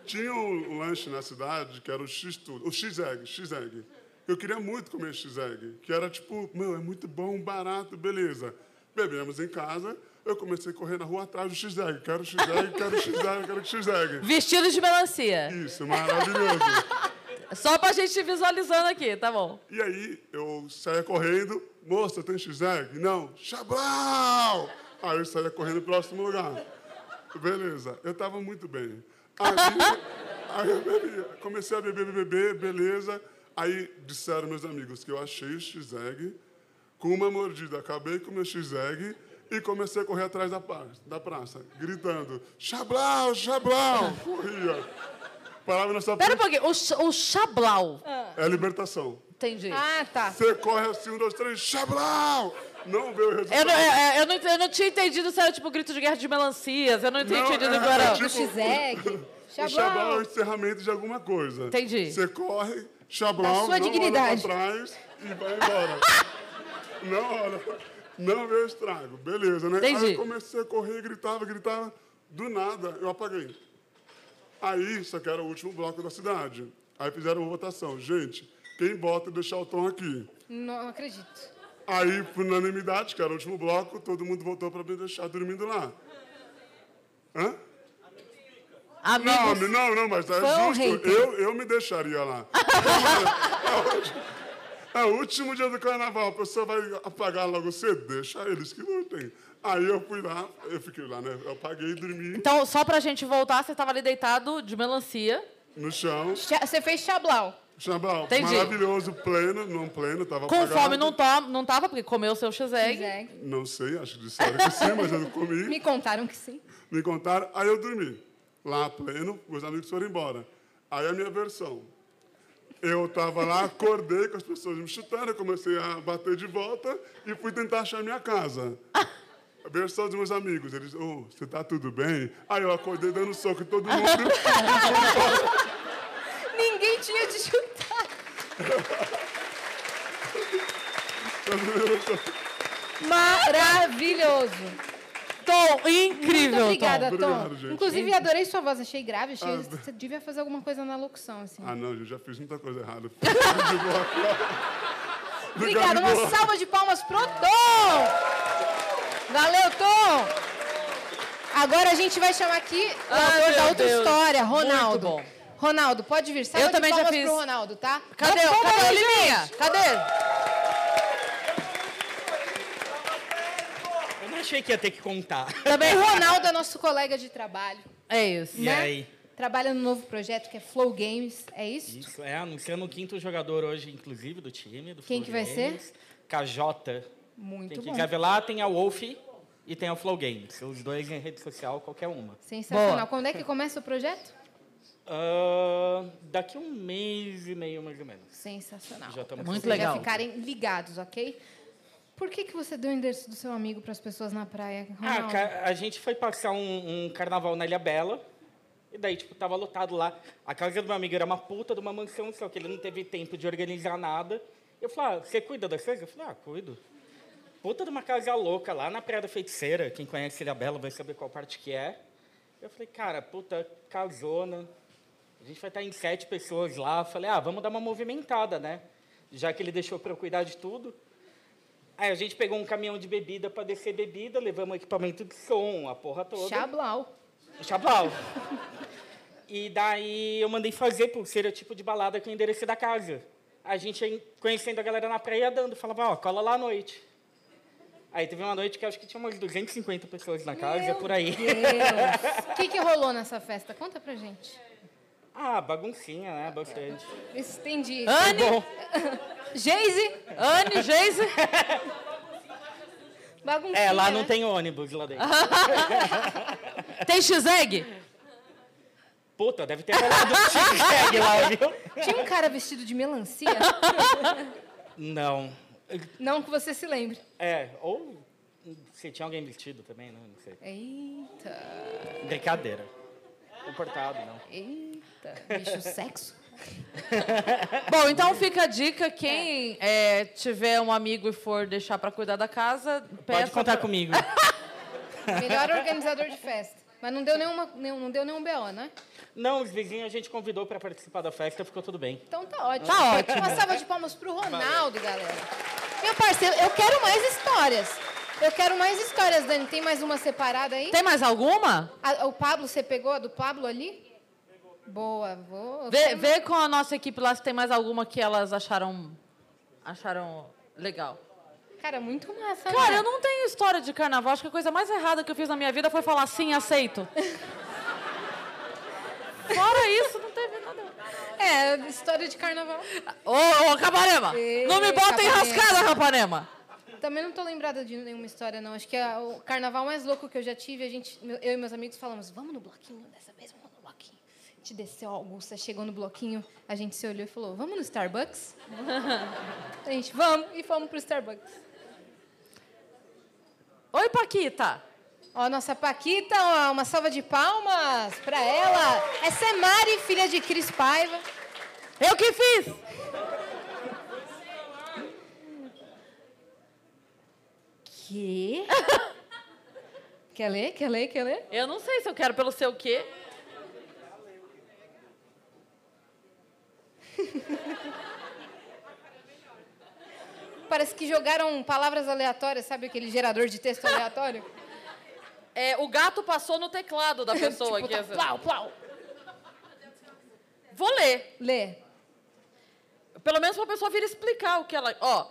Speaker 12: tinha um lanche na cidade que era o X-Tudo, o X-Egg, X-Egg. Eu queria muito comer X-Egg, que era tipo, meu, é muito bom, barato, beleza. Bebemos em casa, eu comecei a correr na rua atrás do X-Egg. Quero X-Egg, quero X-Egg, quero X-Egg.
Speaker 1: Vestido de melancia.
Speaker 12: Isso, maravilhoso.
Speaker 1: *laughs* Só pra gente ir visualizando aqui, tá bom.
Speaker 12: E aí eu saía correndo, moça, tem X-Egg? Não, Xablau! Aí eu saía correndo pro próximo lugar. Beleza, eu tava muito bem. Aí, aí eu bebia, comecei a beber, beber, beber, beleza. Aí disseram meus amigos que eu achei o X-Egg, com uma mordida acabei com o meu X-Egg e comecei a correr atrás da, par- da praça, gritando, Xablau, Xablau! Corria. Parava na sua
Speaker 1: Pera um pouquinho, o, ch- o Xablau.
Speaker 12: É a libertação.
Speaker 1: Entendi.
Speaker 2: Ah, tá.
Speaker 12: Você corre assim, um, dois, três, xablau! Não vê o resultado.
Speaker 1: Eu não, é, é, eu, não, eu não tinha entendido se era tipo grito de guerra de melancias, eu não tinha
Speaker 12: Não,
Speaker 1: entendido
Speaker 12: é,
Speaker 1: agora.
Speaker 12: é tipo-
Speaker 2: X-Egg.
Speaker 12: *laughs* O xablau é o encerramento de alguma coisa.
Speaker 1: Entendi.
Speaker 12: Você corre,
Speaker 13: Tá
Speaker 12: xablau,
Speaker 2: Da sua
Speaker 12: não
Speaker 2: dignidade.
Speaker 12: olha pra trás e vai embora. *laughs* não olha, não vê o estrago. Beleza, né?
Speaker 1: Entendi.
Speaker 12: Aí eu comecei a correr, gritava, gritava. Do nada, eu apaguei. Aí, só que era o último bloco da cidade. Aí fizeram uma votação. Gente, quem vota em deixar o tom aqui?
Speaker 2: Não acredito.
Speaker 12: Aí, por unanimidade, que era o último bloco, todo mundo voltou para me deixar dormindo lá. Hã?
Speaker 1: Amigos.
Speaker 12: Não, não, não, mas é
Speaker 1: Foi um
Speaker 12: justo.
Speaker 1: hater.
Speaker 12: Eu, eu me deixaria lá. é, o último, é o último dia do carnaval, a pessoa vai apagar logo cedo, deixa eles que lutem. Aí eu fui lá, eu fiquei lá, né? Eu apaguei e dormi
Speaker 1: Então, só pra gente voltar, você tava ali deitado de melancia.
Speaker 12: no chão.
Speaker 2: Você fez xablau.
Speaker 12: Xablau,
Speaker 1: Entendi.
Speaker 12: maravilhoso, pleno, não pleno, tava
Speaker 1: Com
Speaker 12: apagado.
Speaker 1: fome não, to- não tava, porque comeu seu X-Egg.
Speaker 12: Não sei, acho que disseram que sim, mas eu não comi.
Speaker 2: Me contaram que sim.
Speaker 12: Me contaram, aí eu dormi. Lá pleno, meus amigos foram embora. Aí a minha versão. Eu tava lá, acordei com as pessoas me chutando, eu comecei a bater de volta e fui tentar achar minha casa. A versão dos meus amigos, eles, ô, você tá tudo bem? Aí eu acordei dando soco em todo mundo.
Speaker 2: *laughs* Ninguém tinha te chutado. Maravilhoso.
Speaker 1: Tom,
Speaker 2: Muito
Speaker 1: incrível,
Speaker 2: obrigada, Tom.
Speaker 1: Tom.
Speaker 2: Inclusive, adorei sua voz, achei grave, achei. Você devia fazer alguma coisa na locução, assim.
Speaker 12: ah, não, eu já fiz muita coisa errada.
Speaker 2: Obrigada, uma
Speaker 12: Gabigol.
Speaker 2: salva de palmas pro Tom! Valeu, Tom! Agora a gente vai chamar aqui o autor
Speaker 1: Ah,
Speaker 2: da
Speaker 1: meu
Speaker 2: outra
Speaker 1: Deus.
Speaker 2: história,
Speaker 1: Muito
Speaker 2: Ronaldo.
Speaker 1: bom.
Speaker 2: Ronaldo, pode vir. Salva
Speaker 1: Eu
Speaker 2: de
Speaker 1: também já
Speaker 2: palmas
Speaker 1: fiz.
Speaker 2: pro Ronaldo, tá?
Speaker 1: Cadê?
Speaker 2: Mas como
Speaker 1: Cadê o
Speaker 2: aí,
Speaker 1: Liminha?
Speaker 2: gente?
Speaker 1: Cadê?
Speaker 5: Eu não achei que ia ter que contar.
Speaker 2: O Ronaldo é nosso colega de trabalho.
Speaker 1: É isso.
Speaker 5: *laughs*
Speaker 2: né?
Speaker 5: E aí?
Speaker 2: Trabalha no novo projeto que é Flow Games, é isso?
Speaker 5: Isso, é, anunciando o quinto jogador hoje, inclusive, do time. Do
Speaker 2: Quem
Speaker 5: Flow
Speaker 2: que vai ser?
Speaker 5: Games. KJ.
Speaker 2: Muito
Speaker 5: tem que
Speaker 2: bom.
Speaker 5: revelar, tem a Wolf e tem a Flow Games. Os dois em rede social, qualquer uma.
Speaker 2: Sensacional. Quando é que começa o projeto?
Speaker 5: *laughs* Ah, daqui um mês e meio, mais ou menos.
Speaker 2: Sensacional.
Speaker 5: Já estamos
Speaker 2: Pra vocês Já ficarem ligados, ok? Por que, que você deu o endereço do seu amigo para as pessoas na praia?
Speaker 5: Ah,
Speaker 2: Ronaldo?
Speaker 5: ca- a gente foi passar um, um carnaval na Ilha Bela. E daí, tipo, tava lotado lá. A casa do meu amigo era uma puta de uma mansão, só que ele não teve tempo de organizar nada. Eu falei, ah, você cuida das coisas? Eu falei, ah, cuido. Puta de uma casa louca lá na Praia da Feiticeira. Quem conhece Ilha Bela vai saber qual parte que é. Eu falei, cara, puta, casona. A gente vai estar em sete pessoas lá. Eu falei, ah, vamos dar uma movimentada, né? Já que ele deixou para eu cuidar de tudo. Aí a gente pegou um caminhão de bebida para descer bebida, levamos equipamento de som, a porra toda.
Speaker 2: Chablau.
Speaker 5: Chablau. e daí eu mandei fazer pulseira tipo de balada com o endereço da casa. A gente aí, conhecendo a galera na praia dando, falava, ó, cola lá à noite. Aí teve uma noite que acho que tinha umas 250 pessoas na casa, por aí.
Speaker 2: Deus. O que, que rolou nessa festa? Conta pra gente.
Speaker 5: ah, baguncinha, né? Bastante.
Speaker 2: Estendi.
Speaker 5: Anne! Foi bom.
Speaker 2: Geise!
Speaker 1: Anne, Geise!
Speaker 2: Baguncinha,
Speaker 5: É, lá não
Speaker 2: né?
Speaker 5: tem ônibus lá dentro.
Speaker 1: Tem X-Egg?
Speaker 5: Puta, deve ter rolado um X-Egg lá, viu?
Speaker 2: Tinha um cara vestido de melancia?
Speaker 5: Não.
Speaker 2: Não que você se lembre.
Speaker 5: É, ou se tinha alguém vestido também, né? Não sei.
Speaker 2: Eita.
Speaker 5: Brincadeira. O portado, não.
Speaker 2: Eita. Bicho sexo?
Speaker 1: Bom, então fica a dica. Quem é, tiver um amigo e for deixar pra cuidar da casa, peça...
Speaker 5: contar comigo.
Speaker 2: Melhor organizador de festa. Mas não deu, nenhuma, nenhum, não deu nenhum BO, né?
Speaker 5: Não, os vizinhos a gente convidou para participar da festa, ficou tudo bem.
Speaker 2: Então tá ótimo.
Speaker 5: Tá ótimo.
Speaker 2: Uma salva de palmas pro Ronaldo, galera. Meu parceiro, eu quero mais histórias. Eu quero mais histórias, Dani. Tem mais uma separada aí?
Speaker 1: Tem mais alguma?
Speaker 2: A- o Pablo, você pegou a do Pablo ali? Boa, vou.
Speaker 1: Vê, vê com a nossa equipe lá se tem mais alguma que elas acharam, acharam legal.
Speaker 2: Cara, muito massa.
Speaker 1: Cara,
Speaker 2: né?
Speaker 1: eu não tenho história de carnaval. Acho que a coisa mais errada que eu fiz na minha vida foi falar
Speaker 2: *laughs*
Speaker 1: sim, aceito. Fora isso, não teve nada. Ah,
Speaker 2: É, história de carnaval.
Speaker 1: Ô, ô, Caparema! Não me bota enrascada, Caparema!
Speaker 2: Também não tô lembrada de nenhuma história, não. Acho que a- o carnaval mais louco que eu já tive, a gente, meu- eu e meus amigos falamos, vamos no bloquinho dessa vez, vamos no bloquinho. A gente desceu, a Augusta chegou no bloquinho, a gente se olhou e falou, vamos no Starbucks? a gente, vamos, e fomos pro Starbucks.
Speaker 1: Oi, Paquita!
Speaker 2: Ó, nossa Paquita, ó, uma salva de palmas pra ela. Essa é Mari, filha de Cris Paiva.
Speaker 1: Eu que fiz! *laughs*
Speaker 2: Que? quer ler? Quer ler? Quer ler?
Speaker 1: Eu não sei se eu quero pelo seu quê.
Speaker 2: Parece que jogaram palavras aleatórias, sabe aquele gerador de texto aleatório?
Speaker 1: *laughs* É, o gato passou
Speaker 2: *laughs*
Speaker 1: no teclado *laughs* da pessoa
Speaker 2: Tipo,
Speaker 1: aqui.
Speaker 2: tá,
Speaker 1: assim.
Speaker 2: plau, plau.
Speaker 1: Vou ler.
Speaker 2: Lê.
Speaker 1: Pelo menos pra pessoa vir explicar o que ela. Ó,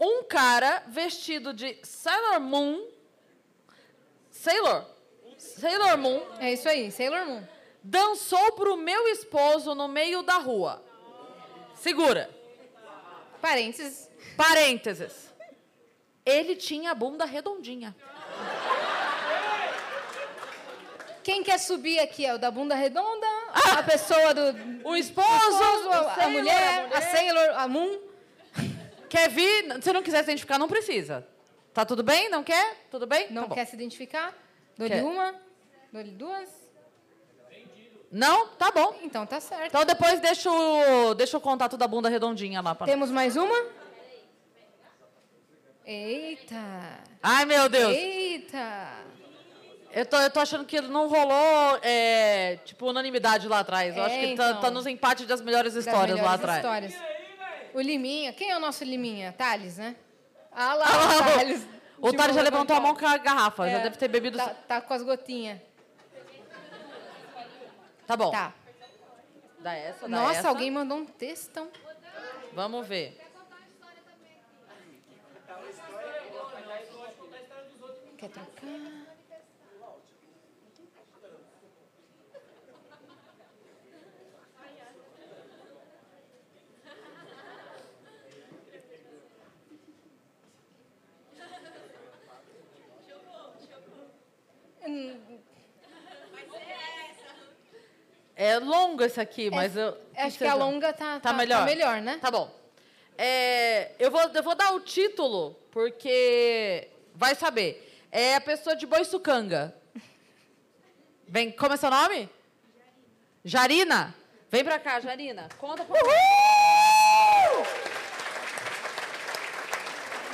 Speaker 1: um cara vestido de Sailor Moon. Sailor? Sailor Moon.
Speaker 2: É isso aí, Sailor Moon.
Speaker 1: Dançou pro meu esposo no meio da rua. Segura.
Speaker 2: Parênteses.
Speaker 1: Parênteses. Ele tinha a bunda redondinha.
Speaker 2: Quem quer subir aqui é o da bunda redonda, a pessoa do.
Speaker 1: O esposo,
Speaker 2: a,
Speaker 1: o
Speaker 2: a
Speaker 1: Sailor,
Speaker 2: mulher,
Speaker 1: a
Speaker 2: a,
Speaker 1: mulher.
Speaker 2: Sailor, a Moon.
Speaker 1: Quer vir? Se não quiser se identificar, não precisa. Tá tudo bem? Não quer? Tudo bem?
Speaker 2: Não
Speaker 1: Tá bom.
Speaker 2: quer se identificar? Dou-lhe
Speaker 1: Quer.
Speaker 2: uma, dou-lhe duas.
Speaker 1: Não? Tá bom.
Speaker 2: Então tá certo.
Speaker 1: Então depois deixa o, deixa o contato da bunda redondinha lá pra
Speaker 2: Temos mais uma? Eita!
Speaker 1: Ai, meu Deus.
Speaker 2: Eita!
Speaker 1: Eu tô, eu tô achando que não rolou, é, tipo, unanimidade lá atrás. Eu
Speaker 2: É,
Speaker 1: acho que tá,
Speaker 2: então.
Speaker 1: tá nos empates das melhores
Speaker 2: Das
Speaker 1: histórias lá
Speaker 2: melhores
Speaker 1: atrás.
Speaker 2: histórias. O Liminha. Quem é o nosso Liminha? Thales, né? Ah
Speaker 1: *laughs*
Speaker 2: lá,
Speaker 1: Ah lá,
Speaker 2: o
Speaker 1: o-
Speaker 2: Thales.
Speaker 1: o
Speaker 2: de
Speaker 1: Thales já
Speaker 2: mão
Speaker 1: levantou a mão com
Speaker 2: levantada.
Speaker 1: a garrafa, já
Speaker 2: É,
Speaker 1: deve ter bebido-
Speaker 2: Tá, tá com as gotinhas.
Speaker 1: Tá bom.
Speaker 2: Tá.
Speaker 1: Dá essa, dá
Speaker 2: Nossa,
Speaker 1: essa.
Speaker 2: alguém mandou um textão.
Speaker 1: Vamos ver.
Speaker 2: Quer trocar? Hum,
Speaker 1: É longo esse aqui, mas eu...
Speaker 2: acho que a longa tá,
Speaker 1: Tá
Speaker 2: tá,
Speaker 1: melhor?
Speaker 2: tá melhor, né?
Speaker 1: Tá bom. É, eu, vou, eu vou dar o título, porque vai saber. É a pessoa de Boiçucanga. Vem, como é seu nome? Jarina. Vem pra cá, Jarina. Conta pra
Speaker 2: Deixa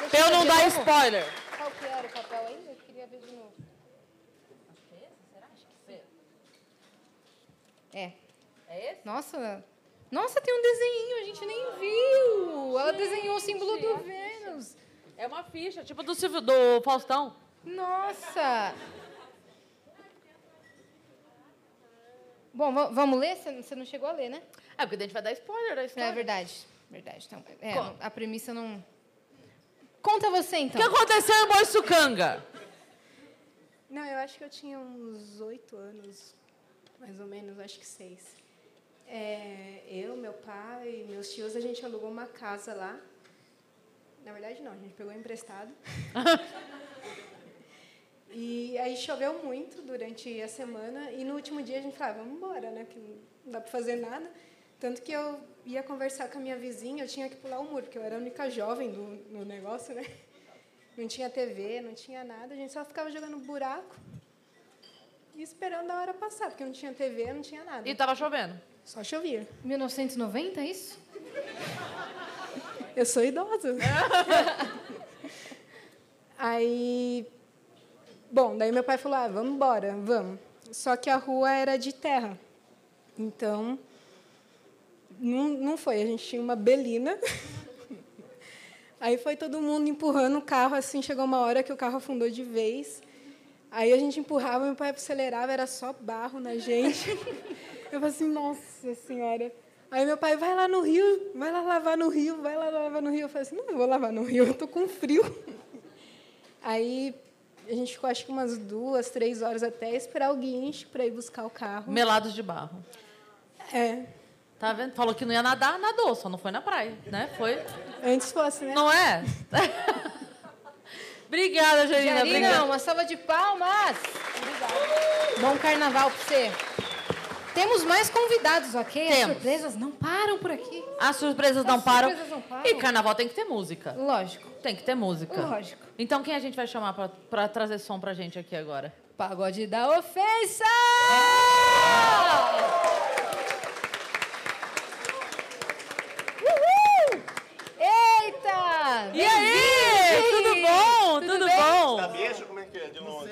Speaker 1: Pra eu
Speaker 2: ver
Speaker 1: não
Speaker 2: de
Speaker 1: dar
Speaker 2: novo.
Speaker 1: spoiler.
Speaker 2: Qual que era o papel aí? Eu queria ver de novo. É.
Speaker 1: É esse?
Speaker 2: Nossa, nossa, tem um desenho, a gente nem viu. Ela desenhou o símbolo do Vênus.
Speaker 1: É uma ficha, tipo do, Silvio, do Faustão.
Speaker 2: Nossa. Bom, va- vamos ler? Você não- Você não chegou a ler, né?
Speaker 1: É, porque daí a gente vai dar spoiler da
Speaker 2: É
Speaker 1: história.
Speaker 2: verdade, verdade. Então, é,
Speaker 1: Conta.
Speaker 2: a premissa não... Conta você,
Speaker 1: O
Speaker 2: então.
Speaker 1: que aconteceu em Boiçucanga?
Speaker 6: Não, eu acho que eu tinha uns oito anos, mais ou menos, acho que seis. É, eu, meu pai, meus tios, a gente alugou uma casa lá. Na verdade, não, a gente pegou emprestado. e aí choveu muito durante a semana e no último dia a gente falava, vamos embora, né? Que não dá para fazer nada. Tanto que eu ia conversar com a minha vizinha, eu tinha que pular o muro, porque eu era a única jovem do, no negócio, né? Não tinha TV, não tinha nada, a gente só ficava jogando buraco e esperando a hora passar, porque não tinha TV, não tinha nada.
Speaker 1: E tava chovendo?
Speaker 6: Só chovia.
Speaker 2: 1990, é isso?
Speaker 6: Eu sou idosa. *laughs* Aí, bom, daí meu pai falou: ah, vamos embora, vamos. Só que a rua era de terra. Então, não, não foi. A gente tinha uma belina. *laughs* Aí foi todo mundo empurrando o carro, assim, chegou uma hora que o carro afundou de vez. Aí a gente empurrava, meu pai acelerava, era só barro na gente. *laughs* Eu falei assim, nossa senhora. Aí meu pai, vai lá no rio, vai lá lavar no rio, vai lá lavar no rio. Eu falei assim, não vou lavar no rio, eu tô com frio. *laughs* Aí a gente ficou acho que umas duas, três horas até esperar o guincho para ir buscar o carro.
Speaker 1: Melados de barro.
Speaker 6: É.
Speaker 1: Tá vendo? Falou que não ia nadar, nadou, só não foi na praia, né? Foi.
Speaker 6: Antes fosse, né?
Speaker 1: Não é? *laughs* Obrigada, Gerina.
Speaker 2: Gerina,
Speaker 1: obrigada.
Speaker 2: uma salva de palmas. Bom carnaval pra você. Temos mais convidados, ok? As
Speaker 1: Temos.
Speaker 2: surpresas não param por aqui.
Speaker 1: As surpresas não
Speaker 2: As
Speaker 1: param.
Speaker 2: surpresas não param.
Speaker 1: E carnaval tem que ter música.
Speaker 2: Lógico.
Speaker 1: Tem que ter música.
Speaker 2: Lógico.
Speaker 1: Então quem a gente vai chamar pra, pra trazer som pra gente aqui agora?
Speaker 2: Pagode da ofensa! Uhul! Eita!
Speaker 1: E aí?
Speaker 2: Bem-vindos!
Speaker 1: Tudo bom? Tudo
Speaker 2: bem?
Speaker 1: bom?
Speaker 13: Dá beijo? Como é que é? De longe.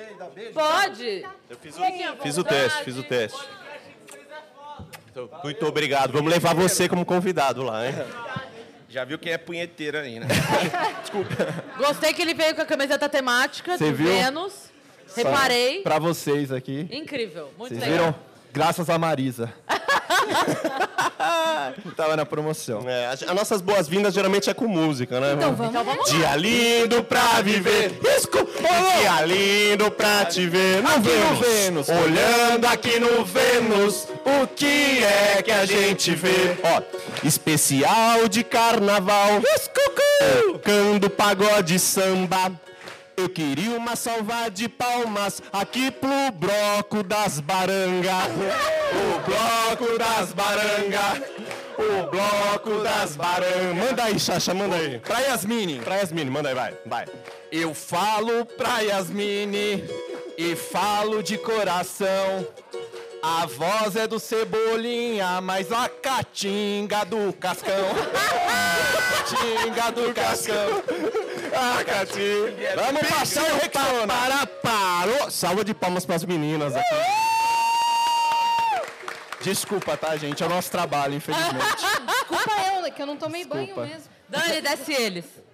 Speaker 1: Pode?
Speaker 13: Eu fiz
Speaker 1: Fiquem à
Speaker 13: o, fiz o
Speaker 1: vontade.
Speaker 13: teste, fiz o teste. Então, Muito obrigado. Vamos levar você como convidado lá, hein? Já viu quem é punheteiro aí, né?
Speaker 1: Gostei que ele veio com a camiseta temática
Speaker 13: Cê
Speaker 1: do
Speaker 13: viu?
Speaker 1: Vênus. Reparei.
Speaker 13: Só Pra vocês aqui.
Speaker 1: Incrível. Muito
Speaker 13: Vocês
Speaker 1: legal.
Speaker 13: viram? Graças a Marisa. *laughs* Tava na promoção. É, as, as nossas boas-vindas geralmente é com música, né?
Speaker 2: Então vamos. Então vamos lá.
Speaker 13: Dia lindo pra viver. Risco. Dia lindo pra te ver no Vênus. Olhando aqui no Vênus, o que é que a gente vê? Ó, especial de carnaval. Risco. Tocando pagode samba. Eu queria uma salva de palmas aqui pro bloco das barangas. O bloco das barangas. O bloco das barangas. Manda aí, Xaxa, manda aí. Pra Yasmine. Pra Yasmine, manda aí, vai, vai. Eu falo pra Yasmine e falo de coração. A voz é do Cebolinha, mas a catinga
Speaker 1: *laughs*
Speaker 13: do Cascão. Catinga do *laughs* Cascão. Ah, Catinga. Vamos passar o recado. Para, parou. Salva de palmas pras meninas aqui. Desculpa, tá, gente? É o nosso trabalho, infelizmente.
Speaker 2: Desculpa eu, né, que eu não tomei banho
Speaker 13: Desculpa.
Speaker 2: mesmo.
Speaker 1: Dani, desce eles.
Speaker 13: *laughs*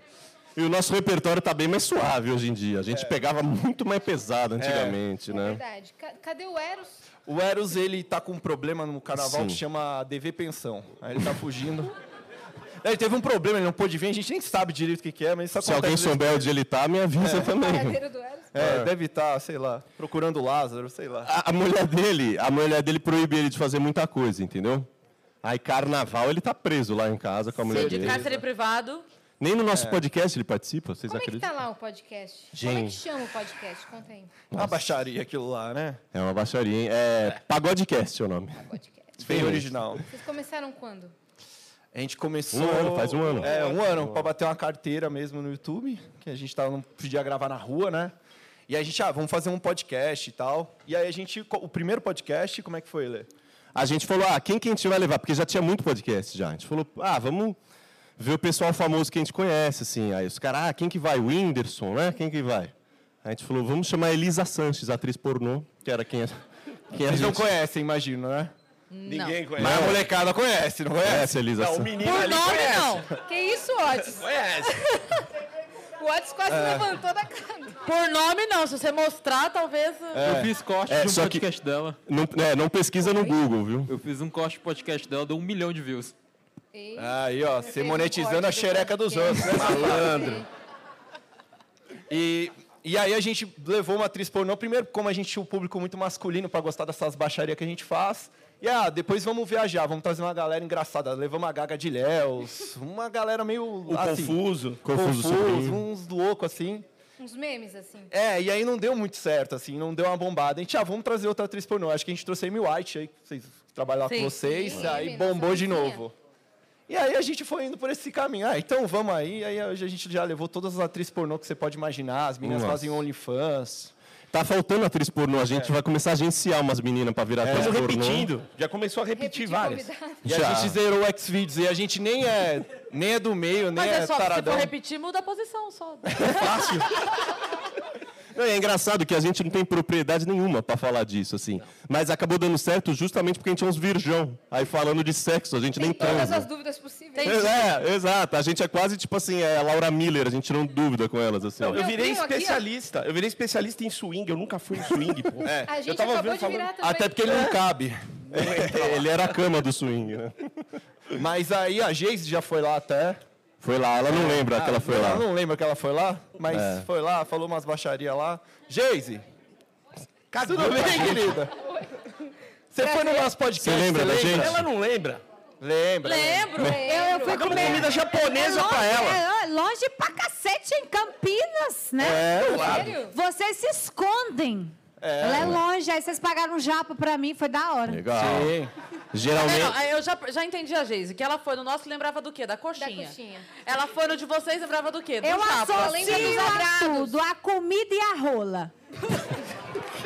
Speaker 13: E o nosso repertório tá bem mais suave hoje em dia. A gente pegava muito mais pesado antigamente, né?
Speaker 2: É Verdade. Ca- Cadê o Eros?
Speaker 14: O Eros, ele tá com um problema no carnaval
Speaker 13: Sim.
Speaker 14: que chama DV Pensão. Aí ele tá fugindo. *laughs* Ele teve um problema, ele não pôde vir, a gente nem sabe direito o que, que é, mas isso
Speaker 13: Se alguém
Speaker 14: acontece-
Speaker 13: souber onde ele tá, me avisa
Speaker 14: É.
Speaker 13: também.
Speaker 14: É,
Speaker 13: É.
Speaker 14: deve estar, sei lá, procurando o Lázaro, sei lá.
Speaker 13: a, a mulher dele, a mulher dele proíbe ele de fazer muita coisa, entendeu? Aí carnaval ele tá preso lá em casa com a mulher
Speaker 1: De
Speaker 13: dele.
Speaker 1: cárcere privado.
Speaker 13: Nem no nosso
Speaker 1: É.
Speaker 13: podcast ele participa, vocês
Speaker 2: Como é que
Speaker 13: acreditam?
Speaker 2: tá lá o podcast? Como é
Speaker 13: Gente.
Speaker 2: que chama o podcast? Conta aí.
Speaker 14: Uma baixaria aquilo lá, né?
Speaker 13: É uma baixaria, hein? É, Pagodecast é o nome.
Speaker 14: Bem original.
Speaker 2: Vocês começaram quando?
Speaker 14: A gente começou.
Speaker 13: Um ano, faz um ano.
Speaker 14: É, um ano,
Speaker 13: Um
Speaker 14: pra bater uma carteira mesmo no YouTube, que a gente tava, não podia gravar na rua, né? E aí a gente, ah, vamos fazer um podcast e tal. E aí a gente, co- o primeiro podcast, como é que foi, Lê?
Speaker 13: A gente falou, ah, quem que a gente vai levar? Porque já tinha muito podcast já. A gente falou, ah, vamos ver o pessoal famoso que a gente conhece, assim. Aí os caras, ah, quem que vai? O Whindersson, né? Quem que vai? A gente falou, vamos chamar a Elisa Sanches, atriz pornô, que era quem, a- quem é
Speaker 14: Vocês
Speaker 13: a gente...
Speaker 14: não conhecem, imagino, né?
Speaker 13: Ninguém conhece.
Speaker 14: Mas a molecada conhece, não conhece?
Speaker 13: Conhece a Elisa Sanches.
Speaker 2: Por nome, não. Que isso, Otis? *laughs* O Otis quase
Speaker 13: É.
Speaker 2: levantou da cama.
Speaker 1: Por nome, não. Se você mostrar, talvez...
Speaker 14: É,
Speaker 1: né?
Speaker 15: Eu fiz corte de um
Speaker 13: É, só que
Speaker 15: podcast dela.
Speaker 13: Não, é, não pesquisa no Google, viu?
Speaker 15: Eu fiz um corte de podcast dela, deu um milhão de views.
Speaker 14: Aí, ó, você
Speaker 15: um
Speaker 14: monetizando
Speaker 15: corte
Speaker 14: a
Speaker 15: do
Speaker 14: xereca dos outros, né?
Speaker 15: podcast.
Speaker 14: Malandro. E, e aí a gente levou uma atriz pornô, primeiro, como a gente tinha um público muito masculino pra gostar dessas baixarias que a gente faz. E ah, depois vamos viajar, vamos trazer uma galera engraçada. Levamos a Gaga de Léus, uma galera meio. assim,
Speaker 13: O Confuso. Confuso
Speaker 14: Confuso,
Speaker 13: Sobrinho.
Speaker 14: uns loucos assim.
Speaker 2: Uns memes, assim.
Speaker 14: É, e aí não deu muito certo, assim, não deu uma bombada. A gente, ah, vamos trazer outra atriz pornô. Acho que a gente trouxe a Amy White aí, que vocês trabalhar
Speaker 13: Sim.
Speaker 14: com vocês,
Speaker 13: Sim,
Speaker 14: aí
Speaker 13: nossa
Speaker 14: bombou de
Speaker 13: vizinha.
Speaker 14: novo. E aí a gente foi indo por esse caminho. Ah, então vamos aí. Aí hoje a gente já levou todas as atrizes pornô que você pode imaginar. As meninas
Speaker 13: Nossa.
Speaker 14: fazem OnlyFans.
Speaker 13: Tá faltando atriz pornô, a gente
Speaker 14: É.
Speaker 13: vai começar a agenciar umas meninas pra virar atriz
Speaker 14: Estamos
Speaker 13: pornô.
Speaker 14: É. repetindo. Já começou a repetir várias. E a
Speaker 13: Já.
Speaker 14: gente zerou o Xvideos. E a gente nem é, nem é do meio, nem
Speaker 1: Mas
Speaker 14: é,
Speaker 1: é só, se
Speaker 14: taradão.
Speaker 1: for repetir, muda a posição só.
Speaker 13: Não, e é engraçado que a gente não tem propriedade nenhuma pra falar disso, assim. Mas acabou dando certo justamente porque a gente é uns virgão. Aí falando de sexo, a gente nem
Speaker 2: Todas
Speaker 13: transa.
Speaker 2: as dúvidas possíveis.
Speaker 13: É, exato. A gente é quase tipo assim, é a Laura Miller, a gente não dúvida com elas, assim.
Speaker 2: Não, eu virei Meu primo aqui, ó. especialista.
Speaker 13: eu virei especialista em swing, eu nunca fui
Speaker 2: *laughs*
Speaker 13: em swing, pô.
Speaker 2: É, A eu gente tava acabou ouvindo de falando- virar também.
Speaker 13: Até porque
Speaker 2: É.
Speaker 13: ele não cabe. É, então.
Speaker 14: Ele era a cama do swing, né? Mas aí a Geise já foi lá até. É.
Speaker 13: Foi lá, ela não lembra que ela foi lá.
Speaker 14: Ela não lembra que ela foi lá, mas
Speaker 13: É.
Speaker 14: foi lá, falou umas baixarias lá. Geise!
Speaker 13: Cagou
Speaker 14: Tudo
Speaker 2: né?
Speaker 14: bem,
Speaker 13: pra gente.
Speaker 14: querida? Você foi no nosso podcast.
Speaker 13: Você lembra da gente?
Speaker 14: Ela é
Speaker 13: não lembra.
Speaker 14: Lembra.
Speaker 11: Lembro. Eu, eu fui
Speaker 14: Pagamos
Speaker 11: comer
Speaker 14: comida japonesa
Speaker 11: É longe,
Speaker 14: pra ela.
Speaker 11: É, é longe pra cacete em Campinas, né?
Speaker 14: É, claro. Sério?
Speaker 11: Vocês se escondem.
Speaker 14: É.
Speaker 11: Ela é longe, aí vocês pagaram um japa pra mim, foi da hora.
Speaker 13: Legal.
Speaker 1: Não,
Speaker 14: é.
Speaker 13: Geralmente.
Speaker 1: não, eu já, já entendi a Geise, que ela foi no nosso e lembrava do quê? Da coxinha.
Speaker 2: coxinha.
Speaker 1: Ela foi no de vocês e lembrava do quê? Do
Speaker 11: Eu
Speaker 1: japa.
Speaker 11: associo a tudo, a comida e a rola.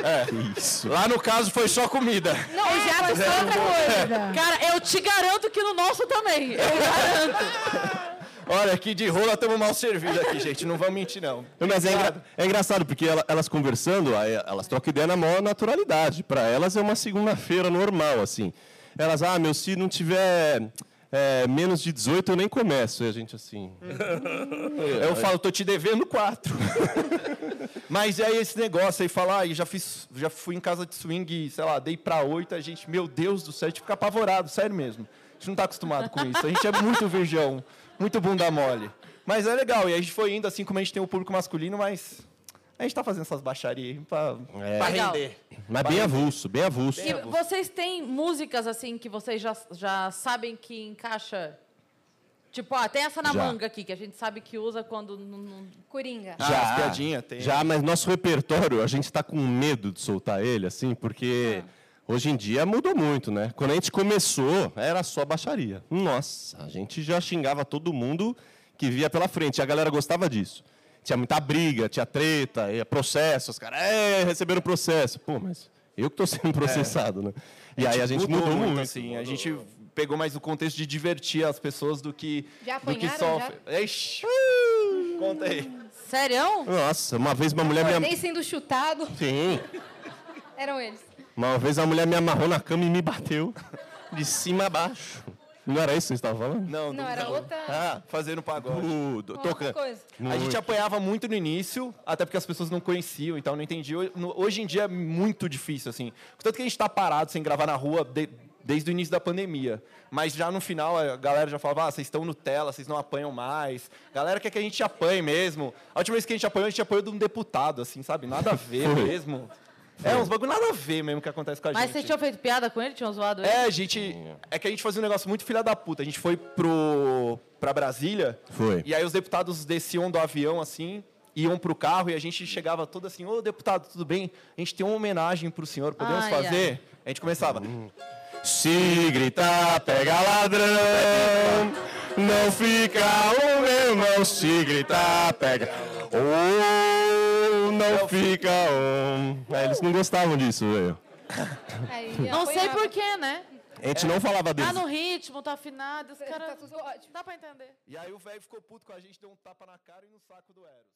Speaker 14: É. Lá no caso foi só comida.
Speaker 1: Não, o
Speaker 2: é,
Speaker 1: japa foi outra coisa. Cara, eu te garanto que no nosso também. Eu garanto.
Speaker 14: Olha, aqui de rola estamos mal servidos aqui, gente. Não vamos mentir, não.
Speaker 13: Mas é, engra- é engraçado, porque ela- elas conversando, aí elas trocam ideia na maior naturalidade. Para elas é uma segunda-feira normal, assim. Elas, ah, meu, se não tiver é, menos de 18, eu nem começo. E a gente assim.
Speaker 10: Uhum.
Speaker 13: Uhum.
Speaker 14: Eu falo, tô te devendo quatro. *laughs* Mas aí esse negócio aí, falar, "Ai, já, fiz, já fui em casa de swing, sei lá, dei pra oito, a gente, meu Deus do céu, a gente fica apavorado, sério mesmo. A gente não tá acostumado com isso. A gente é muito virgão, muito bunda mole. Mas é legal, e a gente foi indo, assim como a gente tem o público masculino, mas a gente tá fazendo essas baixarias aí pra,
Speaker 13: É.
Speaker 14: pra
Speaker 1: Legal.
Speaker 14: render.
Speaker 13: Mas
Speaker 14: Vai-
Speaker 13: bem avulso, bem avulso.
Speaker 1: E vocês têm músicas assim que vocês já, já sabem que encaixa? Tipo, ó, tem essa na
Speaker 13: Já.
Speaker 1: manga aqui, que a gente sabe que usa quando. no- no-
Speaker 2: Coringa.
Speaker 13: Já,
Speaker 14: piadinha, tem.
Speaker 13: já, mas nosso repertório, a gente tá com medo de soltar ele, assim, porque hoje em dia mudou muito, né? Quando a gente começou, era só baixaria. Nossa, a gente já xingava todo mundo que via pela frente, e a galera gostava disso. Tinha muita briga, tinha treta, ia processo, os caras, é, receberam processo. Pô, mas eu que tô sendo processado, né? E aí a gente mudou, muito.
Speaker 14: assim. A gente pegou mais o contexto de divertir as pessoas do que,
Speaker 2: Já Uh!
Speaker 14: do que
Speaker 2: apanharam,
Speaker 14: sofre. Ixi, conta aí.
Speaker 1: Sério?
Speaker 13: Nossa, uma vez uma mulher me...
Speaker 2: Acordei
Speaker 13: am-
Speaker 2: sendo chutado.
Speaker 13: Sim.
Speaker 2: Eram eles.
Speaker 13: Uma vez a mulher me amarrou na cama e me bateu de cima a baixo. Não era isso que você estava falando?
Speaker 14: Não,
Speaker 2: Não, era outra-
Speaker 14: Ah, fazendo pagode.
Speaker 13: Tudo,
Speaker 2: Outra tocando. coisa.
Speaker 14: A gente
Speaker 13: Muito.
Speaker 14: apanhava muito no início, até porque as pessoas não conheciam, então não entendiam. Ho- no- Hoje em dia é muito difícil, assim. Tanto que a gente está parado sem gravar na rua de- desde o início da pandemia. Mas já no final a galera já falava: ah, vocês estão Nutella, vocês não apanham mais. Galera quer que a gente apanhe mesmo. A última vez que a gente apanhou, a gente apanhou de um deputado, assim, sabe? Nada a *laughs* ver
Speaker 13: Foi.
Speaker 14: mesmo. É uns bagulho nada a ver mesmo que acontece com a
Speaker 1: Ah, Mas
Speaker 14: gente.
Speaker 1: vocês tinham feito piada com ele? Tinham zoado ele?
Speaker 14: É, a gente. É que a gente fazia um negócio muito filha da puta. A gente foi pro. pra Brasília.
Speaker 13: Foi.
Speaker 14: E aí os deputados desciam do avião assim. Iam pro carro e a gente chegava todo assim, ô deputado, tudo bem? A gente tem uma homenagem pro senhor, podemos
Speaker 13: Ai,
Speaker 14: fazer?
Speaker 13: ai.
Speaker 14: A gente começava.
Speaker 13: Se gritar, pega ladrão. Não fica o meu irmão. Se gritar, pega. Ou
Speaker 14: "Tá
Speaker 13: não fica um. Aí eles não gostavam disso, velho.
Speaker 1: Não sei porquê, né?
Speaker 13: A gente não
Speaker 1: Tá
Speaker 13: falava deles.
Speaker 1: no ritmo, tá afinado, os caras.
Speaker 2: Tá tudo ótimo.
Speaker 1: Dá pra entender.
Speaker 14: E aí o velho ficou puto com a gente, deu um tapa na cara e no saco do Eros.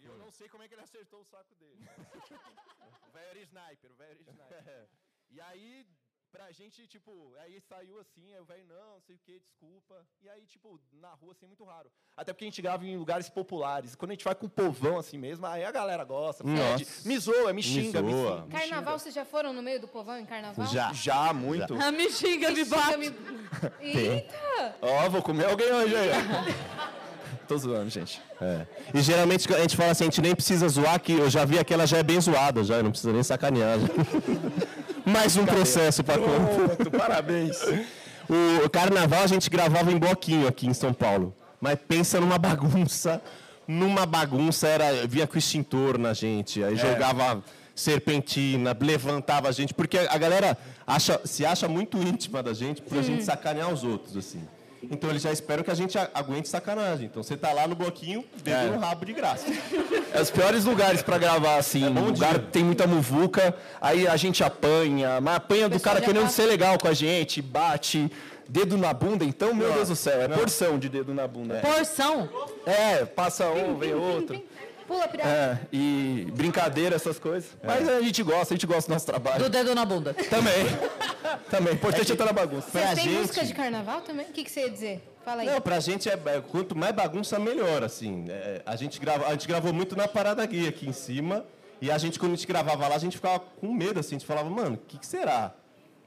Speaker 14: E eu não sei como é que ele acertou o saco *laughs* dele. o velho era sniper, o velho era sniper. E aí, pra gente, tipo, aí saiu assim, aí o velho, não, sei o que, desculpa. E aí, tipo, na rua, assim, é muito raro. Até porque a gente grava em lugares populares. Quando a gente vai com o povão, assim mesmo, aí a galera gosta, pede,
Speaker 13: Nossa.
Speaker 14: me zoa, me
Speaker 13: Me
Speaker 14: xinga, me,
Speaker 13: zoa.
Speaker 14: xinga, me
Speaker 2: Carnaval, vocês já foram no meio do povão em carnaval?
Speaker 14: xinga. Já, muito.
Speaker 2: Já.
Speaker 1: Ah, Me xinga, me
Speaker 2: xinga,
Speaker 1: bate.
Speaker 2: me-
Speaker 14: Tem.
Speaker 2: Eita!
Speaker 14: Ó, vou comer alguém hoje aí. ó. *laughs* Tô zoando, gente.
Speaker 13: É. E geralmente a gente fala assim, a gente nem precisa zoar, que eu já vi aquela já é bem zoada, já, não precisa nem sacanear. já. *laughs* Mais um processo pra conta. Parabéns. *laughs* O carnaval a gente gravava em bloquinho aqui em São Paulo. Mas pensa numa bagunça. Numa bagunça, era vinha com extintor na gente, aí
Speaker 14: É.
Speaker 13: jogava serpentina, levantava a gente, porque a galera acha- se acha muito íntima da gente por a gente sacanear os outros, assim. Então eles já esperam que a gente a- aguente sacanagem. Então você tá lá no bloquinho, dedo
Speaker 14: É.
Speaker 13: no rabo de graça.
Speaker 14: É os piores lugares pra gravar, assim. um lugar que tem muita muvuca, aí a gente apanha, mas apanha do
Speaker 13: pessoal
Speaker 14: cara
Speaker 13: já
Speaker 14: querendo
Speaker 13: passa.
Speaker 14: ser legal com a gente, bate, dedo na bunda, então, meu
Speaker 13: Não,
Speaker 14: Deus do céu, é
Speaker 13: não.
Speaker 14: porção de dedo na bunda. É.
Speaker 11: Porção?
Speaker 14: É, passa um, vem outro.
Speaker 11: Pula, pirata.
Speaker 14: É, e brincadeira, essas coisas. Mas a gente gosta, a gente gosta do nosso trabalho.
Speaker 11: Do dedo na bunda.
Speaker 14: Também. Também. O importante é estar na bagunça.
Speaker 13: Pra
Speaker 2: Vocês têm
Speaker 13: gente-
Speaker 2: música de carnaval também? O que, que você ia dizer? Fala aí.
Speaker 13: Não, pra gente é é, quanto mais bagunça melhor, assim. É, a gente grava, a gente gravou muito na parada gay aqui em cima e a gente quando a gente gravava lá a gente ficava com medo, assim, a gente falava, mano, o que, que será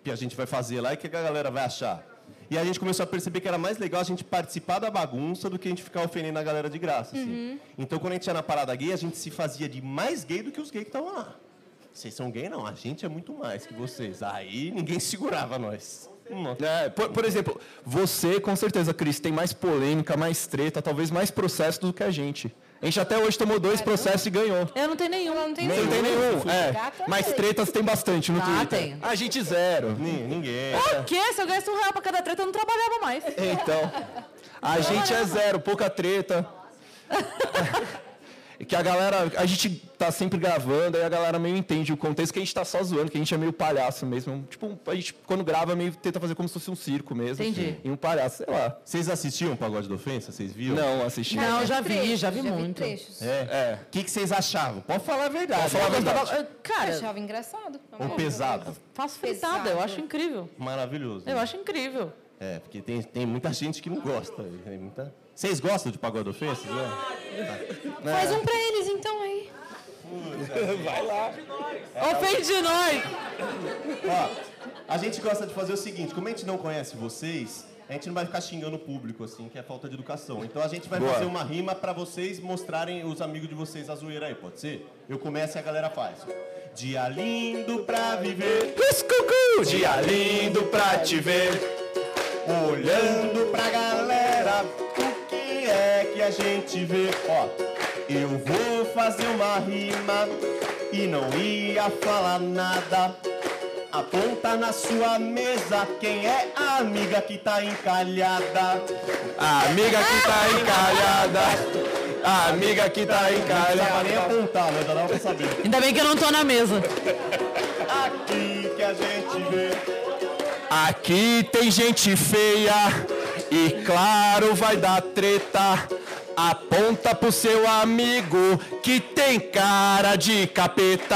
Speaker 13: que a gente vai fazer lá e o que que a galera vai achar? E a gente começou a perceber que era mais legal a gente participar da bagunça do que a gente ficar ofendendo a galera de graça, assim.
Speaker 2: Uhum.
Speaker 13: Então quando a gente ia na parada gay a gente se fazia de mais gay do que os gays que estavam lá. Vocês são gay? Não, a gente é muito mais que vocês. Aí ninguém segurava nós.
Speaker 14: É, por, por exemplo, você, com certeza, Cris, tem mais polêmica, mais treta, talvez mais processo do que a gente. A gente até hoje tomou dois processos e ganhou.
Speaker 9: Eu não tenho nenhum. né? não
Speaker 14: Não tem nenhum, é. Mas tretas tem bastante no
Speaker 9: Ah,
Speaker 14: Twitter.
Speaker 9: tem.
Speaker 14: A gente zero. Ninguém.
Speaker 9: Por quê? Se eu ganhasse um real pra cada treta, eu não trabalhava mais.
Speaker 14: Então, a gente é zero, pouca treta. É Que a galera, a gente tá sempre gravando, aí a galera meio entende o contexto que a gente tá só zoando, que a gente é meio palhaço mesmo. Tipo, a gente quando grava meio tenta fazer como se fosse um circo mesmo.
Speaker 13: Entendi.
Speaker 14: E um palhaço, sei lá.
Speaker 13: Vocês assistiam Pagode da Ofensa? Vocês viram?
Speaker 14: Não, assisti.
Speaker 9: Não, já vi, já vi muito.
Speaker 13: É. O que, que vocês achavam? Pode falar a verdade.
Speaker 14: Pode falar a
Speaker 13: Eu
Speaker 14: verdade.
Speaker 13: gostava-
Speaker 9: Cara,
Speaker 2: Eu achava engraçado.
Speaker 13: é, Ou pesado.
Speaker 9: faço fritada, eu acho incrível.
Speaker 13: Maravilhoso.
Speaker 9: Eu acho incrível.
Speaker 13: É, porque tem, tem muita gente que não gosta. tem muita- Vocês gostam de Pagode da Ofensa? Né? Tá.
Speaker 2: Faz
Speaker 13: É.
Speaker 2: um pra eles então aí.
Speaker 13: Vai lá.
Speaker 9: Ofende nós.
Speaker 13: É, Ó, a gente gosta de fazer o seguinte, como a gente não conhece vocês, a gente não vai ficar xingando o público, assim, que é falta de educação. Então a gente vai
Speaker 14: Boa.
Speaker 13: fazer uma rima pra vocês mostrarem os amigos de vocês a zoeira aí, pode ser? Eu começo e a galera faz. Dia lindo pra viver.
Speaker 14: Cucu!
Speaker 13: Dia lindo pra te ver. Olhando pra galera, o que é que a gente vê? Ó, eu vou fazer uma rima e não ia falar nada. Aponta na sua mesa quem é a amiga que tá encalhada.
Speaker 14: A amiga que tá encalhada. A amiga que tá encalhada.
Speaker 13: Não precisava nem apontar, né? Já dava pra saber.
Speaker 9: Ainda bem que eu não tô na mesa.
Speaker 13: Aqui que a gente vê.
Speaker 14: Aqui tem gente feia e claro vai dar treta. Aponta pro seu amigo que tem cara de capeta.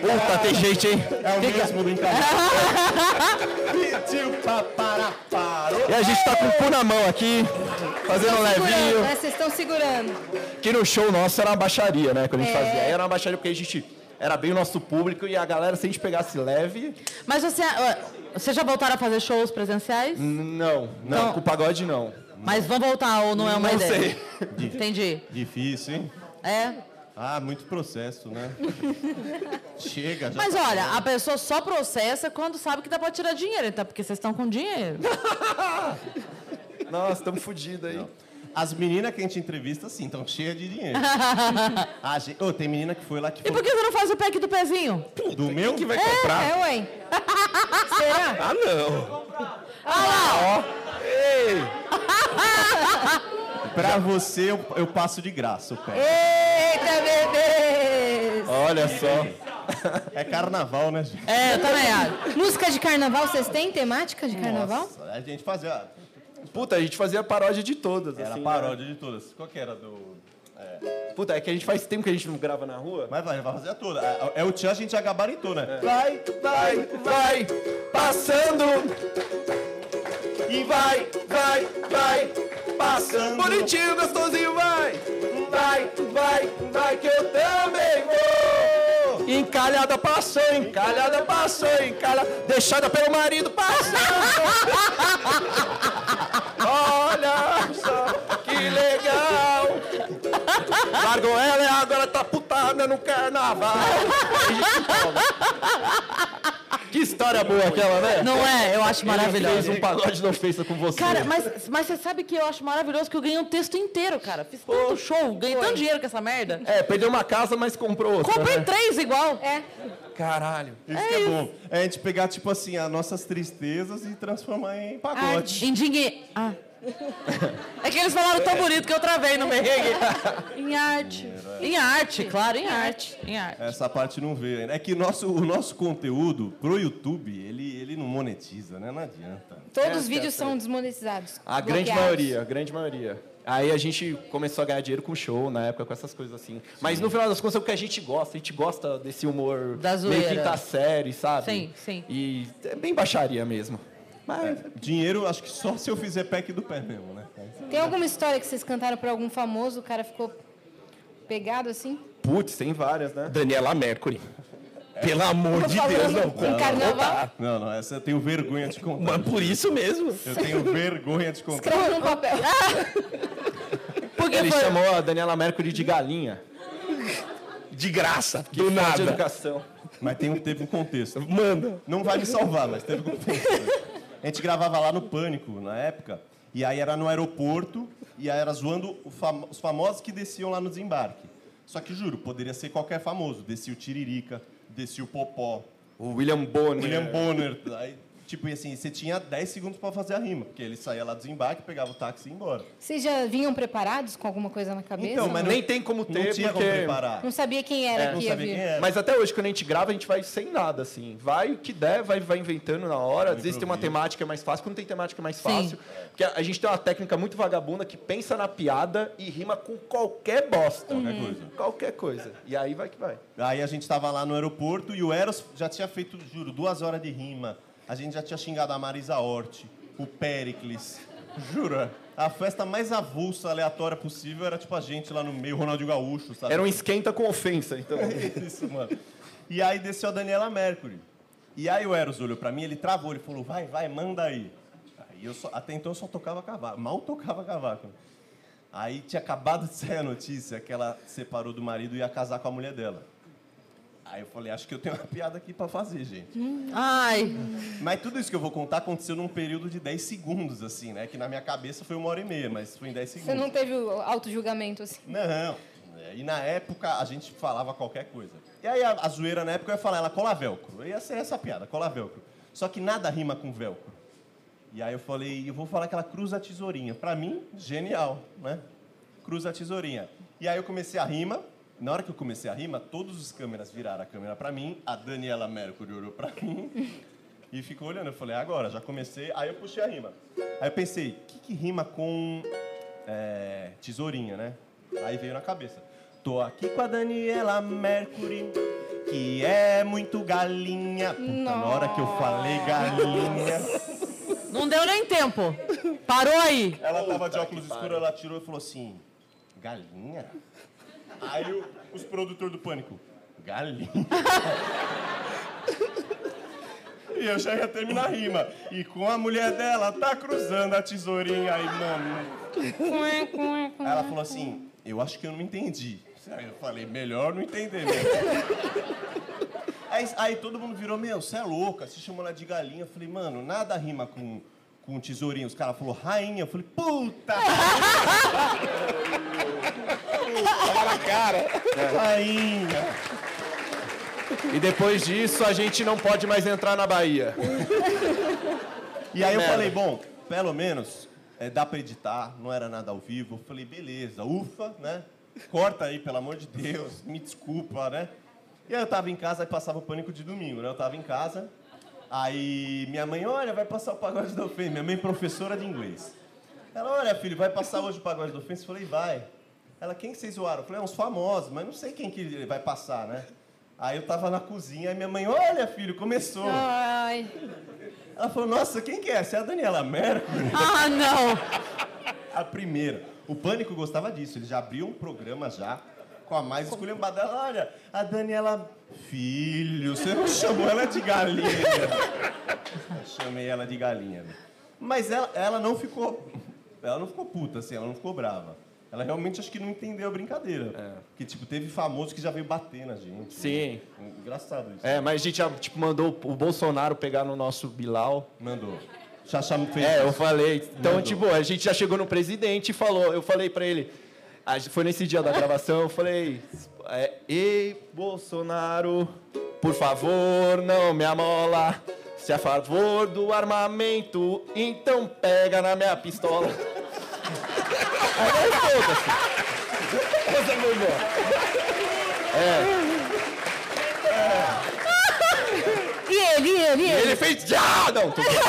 Speaker 14: Puta, tem gente, hein?
Speaker 13: É o
Speaker 9: *laughs*
Speaker 13: mesmo brincadeira. Pediu pra parar, parou.
Speaker 14: E a gente tá com o cu na mão aqui, fazendo um
Speaker 2: Segurando, né?
Speaker 14: levinho.
Speaker 2: Vocês estão segurando.
Speaker 14: Que no show nosso era uma baixaria, né? Quando a gente
Speaker 2: É.
Speaker 14: fazia. Aí era uma baixaria porque a gente era bem o nosso público e a galera, se a gente pegasse leve.
Speaker 9: Mas você, vocês já voltaram a fazer shows presenciais?
Speaker 14: Não, não,
Speaker 9: Não.
Speaker 14: com o pagode
Speaker 13: Então,
Speaker 14: não.
Speaker 9: Mas vão voltar ou não é uma
Speaker 14: Não
Speaker 9: ideia?
Speaker 14: sei.
Speaker 9: Entendi.
Speaker 13: Difícil, hein?
Speaker 9: É.
Speaker 13: Ah, muito processo,
Speaker 9: *laughs*
Speaker 13: né? Chega, já.
Speaker 9: Mas
Speaker 13: tá
Speaker 9: olha,
Speaker 13: bom.
Speaker 9: a pessoa só processa quando sabe que dá pra tirar dinheiro, então, porque vocês estão
Speaker 14: *laughs*
Speaker 9: com dinheiro.
Speaker 14: Nossa, estamos fodidos aí.
Speaker 13: As meninas que a gente entrevista, sim, estão cheias de
Speaker 9: *laughs*
Speaker 13: dinheiro. ah, gente... Ô, tem menina que foi lá que
Speaker 9: E por
Speaker 13: falou...
Speaker 9: que você não faz o pack do pezinho?
Speaker 13: Do meu? que vai
Speaker 9: É, ué.
Speaker 14: *laughs*
Speaker 9: Será?
Speaker 13: Ah, não. Pra você, eu, eu passo de graça o pé.
Speaker 11: Eita, bebês!
Speaker 13: Olha só. É carnaval, né, gente?
Speaker 2: É, eu também acho. Música de carnaval, vocês têm temática de carnaval?
Speaker 13: É A gente fazia...
Speaker 14: Puta, a gente fazia paródia de todas.
Speaker 13: Era
Speaker 14: assim,
Speaker 13: paródia de todas. Qual que era do...
Speaker 14: né? Puta, é que a gente faz tempo que a gente não grava na rua.
Speaker 13: Mas vai, vai fazer toda. É, é o tchan, a gente já gabaritou, né?
Speaker 14: Vai, vai, vai, passando. E vai, vai, vai, passando. Bonitinho, gostosinho, vai. Vai, vai, vai, que eu também vou. Encalhada passou, encalhada passou, encalhada. Deixada pelo marido *laughs* passando. Olha só, que legal. Largou ela e agora tá putada no carnaval. Que história boa aquela, né?
Speaker 9: Não é? Eu acho
Speaker 14: Ele
Speaker 9: maravilhosa.
Speaker 14: fez um pagode da ofensa com você.
Speaker 9: Cara, mas, mas você sabe que eu acho maravilhoso que eu ganhei um texto inteiro, cara. Fiz tanto show, ganhei tanto dinheiro com essa merda.
Speaker 14: É, perdeu uma casa, mas comprou outra.
Speaker 9: Comprei
Speaker 14: né?
Speaker 9: três igual.
Speaker 2: É.
Speaker 13: Caralho. Isso
Speaker 9: É
Speaker 13: que é
Speaker 9: isso.
Speaker 13: bom. É a gente pegar, tipo assim, as nossas tristezas e transformar em
Speaker 14: Tá
Speaker 13: pagode.
Speaker 9: em dinheiro.
Speaker 1: Ah.
Speaker 14: *laughs*
Speaker 9: É que eles falaram tão bonito que eu travei no merengue.
Speaker 11: Em arte.
Speaker 9: Em arte, claro, em arte. Em arte. *laughs*
Speaker 13: Essa parte não veio ainda. É que nosso, o nosso conteúdo pro YouTube, ele, ele não monetiza, né? Não adianta.
Speaker 2: Todos
Speaker 13: Essa
Speaker 2: os vídeos
Speaker 13: é
Speaker 2: são desmonetizados.
Speaker 14: A grande
Speaker 2: bloqueados.
Speaker 14: maioria, a grande maioria. Aí a gente começou a ganhar dinheiro com show na época, com essas coisas assim. Mas no final das contas é o que a gente gosta. A gente gosta desse humor
Speaker 9: Da
Speaker 14: meio
Speaker 9: zoeira.
Speaker 14: quinta série, sabe?
Speaker 9: Sim, sim.
Speaker 14: E é bem baixaria mesmo. Mas
Speaker 13: dinheiro, acho que só se eu fizer pack do pé mesmo, né?
Speaker 2: Tem alguma história que vocês cantaram pra algum famoso, o cara ficou pegado assim?
Speaker 14: Putz, tem várias, né? Daniela Mercury.
Speaker 13: Pelo amor
Speaker 2: de Falando Deus, não. com
Speaker 13: não,
Speaker 2: carnaval.
Speaker 13: Não, não, essa eu tenho vergonha de contar. Mas
Speaker 14: por isso mesmo.
Speaker 13: Eu tenho vergonha de contar.
Speaker 2: Escreve num papel.
Speaker 14: Ele chamou a Daniela Mercury de galinha.
Speaker 13: De graça,
Speaker 14: Que falta de educação.
Speaker 13: Mas tem, um- teve um contexto.
Speaker 14: Manda.
Speaker 13: Não vai me salvar, mas teve um contexto. A gente gravava lá no Pânico, na época, e aí era no aeroporto, e aí era zoando o fam- os famosos que desciam lá no desembarque. Só que, juro, poderia ser qualquer famoso. Descia o Tiririca, descia o Popó.
Speaker 14: O William Bonner.
Speaker 13: William Bonner. Aí, tipo, e assim, você tinha 10 segundos para fazer a rima, porque ele saía lá do desembarque, pegava o táxi e ia embora.
Speaker 2: Vocês já vinham preparados com alguma coisa na cabeça?
Speaker 13: Então, mas
Speaker 2: Não?
Speaker 13: nem tem
Speaker 14: como
Speaker 13: ter, Não tinha como porque- preparar.
Speaker 2: Não sabia quem era
Speaker 14: É,
Speaker 2: que
Speaker 14: não
Speaker 2: ia
Speaker 14: sabia
Speaker 2: vir.
Speaker 14: quem era. Mas até hoje, quando a gente grava, a gente vai sem nada, assim. Vai o que der, vai, vai inventando na hora. Às vezes tem uma temática mais fácil, quando tem temática é mais fácil. Porque a, a gente tem uma técnica muito vagabunda que pensa na piada e rima com qualquer bosta.
Speaker 13: Qualquer coisa.
Speaker 14: Qualquer coisa. E aí vai que vai.
Speaker 13: Aí a gente estava lá no aeroporto e o Eros já tinha feito, juro, duas horas de rima. A gente já tinha xingado a Marisa Hort, o Péricles. Jura? A festa mais avulsa, aleatória possível era tipo a gente lá no meio, Ronaldinho Gaúcho, sabe?
Speaker 14: Era um esquenta com ofensa, então.
Speaker 13: É Isso, mano. E aí desceu a Daniela Mercury. E aí o Eros olhou pra mim, ele travou, ele falou, vai, vai, manda aí. aí eu só, até então eu só tocava cavaco, mal tocava cavaco. Aí tinha acabado de sair a notícia que ela separou do marido e ia casar com a mulher dela. Aí eu falei, acho que eu tenho uma piada aqui pra fazer, gente.
Speaker 9: Ai.
Speaker 13: Mas tudo isso que eu vou contar aconteceu num período de 10 segundos, assim, né? Que na minha cabeça foi uma hora e meia, mas foi em 10 segundos.
Speaker 2: Você não teve o auto-julgamento assim?
Speaker 13: Não. é, E na época a gente falava qualquer coisa. E aí a, a zoeira na época eu ia falar ela cola velcro. Ia ser essa piada, cola velcro. Só que nada rima com velcro. E aí eu falei, eu vou falar que ela cruza a tesourinha. Pra mim, genial, né? Cruza a tesourinha. E aí eu comecei a rima. Na hora que eu comecei a rima, todos os câmeras viraram a câmera pra mim, a Daniela Mercury olhou pra *laughs* mim e ficou olhando. Eu falei, "É agora, já comecei. Aí eu puxei a rima. *laughs* Aí eu pensei, o que, que rima com é, tesourinha, né? Aí veio na cabeça. Tô aqui com a Daniela Mercury, que é muito galinha. Puta, na hora que eu falei galinha.
Speaker 9: Não deu nem tempo. Parou aí.
Speaker 13: Ela tava de óculos escuros, ela tirou e falou assim: galinha? Aí o- os produtores do pânico, galinha. E eu já ia terminar a rima. E com a mulher dela, tá cruzando a tesourinha aí, mano. Aí ela falou assim: Eu acho que eu não entendi. Aí eu falei: Melhor não entender. né? mesmo." *laughs* aí, aí todo mundo virou: Meu, você é louca, se chamou ela de galinha. Eu falei: Mano, nada rima com, com tesourinha. Os caras falaram: Rainha. Eu falei: Puta! Tava na cara. Rainha.
Speaker 14: E depois disso, a gente não pode mais entrar na Bahia.
Speaker 13: E aí eu
Speaker 14: Merda.
Speaker 13: falei, bom, pelo menos é, dá pra editar, não era nada ao vivo. Eu falei, beleza, ufa, né? Corta aí, pelo amor de Deus, me desculpa, né? E aí eu tava em casa, aí passava o pânico de domingo, né? Eu tava em casa, aí minha mãe, olha, vai passar o pagode da ofensa. Minha mãe é professora de inglês. Ela, olha, filho, vai passar hoje o pagode da ofensa? Eu falei, vai. Ela, quem que vocês zoaram? Eu falei, "Ah, uns famosos, mas não sei quem que ele vai passar, né? Aí eu tava na cozinha, aí minha mãe, olha, filho, começou.
Speaker 2: Ai.
Speaker 13: Ela falou, nossa, quem que é? Você é a Daniela Mercury?
Speaker 9: Ah, não!
Speaker 13: A primeira. O Pânico gostava disso, ele já abriu um programa já com a mais esculhambada. Ela, Olha, a Daniela... Filho, você não chamou ela de galinha. Eu chamei ela de galinha. velho. Mas ela, ela não ficou... Ela não ficou puta, assim, ela não ficou brava. Ela realmente acho que não entendeu a brincadeira. Porque, tipo, teve famoso que já veio bater na gente. né?
Speaker 14: Sim.
Speaker 13: Engraçado isso.
Speaker 14: É, mas a gente já, tipo, mandou o Bolsonaro pegar no nosso Bilal.
Speaker 13: Mandou. Chachá me fez
Speaker 14: É, eu
Speaker 13: isso.
Speaker 14: falei. Então,
Speaker 13: Mandou.
Speaker 14: tipo, a gente já chegou no presidente e falou, eu falei pra ele. a gente- Foi nesse dia da gravação, eu falei. é, Ei, Bolsonaro, por favor, não me amola. Se é a favor do armamento, então pega na minha pistola. *laughs* Aí foda-se. Essa foi boa. É.
Speaker 10: E ele, e ele, e
Speaker 14: E
Speaker 10: ele.
Speaker 14: ele fez. Ah, não! tô brincando. *laughs*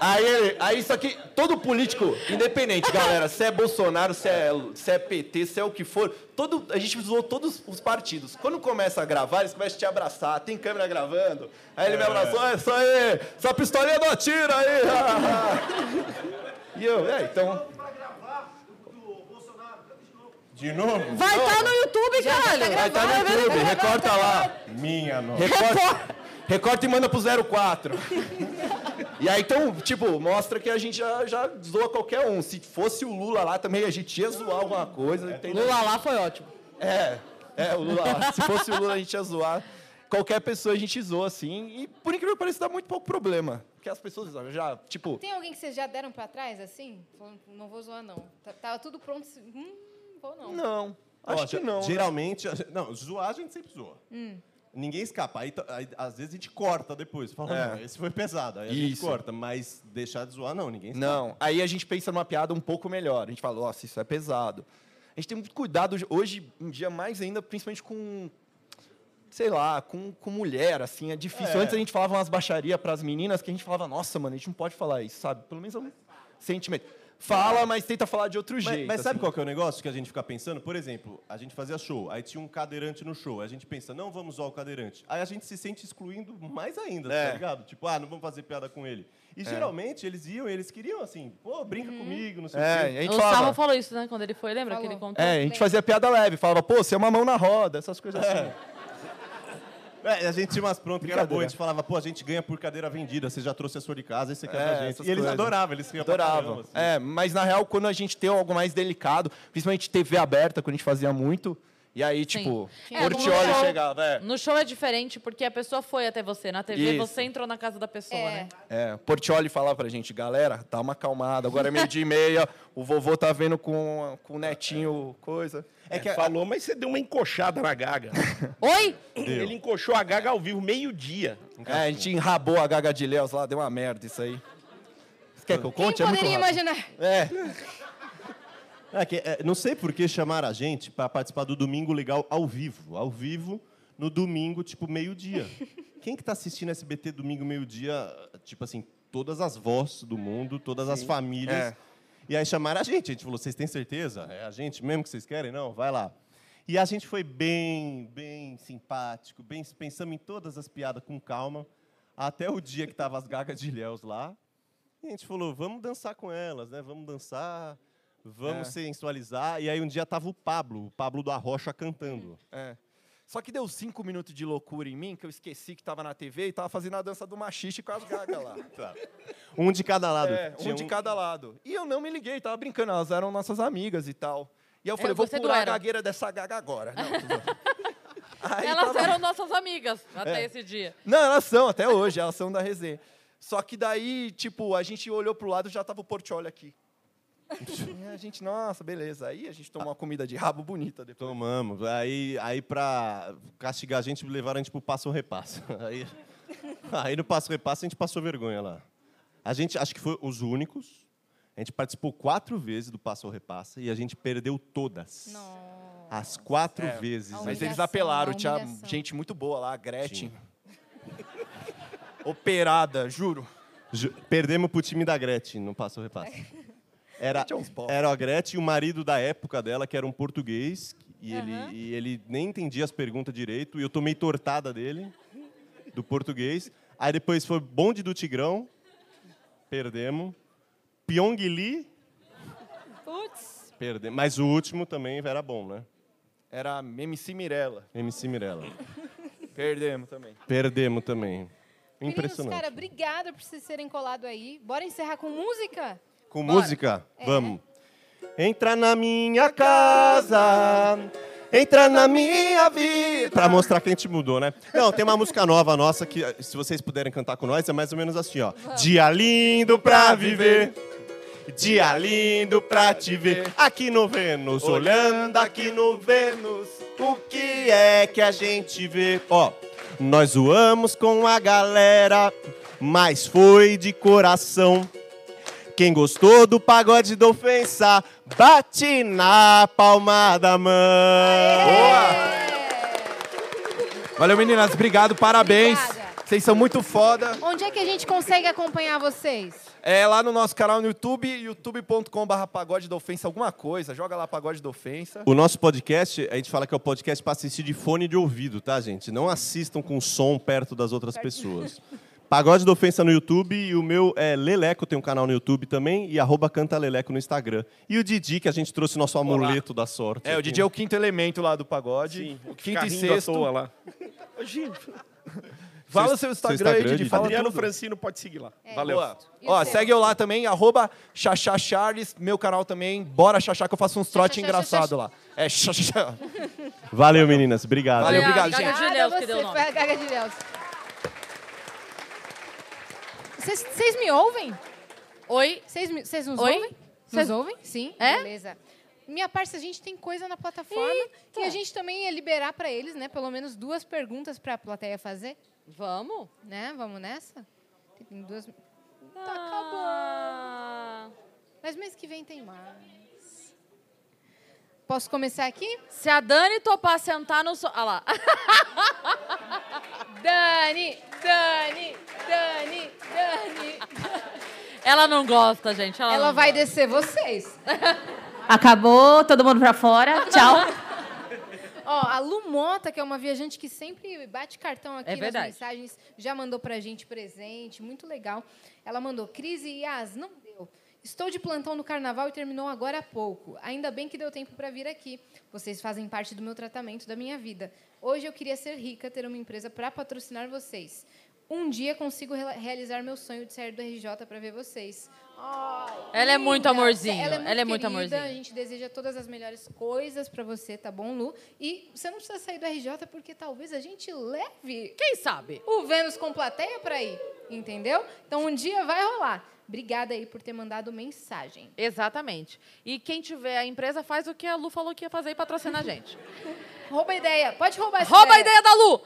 Speaker 14: Aí, ele- aí isso aqui, todo político, independente, galera, se é Bolsonaro, se é, se é PT, se é o que for, todo, a gente zoou todos os partidos. Quando começa a gravar, eles começam a te abraçar, tem câmera gravando, aí ele me
Speaker 7: É.
Speaker 14: abraçou, é isso aí, essa pistolinha não atira aí. e eu, é, então...
Speaker 13: De novo?
Speaker 10: Vai estar no YouTube, caralho.
Speaker 13: tá
Speaker 10: tá
Speaker 14: Vai estar no
Speaker 13: né?
Speaker 14: YouTube, recorta lá.
Speaker 13: Minha nossa.
Speaker 14: Recorta, recorta e manda pro 04. e aí, então, tipo, mostra que a gente já, já zoa qualquer um. Se fosse o Lula lá também, a gente ia zoar alguma coisa. entendeu?
Speaker 16: Lula lá foi ótimo.
Speaker 14: É, é, o Lula lá. Se fosse o Lula, a gente ia zoar. Qualquer pessoa a gente zoa, assim. E, por incrível que pareça, dá muito pouco problema. Porque as pessoas já, tipo...
Speaker 2: Tem alguém que vocês já deram pra trás, assim? Falando, não vou zoar, não. Tá- Tava tudo pronto. se- Hum, vou não.
Speaker 13: Ó, ge-
Speaker 14: né?
Speaker 13: Geralmente, a ge- não, zoar a gente sempre zoa.
Speaker 2: Hum.
Speaker 13: Ninguém escapa. Aí, t- aí, às vezes a gente corta depois. Fala,
Speaker 14: É.
Speaker 13: não, esse foi pesado. Aí a gente
Speaker 14: Isso.
Speaker 13: corta. Mas deixar de zoar, não. Ninguém escapa.
Speaker 14: Não, aí a gente pensa numa piada um pouco melhor. A gente fala, nossa, isso é pesado. A gente tem muito cuidado hoje- hoje, um dia mais ainda, principalmente com, sei lá, com, com mulher, assim, é difícil.
Speaker 7: É.
Speaker 14: Antes a gente falava umas baixarias pras meninas que a gente falava, nossa, mano, a gente não pode falar isso, sabe? Pelo menos é um sentimento. Fala, mas tenta falar de outro
Speaker 13: Mas-
Speaker 14: jeito.
Speaker 13: Mas, sabe
Speaker 14: assim.
Speaker 13: qual que é o negócio que a gente fica pensando? Por exemplo, a gente fazia show, aí tinha um cadeirante no show, aí a gente pensa, não vamos usar o cadeirante. Aí a gente se sente excluindo mais ainda,
Speaker 14: É.
Speaker 13: tá ligado? Tipo, ah, não vamos fazer piada com ele. E
Speaker 14: É.
Speaker 13: geralmente eles iam, eles queriam assim, pô, brinca comigo, não sei
Speaker 14: É,
Speaker 13: o quê.
Speaker 14: e a gente
Speaker 1: o
Speaker 14: falava-
Speaker 1: Salvo falou isso, né? Quando ele foi, lembra que ele contou?
Speaker 14: É, a gente fazia piada leve, falava, pô, você é uma mão na roda, essas coisas assim.
Speaker 13: É, a gente tinha umas prontas que era
Speaker 14: Brincadeira.
Speaker 13: boa, a gente falava, pô, a gente ganha por cadeira vendida, você já trouxe a sua de casa, esse aqui é,
Speaker 14: É,
Speaker 13: da gente.
Speaker 14: essas
Speaker 13: E eles
Speaker 14: coisas.
Speaker 13: adoravam, eles riam pra
Speaker 14: Adoravam.
Speaker 13: caramba, assim.
Speaker 14: É, mas na real, quando a gente tem algo mais delicado, principalmente TV aberta, quando a gente fazia muito, e aí, tipo,
Speaker 1: É,
Speaker 14: Portioli
Speaker 1: no show-
Speaker 14: chegava, é.
Speaker 1: No show é diferente, porque a pessoa foi até você. Na TV,
Speaker 14: Isso.
Speaker 1: você entrou na casa da pessoa, né?
Speaker 14: É, Portioli falava pra gente, galera, dá uma acalmada, agora é meio dia e meia, o vovô tá vendo com, com o netinho coisa.
Speaker 7: É que falou, mas você deu uma encoxada na gaga.
Speaker 1: *laughs* Oi?
Speaker 7: Ele encoxou a gaga ao vivo, meio-dia.
Speaker 14: É, a gente enrabou a gaga de Leos lá, deu uma merda isso aí. Você quer que eu conte?
Speaker 2: Quem
Speaker 14: é muito
Speaker 2: poderia
Speaker 14: rápido.
Speaker 2: imaginar?
Speaker 14: É. *laughs*
Speaker 13: É que, é, não sei por que chamaram a gente para participar do Domingo Legal ao vivo. Ao vivo, no domingo,
Speaker 2: *laughs*
Speaker 13: tipo, meio-dia. Quem que tá assistindo SBT domingo, meio-dia? Tipo assim, todas as vozes do mundo, todas as
Speaker 7: Sim.
Speaker 13: famílias.
Speaker 7: É.
Speaker 13: E aí chamaram a gente. A gente falou, vocês têm certeza? É a gente mesmo que vocês querem? Não, vai lá. E a gente foi bem, bem simpático, bem pensamos em todas as piadas com calma, até o dia que tava as gagas de Léus lá. E a gente falou, vamos dançar com elas, né? Vamos dançar, vamos
Speaker 14: É.
Speaker 13: sensualizar. E aí um dia tava o Pablo, o Pablo do Arrocha cantando.
Speaker 14: É. Só que deu cinco minutos de loucura em mim, que eu esqueci que tava na TV e tava fazendo a dança do machiste com as gagas
Speaker 13: *laughs*
Speaker 14: lá.
Speaker 13: Um de cada lado.
Speaker 14: É, um
Speaker 13: Tinha
Speaker 14: de cada lado. E eu não me liguei, tava brincando, elas eram nossas amigas e tal. E aí eu
Speaker 1: É,
Speaker 14: falei, vou
Speaker 1: você
Speaker 14: curar a
Speaker 1: doera.
Speaker 14: gagueira dessa gaga agora. Não, tudo bem. Aí
Speaker 1: Elas
Speaker 14: tava-
Speaker 1: eram nossas amigas até
Speaker 14: tá É.
Speaker 1: esse dia.
Speaker 14: Não, elas são, até hoje, elas são da resenha. Só que daí, tipo, a gente olhou pro lado já tava o Portioli aqui. E a gente, nossa, beleza. Aí a gente tomou uma comida de rabo bonita depois.
Speaker 13: Tomamos. Aí, aí pra castigar a gente, levaram a gente pro Passo Repassa. *laughs* Aí, aí no Passo Repassa a gente passou vergonha lá. A gente, acho que foi os únicos. A gente participou quatro vezes do Passo Repassa e a gente perdeu todas. As quatro
Speaker 14: É,
Speaker 13: vezes. a
Speaker 14: Mas
Speaker 13: gente-
Speaker 14: eles apelaram, tinha gente muito boa lá, a Gretchen. *laughs* Operada, juro.
Speaker 13: Ju- Perdemos pro time da Gretchen, não passou
Speaker 2: *laughs*
Speaker 13: repasse. Era,
Speaker 2: é um
Speaker 13: era a Gretchen e o marido da época dela, que era um português, e, ele, e ele nem entendia as perguntas direito, e eu tomei tortada dele, do português. Aí depois foi bonde do Tigrão, perdemos. Pyong Lee,
Speaker 10: Putz.
Speaker 13: perdemos. Mas o último também era bom, né?
Speaker 14: Era MC Mirella.
Speaker 13: MC Mirella.
Speaker 14: Perdemos também.
Speaker 13: Perdemos também.
Speaker 2: Meninos,
Speaker 13: Impressionante.
Speaker 2: cara, obrigada por vocês terem colado aí. Bora encerrar com música?
Speaker 13: Com
Speaker 2: Bora.
Speaker 13: música?
Speaker 2: É.
Speaker 13: Vamos. Entra na minha casa, entra na minha vida. Pra mostrar que a gente mudou, né? Não, tem uma música nova nossa que, se vocês puderem cantar com nós, é mais ou menos assim, ó. Dia lindo pra viver, dia lindo pra te ver. Aqui no Vênus, olhando aqui no Vênus, o que é que a gente vê? Ó, nós zoamos com a galera, mas foi de coração. Quem gostou do pagode da ofensa, bate na palma da mão.
Speaker 14: Valeu, meninas. Obrigado, parabéns. Vocês são muito foda.
Speaker 2: Onde é que a gente consegue acompanhar vocês? *laughs*
Speaker 14: É lá no nosso canal no YouTube, youtube.com.br pagode da ofensa, alguma coisa. Joga lá pagode da ofensa.
Speaker 13: O nosso podcast, a gente fala que é o podcast para assistir de fone de ouvido, tá, gente? Não assistam com som perto das outras pessoas. Pagode da Ofensa no YouTube e o meu é Leleco, tem um canal no YouTube também, e arroba Canta Leleco no Instagram. E o Didi, que a gente trouxe nosso amuleto da sorte.
Speaker 14: É, o
Speaker 13: aqui.
Speaker 14: DJ é o quinto elemento lá do pagode. Sim, o
Speaker 13: fica
Speaker 14: quinto e
Speaker 13: rindo à
Speaker 14: sexto.
Speaker 13: toa lá.
Speaker 10: Gente.
Speaker 14: Fala seu Instagram, aí, Didi. Fala
Speaker 10: Adriano
Speaker 14: tudo.
Speaker 10: Francino pode seguir lá.
Speaker 13: É.
Speaker 14: Valeu.
Speaker 10: É, Boa.
Speaker 14: Ó, segue eu lá também, arroba Xaxá Charles, meu canal também. Bora, Xaxá, que eu faço uns trote engraçado lá. É, Xaxá.
Speaker 13: Valeu, meninas. Obrigado.
Speaker 14: Valeu, obrigado, gente.
Speaker 2: Obrigada a
Speaker 1: Nelson que deu o
Speaker 2: você,
Speaker 1: nome.
Speaker 2: foi a Gaga de Nelson. Vocês- Vocês me ouvem?
Speaker 1: Oi?
Speaker 2: Vocês me- vocês nos
Speaker 1: Oi?
Speaker 2: ouvem?
Speaker 1: Vocês-
Speaker 2: Nos ouvem? Sim.
Speaker 1: É?
Speaker 2: Beleza. Minha parte, a gente tem coisa na plataforma e a gente também ia liberar pra eles, né? Pelo menos duas perguntas pra plateia fazer.
Speaker 1: Vamos?
Speaker 2: Né? Vamos nessa? Tem duas. Tá
Speaker 1: Ah.
Speaker 2: acabando. Mas mês que vem tem mais. Posso começar aqui?
Speaker 1: Se a Dani topar sentar no so... Ah lá. *laughs*
Speaker 2: Dani, Dani, Dani, Dani.
Speaker 1: Ela não gosta, gente. Ela,
Speaker 2: Ela
Speaker 1: não
Speaker 2: vai
Speaker 1: gosta.
Speaker 2: descer
Speaker 1: *laughs*
Speaker 2: vocês.
Speaker 17: Acabou, todo mundo pra fora. Tchau.
Speaker 2: *laughs* Ó, a Lu Mota, que é uma viajante que sempre bate cartão aqui
Speaker 17: É
Speaker 2: nas
Speaker 17: verdade.
Speaker 2: mensagens, já mandou pra gente presente, muito legal. Ela mandou, crise e as não deu. Estou de plantão no carnaval e terminou agora há pouco. Ainda bem que deu tempo pra vir aqui. Vocês fazem parte do meu tratamento, da minha vida. Hoje eu queria ser rica, ter uma empresa pra patrocinar vocês. Um dia consigo rela- realizar meu sonho de sair do RJ pra ver vocês. Ai,
Speaker 1: Ela é muito
Speaker 2: linda.
Speaker 1: amorzinho, ela é muito
Speaker 2: querida,
Speaker 1: amorzinho.
Speaker 2: a gente deseja todas as melhores coisas pra você, tá bom, Lu? E você não precisa sair do RJ porque talvez a gente leve.
Speaker 1: Quem sabe?
Speaker 2: O Vênus com plateia pra ir, entendeu? Então um dia vai rolar. Obrigada aí por ter mandado mensagem.
Speaker 1: Exatamente. E quem tiver a empresa faz o que a Lu falou que ia fazer e patrocina a gente.
Speaker 2: Rouba a ideia. Pode roubar essa
Speaker 1: Rouba a
Speaker 2: ideia.
Speaker 1: ideia da Lu!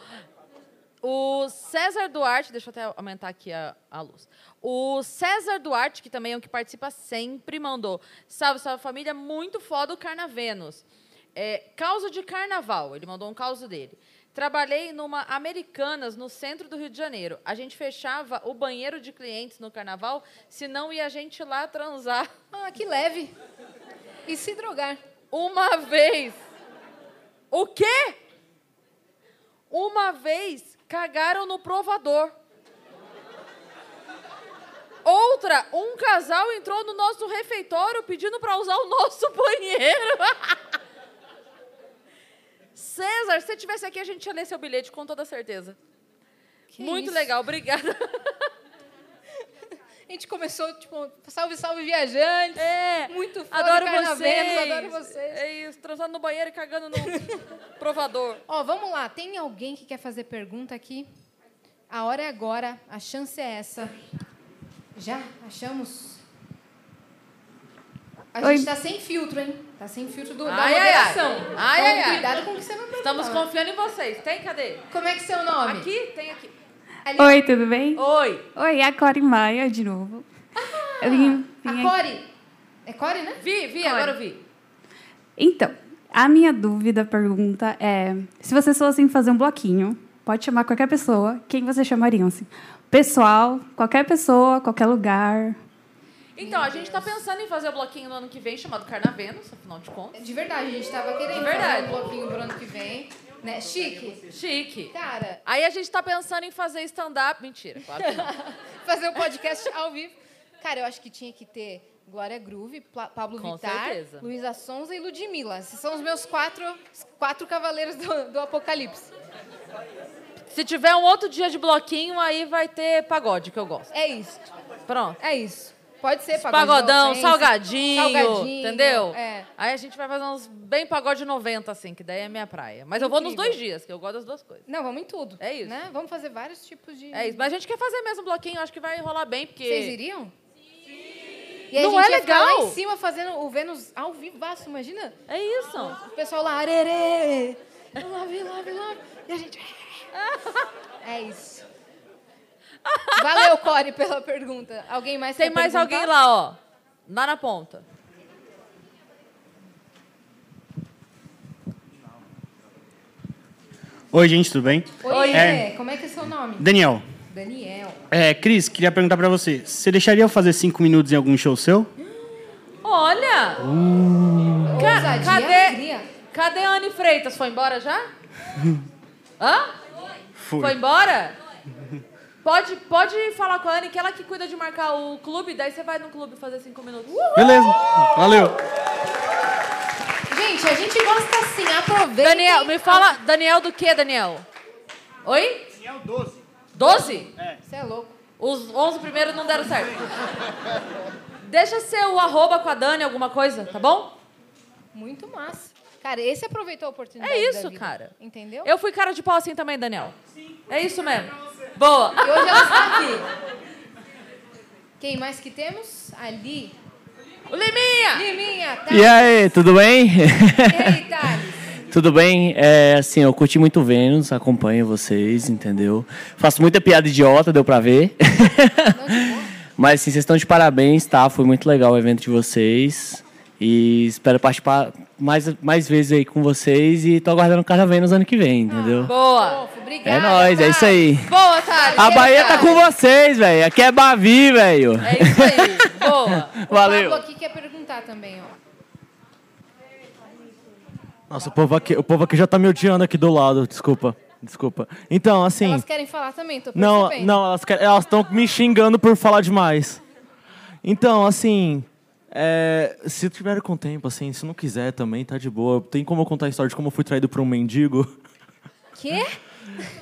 Speaker 1: O César Duarte, deixa eu até aumentar aqui a, a luz. O César Duarte, que também é um que participa sempre, mandou. Salve, salve família, muito foda o Carnavenos. É, causa de carnaval, ele mandou um causa dele. Trabalhei numa Americanas, no centro do Rio de Janeiro. A gente fechava o banheiro de clientes no carnaval, senão ia a gente lá transar.
Speaker 2: *laughs* Ah, que leve. E se drogar.
Speaker 1: Uma vez. O quê? Uma vez cagaram no provador. Outra, um casal entrou no nosso refeitório pedindo para usar o nosso banheiro. *laughs* César, se você tivesse aqui, a gente ia ler seu bilhete, com toda certeza. Muito
Speaker 2: isso?
Speaker 1: legal, obrigada.
Speaker 2: *laughs* A gente começou, tipo, salve, salve, viajantes.
Speaker 1: É.
Speaker 2: Muito foda
Speaker 1: Adoro
Speaker 2: o Carnavenos,
Speaker 1: vocês.
Speaker 2: adoro vocês.
Speaker 1: É isso, transando no banheiro e cagando
Speaker 2: *laughs*
Speaker 1: no provador.
Speaker 2: Ó, vamos lá. Tem alguém que quer fazer pergunta aqui? A hora é agora, a chance é essa. Já? Achamos? A
Speaker 17: Oi.
Speaker 2: gente tá sem filtro, hein? Tá sem filtro do,
Speaker 1: Ai,
Speaker 2: da
Speaker 1: ai, ai.
Speaker 2: moderação.
Speaker 1: Ai,
Speaker 2: então,
Speaker 1: ai, ai.
Speaker 2: cuidado com o que você vai perguntar.
Speaker 1: Estamos confiando em vocês. Tem? Cadê?
Speaker 2: Como é que é seu nome?
Speaker 1: Aqui? Tem aqui.
Speaker 17: Oi, tudo bem?
Speaker 1: Oi.
Speaker 17: Oi, é a Core Maia de novo. eu vim, vim
Speaker 2: Ah, A Core. É Core, né?
Speaker 1: Vi, vi,
Speaker 2: Core.
Speaker 1: agora eu vi.
Speaker 17: Então, a minha dúvida, pergunta é: se vocês fossem fazer um bloquinho, pode chamar qualquer pessoa, quem vocês chamariam? Assim? Pessoal, qualquer pessoa, qualquer lugar.
Speaker 1: Então, a gente tá pensando em fazer o bloquinho no ano que vem, chamado Carnavenos, afinal de contas.
Speaker 2: De verdade, a gente tava querendo
Speaker 1: De verdade.
Speaker 2: fazer um bloquinho pro ano que vem. Né? Chique.
Speaker 1: Chique.
Speaker 2: Cara.
Speaker 1: Aí a gente tá pensando em fazer stand-up. Mentira, claro
Speaker 2: *laughs*
Speaker 1: que não.
Speaker 2: fazer um podcast ao vivo. Cara, eu acho que tinha que ter Glória Groove, Pla- Pablo
Speaker 1: Com
Speaker 2: Vittar,
Speaker 1: certeza.
Speaker 2: Luísa Sonza e Ludmilla. Esses são os meus quatro, os quatro cavaleiros do, do apocalipse.
Speaker 1: Se tiver um outro dia de bloquinho, aí vai ter pagode, que eu gosto.
Speaker 2: É isso.
Speaker 1: Pronto.
Speaker 2: É isso. Pode ser pagodão.
Speaker 1: Pagodão,
Speaker 2: tem,
Speaker 1: salgadinho,
Speaker 2: salgadinho,
Speaker 1: entendeu?
Speaker 2: É.
Speaker 1: Aí a gente vai fazer uns bem pagode 90, assim, que daí é minha praia. Mas eu vou nos
Speaker 2: Incrível.
Speaker 1: dois dias, que eu gosto das duas coisas.
Speaker 2: Não, vamos em tudo.
Speaker 1: É isso.
Speaker 2: Né? Vamos fazer vários tipos de.
Speaker 1: É isso. Mas a gente quer fazer mesmo um bloquinho, acho que vai rolar bem, porque.
Speaker 2: Vocês iriam? E aí
Speaker 1: Não
Speaker 2: a gente
Speaker 1: é
Speaker 2: ia ficar lá
Speaker 1: legal?
Speaker 2: em cima fazendo o Vênus ao vivaço, imagina?
Speaker 1: É isso.
Speaker 2: O pessoal lá, arerê! Love, love, love. E a gente. É isso. Valeu, Core, pela pergunta. Alguém mais
Speaker 1: Tem
Speaker 2: quer
Speaker 1: mais
Speaker 2: perguntar?
Speaker 1: alguém lá, ó. Lá na ponta.
Speaker 18: Oi, gente, tudo bem?
Speaker 2: Oi,
Speaker 18: É,
Speaker 2: como é que é seu nome?
Speaker 18: Daniel.
Speaker 2: Daniel.
Speaker 18: é, Cris, queria perguntar pra você. Você deixaria eu fazer cinco minutos em algum show seu?
Speaker 1: Olha! Ca-
Speaker 2: Ousadia,
Speaker 1: cadê,
Speaker 2: alegria.
Speaker 1: cadê a Anne Freitas? Foi embora já? Hã?
Speaker 18: Fui.
Speaker 1: Foi embora? Pode, pode falar com a Anne, que ela que cuida de marcar o clube, daí você vai no clube fazer cinco minutos.
Speaker 2: Uh,
Speaker 18: Beleza, valeu.
Speaker 2: Gente, a gente gosta assim, aproveita.
Speaker 1: Daniel, me fala, Daniel do que, Daniel? Oi? Daniel 12. 12? É.
Speaker 2: Você é louco.
Speaker 1: Os 11 primeiros não deram certo. Deixa seu arroba com a Dani, alguma coisa, tá bom?
Speaker 2: Muito massa. Cara, esse aproveitou a oportunidade.
Speaker 1: É
Speaker 2: da
Speaker 1: isso,
Speaker 2: vida,
Speaker 1: cara.
Speaker 2: Entendeu?
Speaker 1: Eu fui cara de pau assim também, Daniel. Sim. É isso mesmo. Boa.
Speaker 2: E hoje ela está aqui. Quem mais que temos? Ali.
Speaker 1: O Liminha!
Speaker 2: Liminha, tá?
Speaker 19: E aí, tudo bem?
Speaker 2: aí, Thales?
Speaker 19: *laughs* tudo bem? É, assim, eu curti muito Vênus, acompanho vocês, entendeu? Faço muita piada idiota, deu pra ver. *laughs* Mas, assim, vocês estão de parabéns, tá? Foi muito legal o evento de vocês. E espero participar mais, mais vezes aí com vocês. E tô aguardando o Carna Vênus ano que vem, entendeu?
Speaker 1: Ah, Boa.
Speaker 19: é nóis, é isso aí.
Speaker 1: Boa, Thales.
Speaker 19: A Bahia tá com vocês, velho. Aqui é Bavi, velho.
Speaker 1: É isso
Speaker 19: *laughs*
Speaker 20: *laughs*
Speaker 1: aí. Boa.
Speaker 2: O
Speaker 19: Valeu.
Speaker 2: Pablo aqui quer perguntar também, ó.
Speaker 20: Nossa, o povo, aqui, o povo aqui já tá me odiando aqui do lado, desculpa. Desculpa. Então, assim.
Speaker 2: Elas querem falar também, tô
Speaker 20: Não,
Speaker 2: percebendo.
Speaker 20: não, elas querem- elas estão me xingando por falar demais. Então, assim, é, se tiver com tempo, assim, se não quiser também, tá de boa. Tem como eu contar a história de como eu fui traído por um mendigo? *laughs*
Speaker 2: Quê?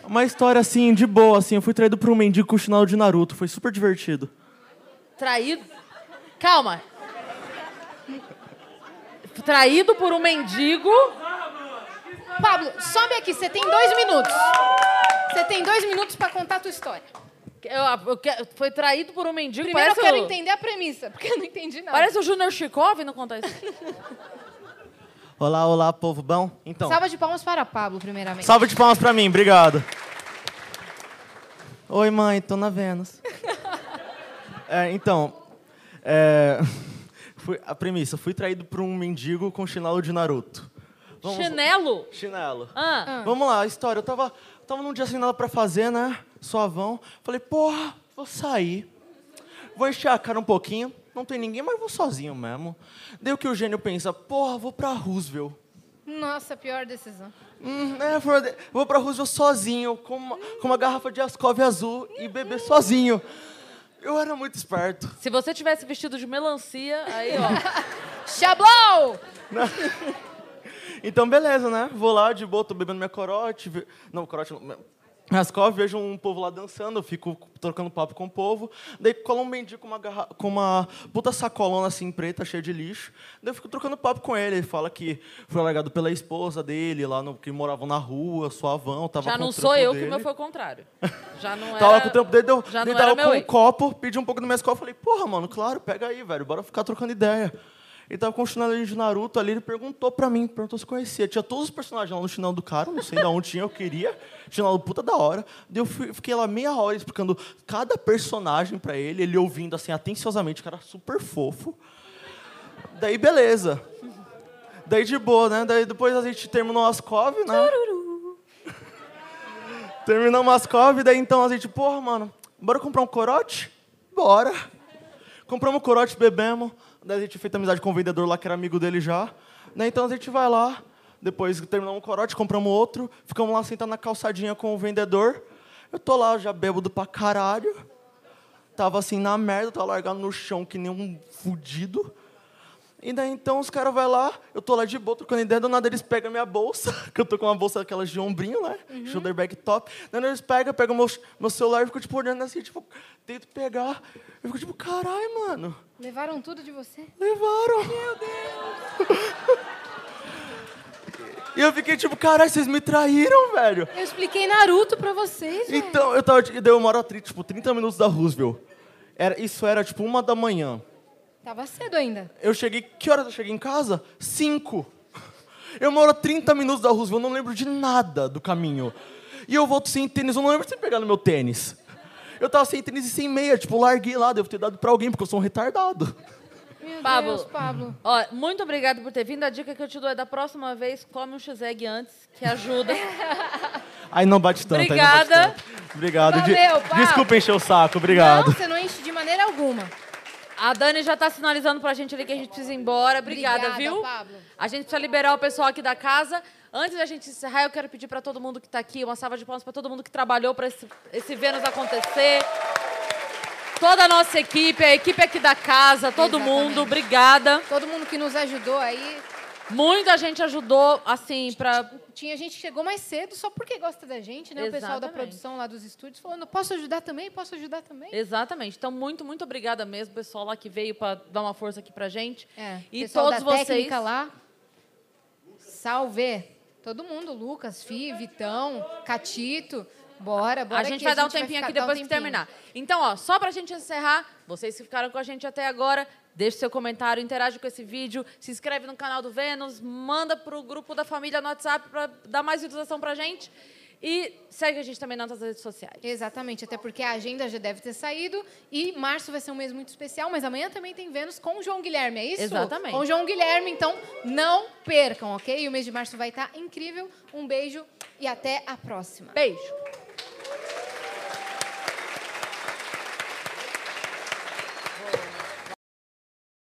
Speaker 20: Uma história assim, de boa, assim, eu fui traído por um mendigo com o chinelo de Naruto, foi super divertido.
Speaker 1: Traído. Calma. Traído por um mendigo.
Speaker 2: Pablo, sobe aqui, você tem dois minutos. Você tem dois minutos pra contar a tua história.
Speaker 1: Eu- eu que- foi traído por um mendigo.
Speaker 2: Primeiro
Speaker 1: parece
Speaker 2: eu quero
Speaker 1: o-
Speaker 2: entender a premissa, porque eu não entendi nada.
Speaker 1: Parece o Junior Chikov não contar
Speaker 2: *laughs*
Speaker 1: isso.
Speaker 20: Olá, olá, povo bom? Então,
Speaker 2: Salva de palmas para Pablo, primeiramente.
Speaker 20: salve de palmas pra mim, obrigado. Oi, mãe, tô na Vênus. *laughs* É, então, é, *laughs* fui- a premissa, fui traído por um mendigo com chinelo de Naruto.
Speaker 1: Chinelo?
Speaker 20: Chinelo.
Speaker 1: Ah.
Speaker 20: Vamos lá, a história. Eu tava, tava num dia sem nada pra fazer, né? Suavão. Falei, porra, vou sair. Vou encher a cara um pouquinho. Não tem ninguém, mas vou sozinho mesmo. Daí o que o gênio pensa, porra, vou pra Roosevelt.
Speaker 2: Nossa, pior decisão.
Speaker 20: Hum, é, vou- vou pra Roosevelt sozinho, com uma, com uma garrafa de Ascov azul e beber sozinho. Eu era muito esperto.
Speaker 1: Se você tivesse vestido de melancia, aí, ó.
Speaker 2: Xablou!
Speaker 20: *laughs* Então, beleza, né? Vou lá de boa, tô bebendo minha corote. ve- Não, corote não. Rascov, vejo um povo lá dançando, eu fico trocando papo com o povo. Daí cola um mendigo com uma, garra... com uma puta sacolona assim preta, cheia de lixo. Daí eu fico trocando papo com ele. Ele fala que foi largado pela esposa dele, lá no... que moravam na rua, suavão, tava
Speaker 1: Já
Speaker 20: com
Speaker 1: não
Speaker 20: o
Speaker 1: sou
Speaker 20: trampo
Speaker 1: eu, que
Speaker 20: dele.
Speaker 1: o meu foi o contrário. Já não
Speaker 20: *laughs* Tava
Speaker 1: era...
Speaker 20: com o tempo dele, deu,
Speaker 1: já
Speaker 20: ele
Speaker 1: não era
Speaker 20: tava
Speaker 1: meu
Speaker 20: com um
Speaker 1: ex.
Speaker 20: copo, pedi um pouco do meu escola, falei, porra, mano, claro, pega aí, velho, bora ficar trocando ideia. Ele tava com o chinelo de Naruto ali, ele perguntou pra mim, perguntou se conhecia. Tinha todos os personagens lá no chinelo do cara, não sei de onde tinha, eu queria. Chinelo puta da hora. Daí eu fui- fiquei lá meia hora explicando cada personagem pra ele, ele ouvindo assim atenciosamente, cara super fofo. Daí beleza. Daí de boa, né? Daí depois a gente terminou as cove, né? Terminou umas cove, daí então a gente, porra, mano, bora comprar um corote? Bora. Compramos um corote, bebemos. Daí a gente fez amizade com o vendedor lá, que era amigo dele já. Daí então a gente vai lá, depois que terminamos um corote, compramos outro. Ficamos lá sentados na calçadinha com o vendedor. Eu tô lá já bêbado pra caralho. Tava assim na merda, tava largado no chão que nem um fudido. E daí então os caras vão lá, eu tô lá de boa, trocando ideia, do nada eles pegam minha bolsa, *laughs* que eu tô com uma bolsa daquelas de ombrinho, né?
Speaker 21: Uhum.
Speaker 20: Shoulder bag top. Daí eles pegam, pegam meu, meu celular e ficam tipo olhando assim, tipo, tento pegar. Eu fico tipo, caralho, mano.
Speaker 2: Levaram tudo de você?
Speaker 20: Levaram.
Speaker 2: Meu Deus.
Speaker 20: E eu fiquei tipo, caralho, vocês me traíram, velho.
Speaker 2: Eu expliquei Naruto pra vocês, velho.
Speaker 20: Então, eu tava, e daí eu moro a tri- tipo, 30 minutos da Roosevelt. Era, isso era tipo uma da manhã.
Speaker 2: Tava cedo ainda.
Speaker 20: Eu cheguei. Que horas eu cheguei em casa? Cinco. Eu moro a 30 minutos da Roosevelt, eu não lembro de nada do caminho. E eu volto sem tênis, eu não lembro de ter pegado meu tênis. Eu tava sem tênis e sem meia, tipo, larguei lá, devo ter dado pra alguém, porque eu sou um retardado.
Speaker 2: Meu
Speaker 1: Pablo.
Speaker 2: Deus, Pablo.
Speaker 1: Ó, muito obrigado por ter vindo. A dica que eu te dou é da próxima vez, come um x-egg antes, que
Speaker 20: *laughs*
Speaker 1: ajuda.
Speaker 20: Aí Tá, não bate tanto, aí não bate
Speaker 1: Obrigada.
Speaker 20: tanto. Obrigado. De-
Speaker 1: Valeu, Pablo.
Speaker 20: Desculpa encher o saco, obrigado.
Speaker 2: Você não enche de maneira alguma.
Speaker 1: A Dani já tá sinalizando pra gente ali que a gente precisa ir embora. Obrigada,
Speaker 2: Obrigada,
Speaker 1: viu?
Speaker 2: Pablo.
Speaker 1: A gente precisa liberar o pessoal aqui da casa. Antes da gente encerrar, eu quero pedir pra todo mundo que tá aqui uma salva de palmas pra todo mundo que trabalhou pra esse, esse Vênus acontecer. Toda a nossa equipe, a equipe aqui da casa, todo mundo, obrigada.
Speaker 2: Todo mundo que nos ajudou aí.
Speaker 1: Muita gente ajudou, assim, pra.
Speaker 2: Tinha gente que chegou mais cedo só porque gosta da gente, né? O pessoal da
Speaker 1: Exatamente.
Speaker 2: produção lá dos estúdios falando, posso ajudar também? Posso ajudar também?
Speaker 1: Exatamente. Então, muito, muito obrigada mesmo, pessoal lá que veio pra dar uma força aqui pra gente.
Speaker 2: É,
Speaker 1: E
Speaker 2: pessoal
Speaker 1: todos
Speaker 2: da
Speaker 1: vocês.
Speaker 2: técnica lá. Salve! Todo mundo, Lucas, Fi, Vitão, Catito. Bora, bora.
Speaker 1: a gente
Speaker 2: que
Speaker 1: vai dar um tempinho
Speaker 2: ficar-
Speaker 1: aqui
Speaker 2: dar um
Speaker 1: depois que
Speaker 2: tempinho.
Speaker 1: terminar. Então, ó, só pra gente encerrar, vocês que ficaram com a gente até agora, deixe seu comentário, interage com esse vídeo, se inscreve no canal do Vênus, manda pro grupo da família no WhatsApp pra dar mais utilização pra gente e segue a gente também nas nossas redes sociais.
Speaker 2: Exatamente, até porque a agenda já deve ter saído e março vai ser um mês muito especial, mas amanhã também tem Vênus com o João Guilherme, é isso?
Speaker 1: Exatamente.
Speaker 2: Com o João Guilherme, então não percam, ok? E o mês de março vai estar incrível. Um beijo e até a próxima.
Speaker 1: Beijo!